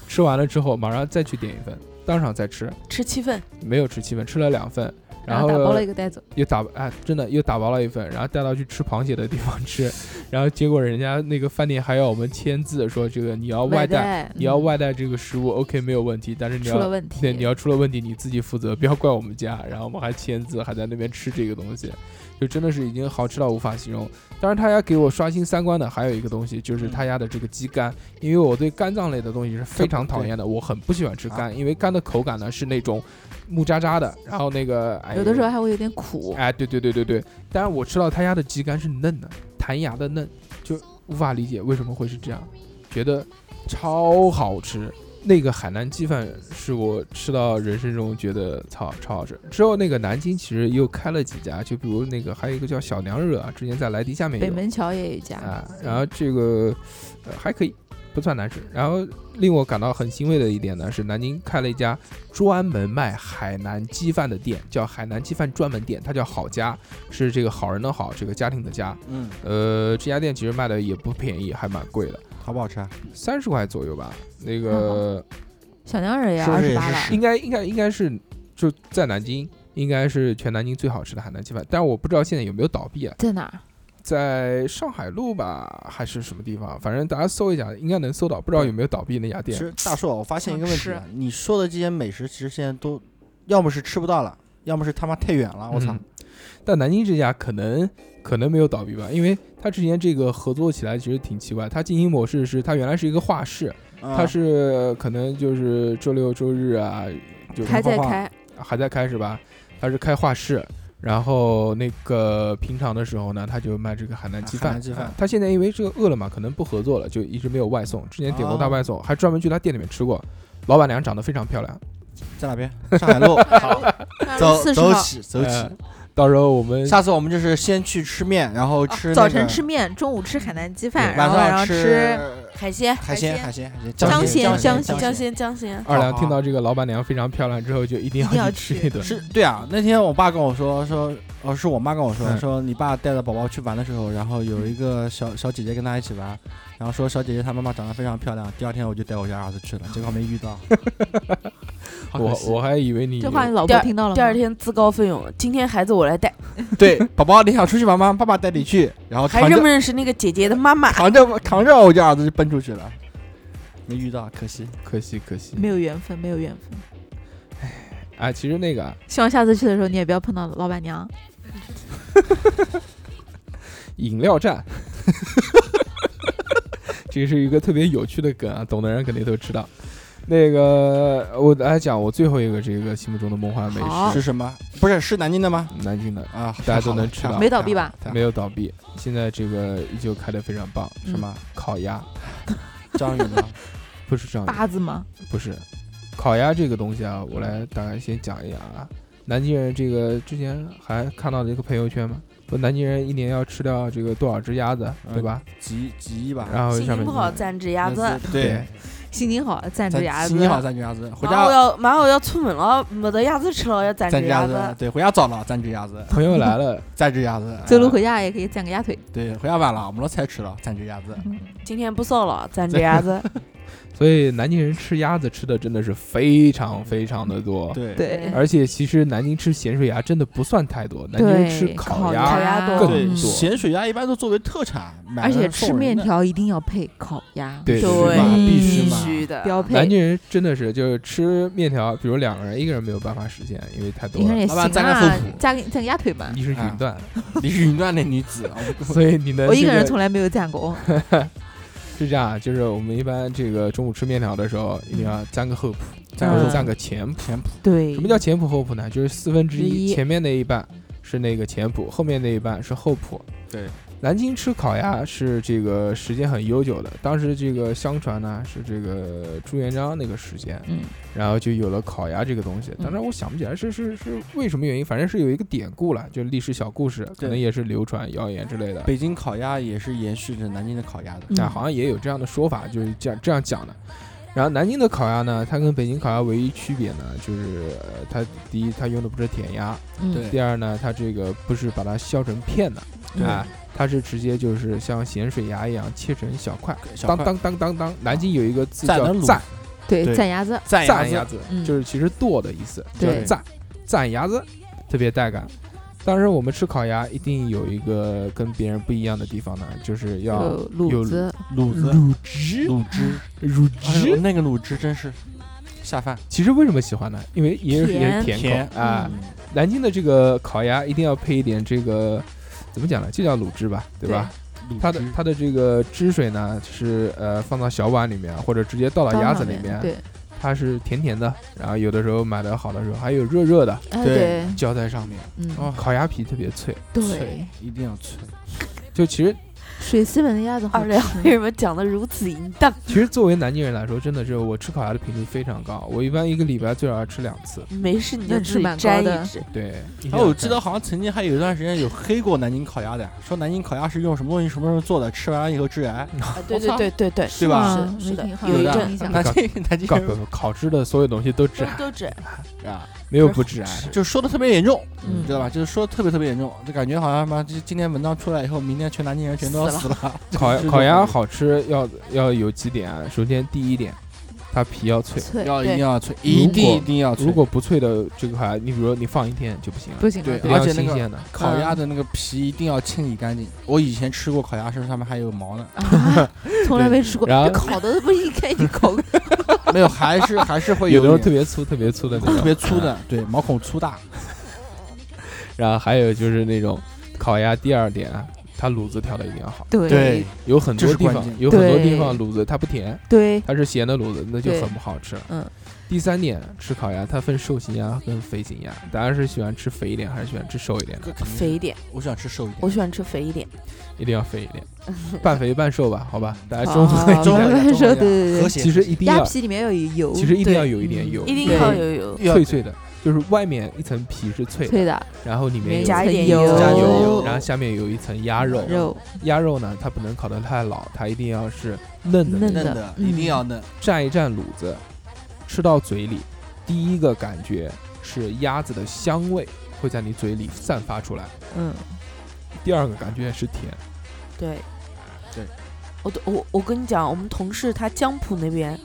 Speaker 3: 吃完了之后马上再去点一份，当场再吃，
Speaker 6: 吃七份，
Speaker 3: 没有吃七份，吃了两份，然
Speaker 5: 然后
Speaker 3: 后
Speaker 5: 打包了一个带走，
Speaker 3: 又打啊，真的又打包了一份，然后带到去吃螃蟹的地方吃，然后结果人家那个饭店还要我们签字说这个你要外带，
Speaker 5: 带，
Speaker 3: 你要
Speaker 5: 嗯
Speaker 3: 外带这个食物，OK 没有问题，但是你
Speaker 5: 出了
Speaker 3: 要
Speaker 5: 问题，
Speaker 3: 对你要出了问题你自己负责，不要怪我们家。然后我们还签字，还在那边吃这个东西，就真的是已经好吃到无法形容。当然他家给我刷新三观的还有一个东西，
Speaker 5: 嗯
Speaker 3: 就是他家的这个鸡肝，因为我对肝脏类的东西是非常讨厌的，我很不喜欢吃
Speaker 4: 啊
Speaker 3: 肝，因为肝的口感呢是那种木渣渣的，然后那个哎
Speaker 5: 有的时候还会有点苦，
Speaker 3: 哎，对对对对对，但是我吃到他家的鸡肝是嫩的，弹牙的嫩，就无法理解为什么会是这样，觉得超好吃。那个海南鸡饭是我吃到人生中觉得操超好吃。之后那个南京其实又开了几家，就比如那个还有一个叫小娘惹啊，之前在莱迪下面
Speaker 5: 北
Speaker 3: 有
Speaker 5: 门桥也有一家，
Speaker 3: 啊，然后这个、呃还可以，不算难吃。然后令我感到很欣慰的一点呢，是南京开了一家专门卖海南鸡饭的店，叫海南鸡饭专门店，它叫好家，是这个好人的好，这个家庭的家。
Speaker 4: 嗯，
Speaker 3: 呃，这家店其实卖的也不便宜，还蛮贵的，
Speaker 4: 好不好吃啊？
Speaker 3: 三十块左右吧。那个
Speaker 5: 小娘惹也
Speaker 4: 是不
Speaker 5: 二
Speaker 4: 是
Speaker 5: 十
Speaker 4: 也
Speaker 5: 八
Speaker 4: 是
Speaker 5: 了，
Speaker 4: 十
Speaker 3: 应该应该应该是就在南京。应该是全南京最好吃的海南鸡饭，但是我不知道现在有没有倒闭啊。
Speaker 5: 在哪儿？
Speaker 3: 在上海路吧，还是什么地方？反正大家搜一下，应该能搜到。不知道有没有倒闭那家
Speaker 4: 其
Speaker 3: 店？
Speaker 4: 实大硕，我发现一个问题，
Speaker 5: 嗯
Speaker 4: 啊，你说的这些美食，其实现在都要么是吃不到了，要么是他妈太远啊了，我操
Speaker 3: 嗯！但南京这家可能可能没有倒闭吧，因为他之前这个合作起来其实挺奇怪。他进行模式是，他原来是一个画室，他
Speaker 5: 嗯
Speaker 4: 他
Speaker 3: 是可能就是周六周日啊，就
Speaker 5: 还在
Speaker 3: 画画
Speaker 5: 开，
Speaker 3: 还在开是吧？他是开画室，然后那个平常的时候呢，他就卖这个海南鸡
Speaker 4: 啊海
Speaker 3: 饭。
Speaker 4: 南鸡饭
Speaker 3: 啊他现在因为这个饿了么可能不合作了，就一直没有外送。之前点过大外送，
Speaker 4: 啊
Speaker 3: 还专门去他店里面吃过。老板娘长得非常漂亮，
Speaker 4: 在哪边？上海 路，好，走
Speaker 5: 四十
Speaker 4: 走
Speaker 5: 号。嗯
Speaker 4: 起走
Speaker 3: 呃
Speaker 4: 起。
Speaker 3: 到时候 我们
Speaker 4: 下次我们就是先去吃面，然后吃
Speaker 5: 哦早
Speaker 4: 那
Speaker 5: 晨
Speaker 4: 个
Speaker 5: 吃，面，中午吃海南鸡饭，
Speaker 3: 对
Speaker 5: 然
Speaker 4: 晚
Speaker 5: 后晚上
Speaker 4: 上
Speaker 5: 吃
Speaker 6: 海鲜，
Speaker 4: 海鲜海鲜海鲜
Speaker 3: 江
Speaker 4: 鲜
Speaker 5: 鲜
Speaker 4: 江
Speaker 5: 江
Speaker 4: 江
Speaker 6: 江鲜江鲜，
Speaker 3: 二两
Speaker 4: 好
Speaker 3: 听到这个老板娘非常漂亮之后，就一定
Speaker 5: 一定
Speaker 3: 要
Speaker 5: 要
Speaker 3: 去吃
Speaker 5: 去
Speaker 3: 一顿。
Speaker 4: 是对啊，那天我爸跟我说说，哦，是我妈跟我说
Speaker 3: 嗯
Speaker 4: 说，你爸带着宝宝去玩的时候，然后有一个小小姐姐跟他一起玩，然后说小姐姐她妈妈长得非常漂亮，第二天我就带我家儿子 去了，结果没遇到。好可
Speaker 3: 我
Speaker 4: 惜
Speaker 3: 我还以为你
Speaker 5: 这话你老婆听到了吗？
Speaker 6: 第二天自告奋勇，今天孩子我来带，
Speaker 4: 对宝宝，你想出去玩吗？爸爸带你去，然后
Speaker 6: 还
Speaker 4: 扛
Speaker 6: 认不
Speaker 4: 着
Speaker 6: 认识那个姐姐的妈妈？
Speaker 4: 扛着扛着我家儿子就奔出去了，没遇到，可惜。
Speaker 3: 可惜可惜
Speaker 5: 没有缘分，没有缘分。
Speaker 3: 啊！其实那个啊
Speaker 5: 希望下次去的时候你也不要碰到老板娘。
Speaker 3: 饮料站， 这是一个特别有趣的梗啊，懂的人肯定都知道。那个，我来讲我最后一个这个心目中的梦幻美
Speaker 5: 好
Speaker 3: 食，
Speaker 4: 是什么？不是是南京的吗？
Speaker 3: 南京的
Speaker 4: 啊，
Speaker 3: 大
Speaker 4: 太
Speaker 3: 家都
Speaker 4: 好了
Speaker 3: 能吃
Speaker 4: 太好
Speaker 3: 到
Speaker 4: 了
Speaker 5: 没倒闭吧
Speaker 4: 太好了
Speaker 3: 没有倒闭，现在这个依旧开得非常棒。
Speaker 6: 嗯
Speaker 4: 是吗？
Speaker 3: 烤鸭
Speaker 4: 张宇呢？
Speaker 3: 不是这样的，
Speaker 5: 八字吗？
Speaker 3: 不是，烤鸭这个东西啊，我来大概先讲一讲啊。南京人这个之前还看到这个朋友圈嘛，说南京人一年要吃掉这个多少只鸭子，对吧？
Speaker 4: 急急吧，
Speaker 3: 然后
Speaker 6: 嗯心情
Speaker 3: 上面
Speaker 6: 不
Speaker 3: 就
Speaker 6: 好，攒只鸭子。
Speaker 4: 对，
Speaker 5: 心情好，攒只牙
Speaker 4: 咱
Speaker 5: 子。
Speaker 4: 心情好，咱只鸭子，回
Speaker 6: 马上我
Speaker 4: 家
Speaker 6: 要马上我要出门了，没得鸭子吃了，要攒
Speaker 4: 咱
Speaker 6: 只
Speaker 4: 只
Speaker 6: 鸭
Speaker 4: 鸭
Speaker 6: 子
Speaker 4: 子，。对，回家早了，咱只鸭子，
Speaker 3: 朋友来了，
Speaker 4: 咱只鸭子，
Speaker 5: 走路回家也可以攒个鸭腿。
Speaker 4: 对，回家晚了，我们老菜吃了，咱只鸭子，
Speaker 3: 嗯
Speaker 6: 今天不烧了，攒只鸭子。
Speaker 3: 所以南京人吃鸭子吃的真的是非常非常的多。
Speaker 4: 对
Speaker 5: 对，
Speaker 3: 而且其实南京吃咸水鸭真的不算太多，南京人吃
Speaker 5: 对
Speaker 3: 烤
Speaker 5: 鸭嗯
Speaker 6: 烤鸭多
Speaker 3: 更
Speaker 4: 对，
Speaker 3: 多
Speaker 4: 咸水鸭一般都作为特产，买
Speaker 5: 而且
Speaker 4: 了
Speaker 5: 吃
Speaker 4: 送人
Speaker 5: 面
Speaker 4: 的，
Speaker 5: 条一定要配烤鸭，
Speaker 3: 对
Speaker 4: 必须
Speaker 6: 对
Speaker 4: 嘛必
Speaker 5: 嗯
Speaker 4: 须嘛，
Speaker 6: 须的，
Speaker 5: 标
Speaker 3: 南
Speaker 5: 配。
Speaker 3: 京人真的是就是吃面条，比如两个人，一个人没有办法实现，因为太多
Speaker 5: 你看
Speaker 3: 了。
Speaker 5: 也
Speaker 4: 老
Speaker 5: 行
Speaker 4: 板咱俩
Speaker 5: 啊
Speaker 4: 受苦，
Speaker 5: 加个加个鸭腿吧。
Speaker 3: 你是云 断，
Speaker 4: 你是云端的女子，啊我们
Speaker 3: 所以你的
Speaker 5: 我一
Speaker 3: 这
Speaker 5: 个人从来没有攒过，
Speaker 3: 是这样啊，就是我们一般这个中午吃面条的时候，一定要沾个厚朴，
Speaker 4: 沾
Speaker 3: 或
Speaker 4: 个
Speaker 3: 者
Speaker 4: 肉
Speaker 3: 沾个前朴。
Speaker 4: 甜谱，
Speaker 5: 对，
Speaker 3: 什么叫前朴后朴呢？就是四分之
Speaker 5: 之
Speaker 3: 一，
Speaker 5: 一
Speaker 3: 前面那一半是那个前朴，后面那一半是后朴。
Speaker 4: 对，
Speaker 3: 南京吃烤鸭是这个时间很悠久的，当时这个相传呢是这个朱元璋那个时间，
Speaker 5: 嗯，
Speaker 3: 然后就有了烤鸭这个东西。当然我想不起来是是是为什么原因，反正是有一个典故了，就历史小故事，可
Speaker 4: 对
Speaker 3: 能也是流传谣言之类的。
Speaker 4: 北京烤鸭也是延续着南京的烤鸭的，
Speaker 3: 啊，好像也有这样的说法，就是这样这样讲的。然后南京的烤鸭呢，它跟北京烤鸭唯一区别呢，就是、呃它第一，它用的不是甜鸭；
Speaker 5: 嗯
Speaker 4: 对
Speaker 3: 第二呢，它这个不是把它削成片的，
Speaker 4: 对
Speaker 3: 啊，它是直接就是像咸水鸭一样切成小块。
Speaker 4: 小
Speaker 3: 当
Speaker 4: 块
Speaker 3: 当当当当，南京有一个字
Speaker 4: 蘸
Speaker 3: 叫
Speaker 4: 的卤
Speaker 3: 蘸
Speaker 5: 对，
Speaker 4: 对
Speaker 5: 攒鸭子，
Speaker 4: 蘸
Speaker 3: 蘸
Speaker 4: 鸭
Speaker 3: 鸭
Speaker 4: 子，
Speaker 3: 子，
Speaker 5: 嗯
Speaker 3: 就是其实剁的意思，叫
Speaker 5: 对
Speaker 3: 蘸蘸鸭子，特别带感。当时我们吃烤鸭一定有一个跟别人不一样的地方呢，就是要
Speaker 5: 有
Speaker 3: 有
Speaker 5: 卤子，
Speaker 4: 卤子，
Speaker 3: 卤汁，
Speaker 4: 卤汁，
Speaker 3: 卤
Speaker 4: 哎呦
Speaker 3: 汁。
Speaker 4: 那个卤汁真是下饭，
Speaker 3: 其实为什么喜欢呢？因为也是也是
Speaker 6: 甜
Speaker 3: 甜口啊。
Speaker 4: 嗯
Speaker 5: 嗯
Speaker 3: 南京的这个烤鸭一定要配一点这个，怎么讲呢？就叫卤汁吧，对吧？
Speaker 4: 卤
Speaker 3: 它的
Speaker 4: 汁
Speaker 3: 它的这个汁水呢，是呃放到小碗里面，或者直接倒到
Speaker 5: 刀
Speaker 3: 鸭
Speaker 5: 上
Speaker 3: 子里
Speaker 5: 面
Speaker 3: 面，
Speaker 5: 对，
Speaker 3: 它是甜甜的。然后有的时候买的好的时候，还有热热的
Speaker 5: 哎
Speaker 4: 对
Speaker 5: 对，
Speaker 3: 浇在上面，
Speaker 5: 嗯，
Speaker 4: 哦
Speaker 3: 烤鸭皮特别脆。
Speaker 5: 对，
Speaker 4: 一定要吃，
Speaker 3: 就其实
Speaker 5: 水西门的鸭子好
Speaker 6: 二两
Speaker 5: 吃
Speaker 6: 为什么讲的如此淫荡？
Speaker 3: 其实作为南京人来说，真的是我吃烤鸭的频率非常高，我一般一个礼拜最少要吃两次。
Speaker 6: 没事你就
Speaker 5: 那
Speaker 6: 自
Speaker 5: 是
Speaker 6: 己
Speaker 5: 蛮
Speaker 6: 摘
Speaker 5: 高的
Speaker 6: 一只。
Speaker 3: 对，一
Speaker 4: 然
Speaker 3: 定要
Speaker 4: 哦哎后我记
Speaker 3: 蘸
Speaker 4: 得好像曾经还有一段时间有黑过南京烤鸭的，说南京烤鸭是用什么东西什么东西做的，吃完了以后致癌。
Speaker 6: 啊对
Speaker 4: 我
Speaker 6: 对
Speaker 4: 操
Speaker 6: 对对对，
Speaker 4: 对吧
Speaker 5: 嗯
Speaker 6: 是是的
Speaker 5: 没听，好
Speaker 6: 有一
Speaker 4: 有的
Speaker 6: 阵
Speaker 5: 印象
Speaker 4: 南京南京
Speaker 3: 搞搞烤制的所有东西都致癌，
Speaker 6: 都都只
Speaker 4: 啊，
Speaker 3: 没有不致癌。
Speaker 4: 就说的特别严重，
Speaker 5: 嗯
Speaker 4: 你知道吧？就是说的特别特别严重，就感觉好像什么，就今天文章出来以后，明天全南京人全都要死 了。
Speaker 3: 烤烤鸭好吃要要有几点啊？首先第一点，它皮要脆，
Speaker 5: 脆，
Speaker 4: 要一定要脆，
Speaker 3: 对
Speaker 4: 一
Speaker 3: 如
Speaker 4: 定
Speaker 3: 果
Speaker 4: 一定要脆。
Speaker 3: 如果不脆的这个烤鸭，你比如说你放一天就不行了，
Speaker 5: 不行了，，
Speaker 4: 对
Speaker 3: 一定
Speaker 4: 而
Speaker 3: 要
Speaker 4: 且那
Speaker 3: 新
Speaker 4: 个
Speaker 3: 鲜的。
Speaker 4: 烤鸭的那个皮一定要清理干净。我以前吃过烤鸭，身上面还有毛呢
Speaker 5: 啊，从来没吃过，
Speaker 3: 然后
Speaker 5: 这烤的不是一开始 烤，
Speaker 4: 没有，还是还是会
Speaker 3: 有的时候
Speaker 4: 有
Speaker 3: 特
Speaker 4: 点
Speaker 3: 别粗，特别粗的那种，
Speaker 4: 特别粗。的，对，毛孔粗大。
Speaker 3: 然后还有就是那种烤鸭，第二点啊，它卤子调的一定要好。
Speaker 5: 对，
Speaker 3: 有很多
Speaker 4: 这是
Speaker 3: 地
Speaker 4: 关
Speaker 3: 方
Speaker 4: 键
Speaker 3: 有很多
Speaker 5: 对
Speaker 3: 地方卤子它不甜，
Speaker 5: 对，
Speaker 3: 它是咸的卤子，那就
Speaker 5: 对
Speaker 3: 很不好吃。
Speaker 5: 嗯。
Speaker 3: 第三点，吃烤鸭它分瘦型鸭跟肥型鸭，大家是喜欢吃肥一点还是喜欢吃瘦一点的？
Speaker 6: 肥一点，
Speaker 4: 我想吃瘦一点。
Speaker 6: 我喜欢吃肥一点。
Speaker 3: 一定要肥一点，半肥半瘦吧，好吧，大家中
Speaker 5: 啊
Speaker 3: 和
Speaker 4: 中和
Speaker 5: 慢
Speaker 4: 一下
Speaker 5: 慢
Speaker 4: 中和
Speaker 5: 说
Speaker 4: 一下
Speaker 5: 对对
Speaker 4: 和
Speaker 5: 对，
Speaker 4: 谐
Speaker 3: 其实一定
Speaker 5: 鸭
Speaker 3: 要，
Speaker 5: 皮里面要有油，
Speaker 3: 其实一定
Speaker 5: 对
Speaker 3: 要有一点
Speaker 5: 嗯
Speaker 3: 油，
Speaker 6: 一定
Speaker 5: 对
Speaker 6: 要有油，
Speaker 4: 要
Speaker 3: 脆脆的，就是外面一层皮是脆的，
Speaker 5: 脆的，
Speaker 3: 然后里面有
Speaker 5: 加
Speaker 6: 加一点
Speaker 5: 油，
Speaker 6: 油
Speaker 4: 加
Speaker 3: 油
Speaker 4: 油，
Speaker 3: 然后下面有一层鸭肉。
Speaker 5: 肉
Speaker 3: 鸭肉呢，它不能烤得太老，它一定要是嫩的那
Speaker 5: 嫩
Speaker 4: 嫩
Speaker 3: 种，
Speaker 5: 的
Speaker 4: 的，
Speaker 5: 嗯
Speaker 4: 一定要嫩。
Speaker 3: 蘸一蘸卤子，吃到嘴里，第一个感觉是鸭子的香味会在你嘴里散发出来，
Speaker 5: 嗯，
Speaker 3: 啊第二个感觉是甜。
Speaker 6: 对，
Speaker 4: 对，
Speaker 6: 我都我我跟你讲，我们同事他江浦那边，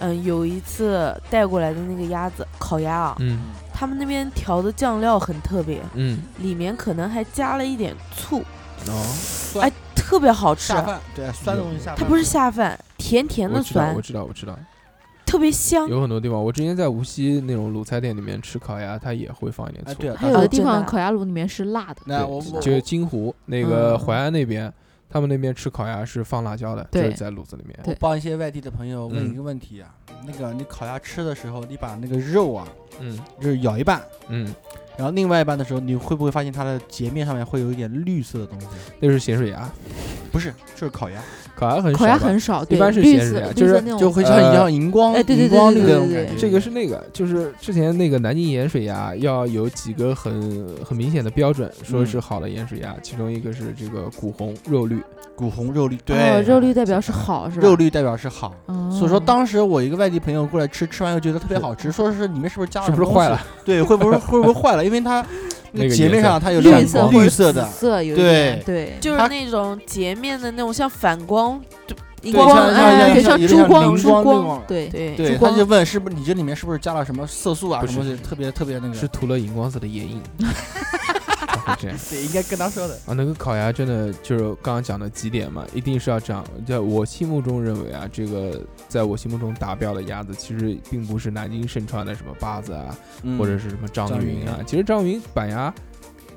Speaker 6: 嗯，有一次带过来的那个鸭子烤鸭啊，
Speaker 3: 嗯
Speaker 6: 他们那边调的酱料很特别，
Speaker 3: 嗯，
Speaker 6: 里面可能还加了一点醋，
Speaker 3: 哦，
Speaker 4: 酸
Speaker 6: 哎，特别好吃
Speaker 4: 下。饭，
Speaker 5: 啊
Speaker 4: 对，酸的东西下饭。
Speaker 6: 它不是下饭，甜甜
Speaker 3: 我
Speaker 6: 的
Speaker 3: 知道，
Speaker 6: 酸
Speaker 3: 我，知道，我知道，
Speaker 6: 特别香。
Speaker 3: 有很多地方，我之前在无锡那种卤菜店里面吃烤鸭，它也会放一点
Speaker 4: 哎，
Speaker 3: 醋。
Speaker 4: 对啊，
Speaker 5: 还有
Speaker 6: 哦
Speaker 5: 的地
Speaker 6: 真的
Speaker 5: 方
Speaker 6: 啊
Speaker 5: 烤鸭炉里面是辣的，
Speaker 4: 那我
Speaker 3: 对
Speaker 4: 我
Speaker 3: 就是金湖那个
Speaker 6: 嗯
Speaker 3: 淮安那边，他们那边吃烤鸭是放辣椒的，就
Speaker 5: 对
Speaker 3: 是在炉子里面。
Speaker 5: 对
Speaker 4: 我帮一些外地的朋友问
Speaker 5: 嗯
Speaker 4: 一个问题啊，那个你烤鸭吃的时候，你把那个肉啊，
Speaker 3: 嗯
Speaker 4: 就是咬一半，
Speaker 3: 嗯，
Speaker 4: 然后另外一半的时候，你会不会发现它的截面上面会有一点绿色的东西？
Speaker 3: 那是咸水鸭，
Speaker 4: 不是，就是烤鸭，
Speaker 3: 烤鸭很少
Speaker 5: 烤鸭
Speaker 3: 吧。
Speaker 5: 很少，
Speaker 3: 一
Speaker 5: 对，
Speaker 3: 般是
Speaker 5: 绿
Speaker 3: 咸水
Speaker 5: 色
Speaker 3: 啊
Speaker 5: 绿
Speaker 3: 就是
Speaker 5: 色那种哦
Speaker 4: 就会
Speaker 3: 呃
Speaker 4: 像一样荧光，
Speaker 5: 哎对对
Speaker 4: 荧光
Speaker 5: 对
Speaker 4: 绿
Speaker 5: 对
Speaker 4: 的那种
Speaker 5: 对对
Speaker 4: 感觉。
Speaker 3: 这个是那个，就是之前那个南京盐水鸭要有几个很很明显的标准，说是好的盐水鸭，其中一个是这个骨红肉绿，
Speaker 4: 骨红肉绿，
Speaker 5: 哦
Speaker 4: 对，
Speaker 5: 肉绿代表是好是吧？
Speaker 4: 肉绿代表是好。
Speaker 5: 哦，
Speaker 4: 所以说，当时我一个外地朋友过来吃，吃完又觉得特别
Speaker 3: 是
Speaker 4: 好吃，说是你们是不是加了
Speaker 3: 是不是
Speaker 4: 什么东
Speaker 3: 坏
Speaker 4: 西
Speaker 3: 了？？
Speaker 4: 对，会不会会不会坏了？因为它
Speaker 3: 那个
Speaker 4: 截面
Speaker 3: 颜色
Speaker 4: 上它有
Speaker 5: 绿
Speaker 4: 两
Speaker 5: 色
Speaker 4: 个
Speaker 5: 或者
Speaker 4: 绿色的
Speaker 5: 紫，色有一
Speaker 4: 对
Speaker 5: 点对，
Speaker 6: 就是
Speaker 4: 它
Speaker 6: 那种截面的那种像反光，
Speaker 4: 对
Speaker 5: 荧光
Speaker 4: 像像
Speaker 5: 哎，对，
Speaker 4: 像有点
Speaker 5: 珠
Speaker 4: 像
Speaker 5: 光
Speaker 4: 灵
Speaker 5: 珠
Speaker 4: 光那
Speaker 5: 光
Speaker 4: 种，
Speaker 5: 对
Speaker 6: 对
Speaker 4: 对，
Speaker 5: 珠
Speaker 4: 他
Speaker 5: 光
Speaker 4: 就问是不是你这里面是不是加了什么色素啊
Speaker 3: 不
Speaker 4: 什么
Speaker 3: 是
Speaker 4: 东西，特别特别那个。
Speaker 3: 是涂了荧光色的眼影。会这样
Speaker 4: 对，应该跟他说的。
Speaker 3: 啊，那个烤鸭真的就是刚刚讲的几点嘛，一定是要这样。在我心目中认为啊，这个在我心目中达标的鸭子，其实并不是南京盛传的什么八子啊，
Speaker 4: 嗯
Speaker 3: 或者是什么张
Speaker 4: 张
Speaker 3: 云
Speaker 4: 云
Speaker 3: 啊。其实张云板鸭，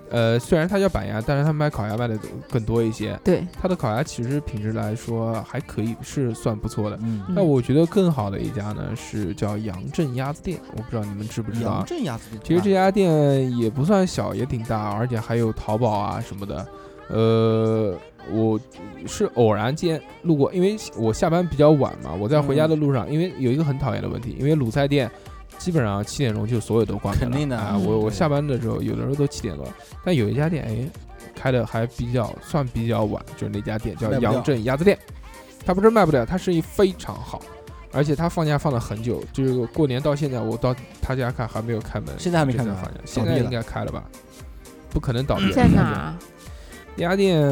Speaker 3: 呃，虽然它叫板鸭，但是他卖烤鸭卖的更多一些。
Speaker 5: 对，
Speaker 3: 它的烤鸭其实品质来说还可以，是算不错的。
Speaker 4: 嗯，
Speaker 3: 那我觉得更好的一家呢是叫杨镇鸭子店，我不知道你们知不知道
Speaker 4: 杨
Speaker 3: 啊？
Speaker 4: 镇嗯鸭子的。
Speaker 3: 其实这家店也不算小，也挺大，而且还有淘宝啊什么的。呃，我是偶然间路过，因为我下班比较晚嘛，我在回家的
Speaker 4: 嗯
Speaker 3: 路上，因为有一个很讨厌的问题，因为鲁菜店基本上七点钟就所有都关门了。
Speaker 4: 肯定的
Speaker 3: 啊，
Speaker 5: 嗯
Speaker 3: 我我下班的时候有的时候都七点多，但有一家店哎开的还比较算比较晚，就是那家店叫
Speaker 4: 卖不掉
Speaker 3: 杨镇鸭子店，它不是卖不了，它生意非常好。而且它放假放了很久，就是过年到现在，我到他家看还没有开门，
Speaker 4: 现在还没开
Speaker 3: 正
Speaker 4: 门
Speaker 3: 在
Speaker 4: 啊
Speaker 3: 放假，现
Speaker 4: 倒
Speaker 3: 在
Speaker 4: 闭
Speaker 3: 应
Speaker 4: 了
Speaker 3: 该开了吧？不可能倒闭了。
Speaker 5: 在哪儿啊？
Speaker 3: 这家店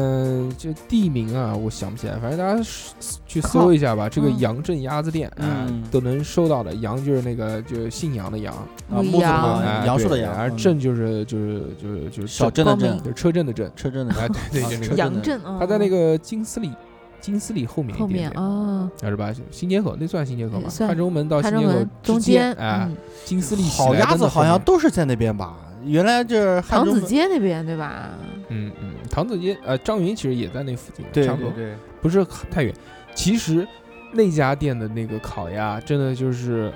Speaker 3: 这地名啊，我想不起来，反正大家是去
Speaker 5: 靠
Speaker 3: 搜一下吧。这个
Speaker 5: 嗯
Speaker 3: 杨镇鸭子店，啊
Speaker 4: 嗯，
Speaker 3: 都能收到的。杨就是那个就是姓杨的杨，
Speaker 4: 啊，
Speaker 5: 一
Speaker 4: 木字
Speaker 5: 样
Speaker 4: 旁
Speaker 3: 哎
Speaker 4: 杨树的
Speaker 3: 对
Speaker 4: 杨，
Speaker 3: 而
Speaker 4: 嗯
Speaker 3: 镇就是就是就是就是
Speaker 4: 小镇的
Speaker 5: 光
Speaker 4: 镇
Speaker 5: 明，
Speaker 3: 就是车镇的镇。
Speaker 4: 车镇的镇
Speaker 3: 哎，对对，就那个。
Speaker 4: 杨
Speaker 5: 杨震啊，
Speaker 3: 它在那个金丝里，金丝里后面
Speaker 5: 后
Speaker 3: 一点
Speaker 5: 面
Speaker 3: 点，
Speaker 5: 啊，
Speaker 3: 啊是吧？新街口那算新街口吧
Speaker 5: 嗯？算
Speaker 3: 汉中门到
Speaker 5: 汉
Speaker 3: 新
Speaker 5: 中
Speaker 3: 街口
Speaker 5: 门中
Speaker 3: 之间
Speaker 5: 间，
Speaker 4: 哎
Speaker 3: 啊，
Speaker 5: 嗯，
Speaker 3: 金丝里喜
Speaker 4: 好
Speaker 3: 来
Speaker 4: 鸭
Speaker 3: 登
Speaker 4: 子
Speaker 3: 的后
Speaker 4: 好像
Speaker 3: 面
Speaker 4: 都是在那边吧？原来这汉
Speaker 5: 唐
Speaker 4: 中
Speaker 5: 子
Speaker 4: 门
Speaker 5: 街那边对吧？
Speaker 3: 嗯嗯，唐子街呃，张云其实也在那附近，
Speaker 4: 对
Speaker 3: 差不
Speaker 4: 对
Speaker 3: 多
Speaker 4: 对，
Speaker 3: 不是很太远。其实那家店的那个烤鸭，真的就是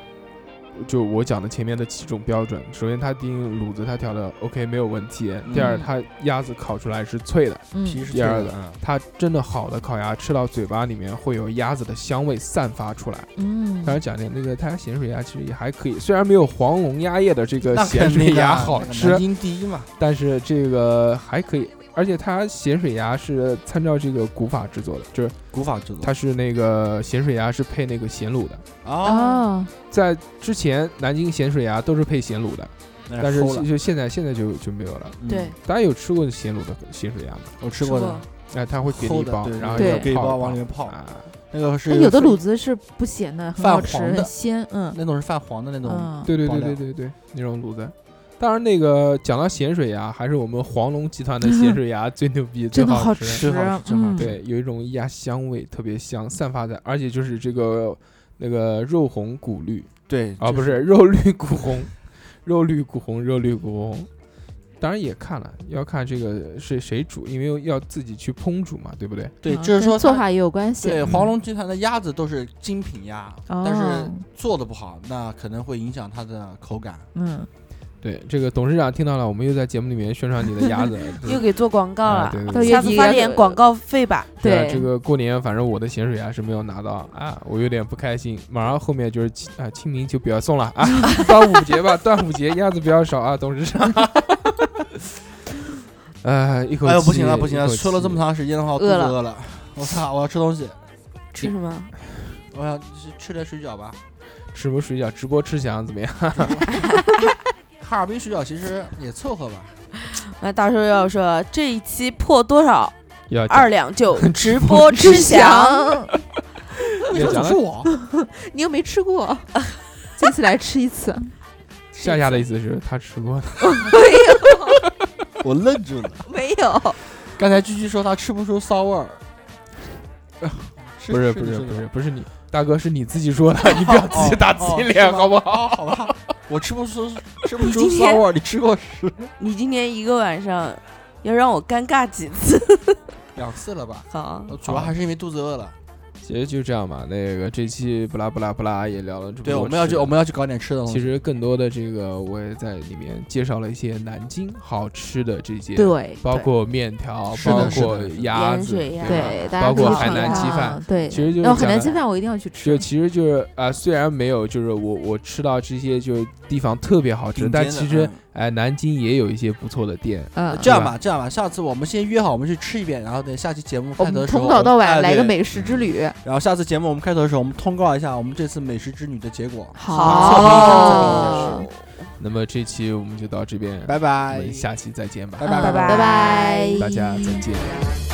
Speaker 3: 就我讲的前面的几种标准，首先它第一卤子它调的 OK 没有问题，第二
Speaker 5: 嗯
Speaker 3: 它鸭子烤出来是脆的，啊
Speaker 5: 嗯，
Speaker 4: 皮是
Speaker 3: 第二
Speaker 4: 脆
Speaker 3: 个
Speaker 4: 的，嗯
Speaker 3: 它真的好的烤鸭吃到嘴巴里面会有鸭子的香味散发出来。
Speaker 5: 嗯，
Speaker 3: 刚才讲的那个他咸水鸭其实也还可以，虽然没有黄龙鸭业的这个
Speaker 4: 那
Speaker 3: 咸
Speaker 4: 肯
Speaker 3: 水
Speaker 4: 定
Speaker 3: 鸭
Speaker 4: 啊
Speaker 3: 好
Speaker 4: 那个
Speaker 3: 吃
Speaker 4: 南，京第一嘛，
Speaker 3: 但是这个还可以。而且它咸水鸭是参照这个古法制作的，就是
Speaker 4: 古法制作。
Speaker 3: 它是那个咸水鸭是配那个咸卤的。
Speaker 4: 啊，
Speaker 5: 啊，
Speaker 3: 在之前南京咸水鸭都是配咸卤的，
Speaker 4: 那
Speaker 3: 但是
Speaker 4: 哎齁了
Speaker 3: 就现在现在就就没有了。
Speaker 4: 嗯
Speaker 6: 对，
Speaker 3: 大家有吃过咸卤的咸水鸭吗？
Speaker 4: 我吃过
Speaker 6: 吃
Speaker 4: 的
Speaker 6: 过，，
Speaker 3: 哎，他会给你一
Speaker 4: 齁的
Speaker 3: 包
Speaker 4: 对，
Speaker 3: 然后
Speaker 5: 对
Speaker 3: 要
Speaker 4: 给一
Speaker 3: 泡
Speaker 4: 包
Speaker 3: 一
Speaker 4: 往里面泡
Speaker 3: 啊
Speaker 4: 那个
Speaker 5: 那
Speaker 4: 是
Speaker 5: 哎有的
Speaker 4: 粉
Speaker 5: 卤子是不咸的，很
Speaker 4: 泛
Speaker 5: 好吃，
Speaker 4: 黄的
Speaker 5: 很鲜，嗯
Speaker 4: 那种是泛黄的那种，
Speaker 5: 嗯，
Speaker 3: 对对
Speaker 4: 爆
Speaker 3: 对
Speaker 4: 料
Speaker 3: 对对对，那种卤子。当然，那个讲到咸水鸭，还是我们黄龙集团的咸水鸭最牛逼，最
Speaker 5: 真的
Speaker 3: 好
Speaker 5: 好
Speaker 3: 吃。
Speaker 4: 吃好吃真好
Speaker 5: 嗯，
Speaker 4: 吃
Speaker 3: 对，有一种鸭香味，特别香，散发在，而且就是这个那个肉红骨绿
Speaker 4: 对
Speaker 3: 啊，
Speaker 4: 就
Speaker 3: 不是肉绿骨红，肉绿骨红，肉绿骨红。当然也看了，要看这个是谁煮，因为要自己去烹煮嘛，对不对？
Speaker 4: 对，
Speaker 5: 啊
Speaker 4: 就是
Speaker 5: 跟
Speaker 4: 说
Speaker 5: 做
Speaker 4: 它
Speaker 5: 法也有关系，
Speaker 4: 对，
Speaker 3: 嗯
Speaker 4: 黄龙集团的鸭子都是精品鸭，
Speaker 5: 哦
Speaker 4: 但是做的不好，那可能会影响它的口感。
Speaker 5: 嗯，
Speaker 3: 对，这个董事长听到了，我们又在节目里面宣传你的鸭 子
Speaker 6: 又给做广告
Speaker 3: 啊
Speaker 6: 了
Speaker 3: 对，对
Speaker 5: 到
Speaker 3: 对
Speaker 5: 月
Speaker 6: 下
Speaker 5: 底
Speaker 6: 次发
Speaker 5: 要
Speaker 6: 点
Speaker 5: 给
Speaker 6: 广告费吧。
Speaker 3: 对啊，
Speaker 5: 对
Speaker 3: 这个过年反正我的咸水鸭是没有拿到 啊，我有点不开心。马上后面就是清啊清明就不要送 了啊，端午节吧，端午节鸭子比较少啊，董事 长。呃，一口气，
Speaker 4: 哎呦，不行了，不行了，
Speaker 3: 一口气
Speaker 4: 说了这么，长时间的话，我肚子
Speaker 6: 饿了
Speaker 4: 饿了，我操，我要吃东西，
Speaker 6: 吃什么？
Speaker 4: 我想吃吃点水饺吧。
Speaker 3: 吃不水饺，直播吃翔怎么样？
Speaker 4: 哈尔滨水饺其实也凑合吧，
Speaker 6: 那到时候要说这一期破多少
Speaker 3: 要讲
Speaker 6: 二两就直播吃翔。
Speaker 5: 翔，
Speaker 4: 为什么总是我？
Speaker 5: 你又没吃过， 这次来吃 一次，
Speaker 3: 夏夏的意思是他吃过的，
Speaker 4: 我愣住了。
Speaker 5: 没有，
Speaker 4: 刚才居居说他吃不出骚味儿，
Speaker 3: 不是
Speaker 4: 吃
Speaker 3: 不
Speaker 4: 吃
Speaker 3: 是不
Speaker 4: 吃
Speaker 3: 是不是你大哥是你自己说 的，你不要自己打自己脸
Speaker 4: 哦哦
Speaker 3: 好不好？
Speaker 4: 哦好吧，我吃不出吃不
Speaker 6: 你
Speaker 4: 出
Speaker 6: 今
Speaker 4: 骚
Speaker 6: 天
Speaker 4: 味儿，你吃过屎？
Speaker 6: 你今天一个晚上要让我尴尬几次？
Speaker 4: 两次了吧？
Speaker 6: 好，
Speaker 4: 呃主要还是因为肚子饿了。
Speaker 3: 其实就这样吧。那个这期不拉不拉不拉也聊了这么多
Speaker 4: 对，我们要
Speaker 3: 吃
Speaker 4: 去，
Speaker 3: 的
Speaker 4: 我们要去搞点吃的东西。
Speaker 3: 其实更多的这个我也在里面介绍了一些南京好吃的这些，
Speaker 5: 对，
Speaker 3: 包括面条，
Speaker 4: 是的
Speaker 3: 包
Speaker 4: 是的
Speaker 3: 括
Speaker 4: 是的
Speaker 3: 鸭
Speaker 6: 盐
Speaker 3: 子，
Speaker 6: 水鸭
Speaker 3: 吧
Speaker 5: 对，大家可以
Speaker 3: 包括海南
Speaker 5: 尝
Speaker 3: 鸡
Speaker 5: 尝
Speaker 3: 饭，
Speaker 5: 对，
Speaker 3: 其实就是
Speaker 5: 哦海
Speaker 3: 讲
Speaker 5: 南
Speaker 3: 的
Speaker 5: 鸡饭我一定要去
Speaker 3: 就
Speaker 5: 吃，
Speaker 3: 其实就是啊、呃虽然没有就是我我吃到这些就是地方特别好吃，
Speaker 4: 顶尖的
Speaker 3: 但其实
Speaker 4: 嗯
Speaker 3: 哎、南京也有一些不错的店。
Speaker 5: 嗯，
Speaker 4: 这样吧，这样吧，下次我们先约好，我们去吃一遍，然后等下期节目
Speaker 5: 我
Speaker 4: 开头
Speaker 5: 们
Speaker 4: 的时候，
Speaker 5: 从早到晚
Speaker 4: 哎
Speaker 5: 来个
Speaker 4: 对
Speaker 5: 美食之旅，
Speaker 4: 然后下次节目我们开头的时候，我们通告一下我们这次美食之旅的结果。
Speaker 5: 好，
Speaker 3: 那么这期我们就到这边，
Speaker 4: 拜
Speaker 3: 我
Speaker 4: 拜
Speaker 3: 们，下期再见吧，
Speaker 4: 拜拜
Speaker 5: 拜
Speaker 6: 拜
Speaker 5: 拜，
Speaker 3: 大家再见。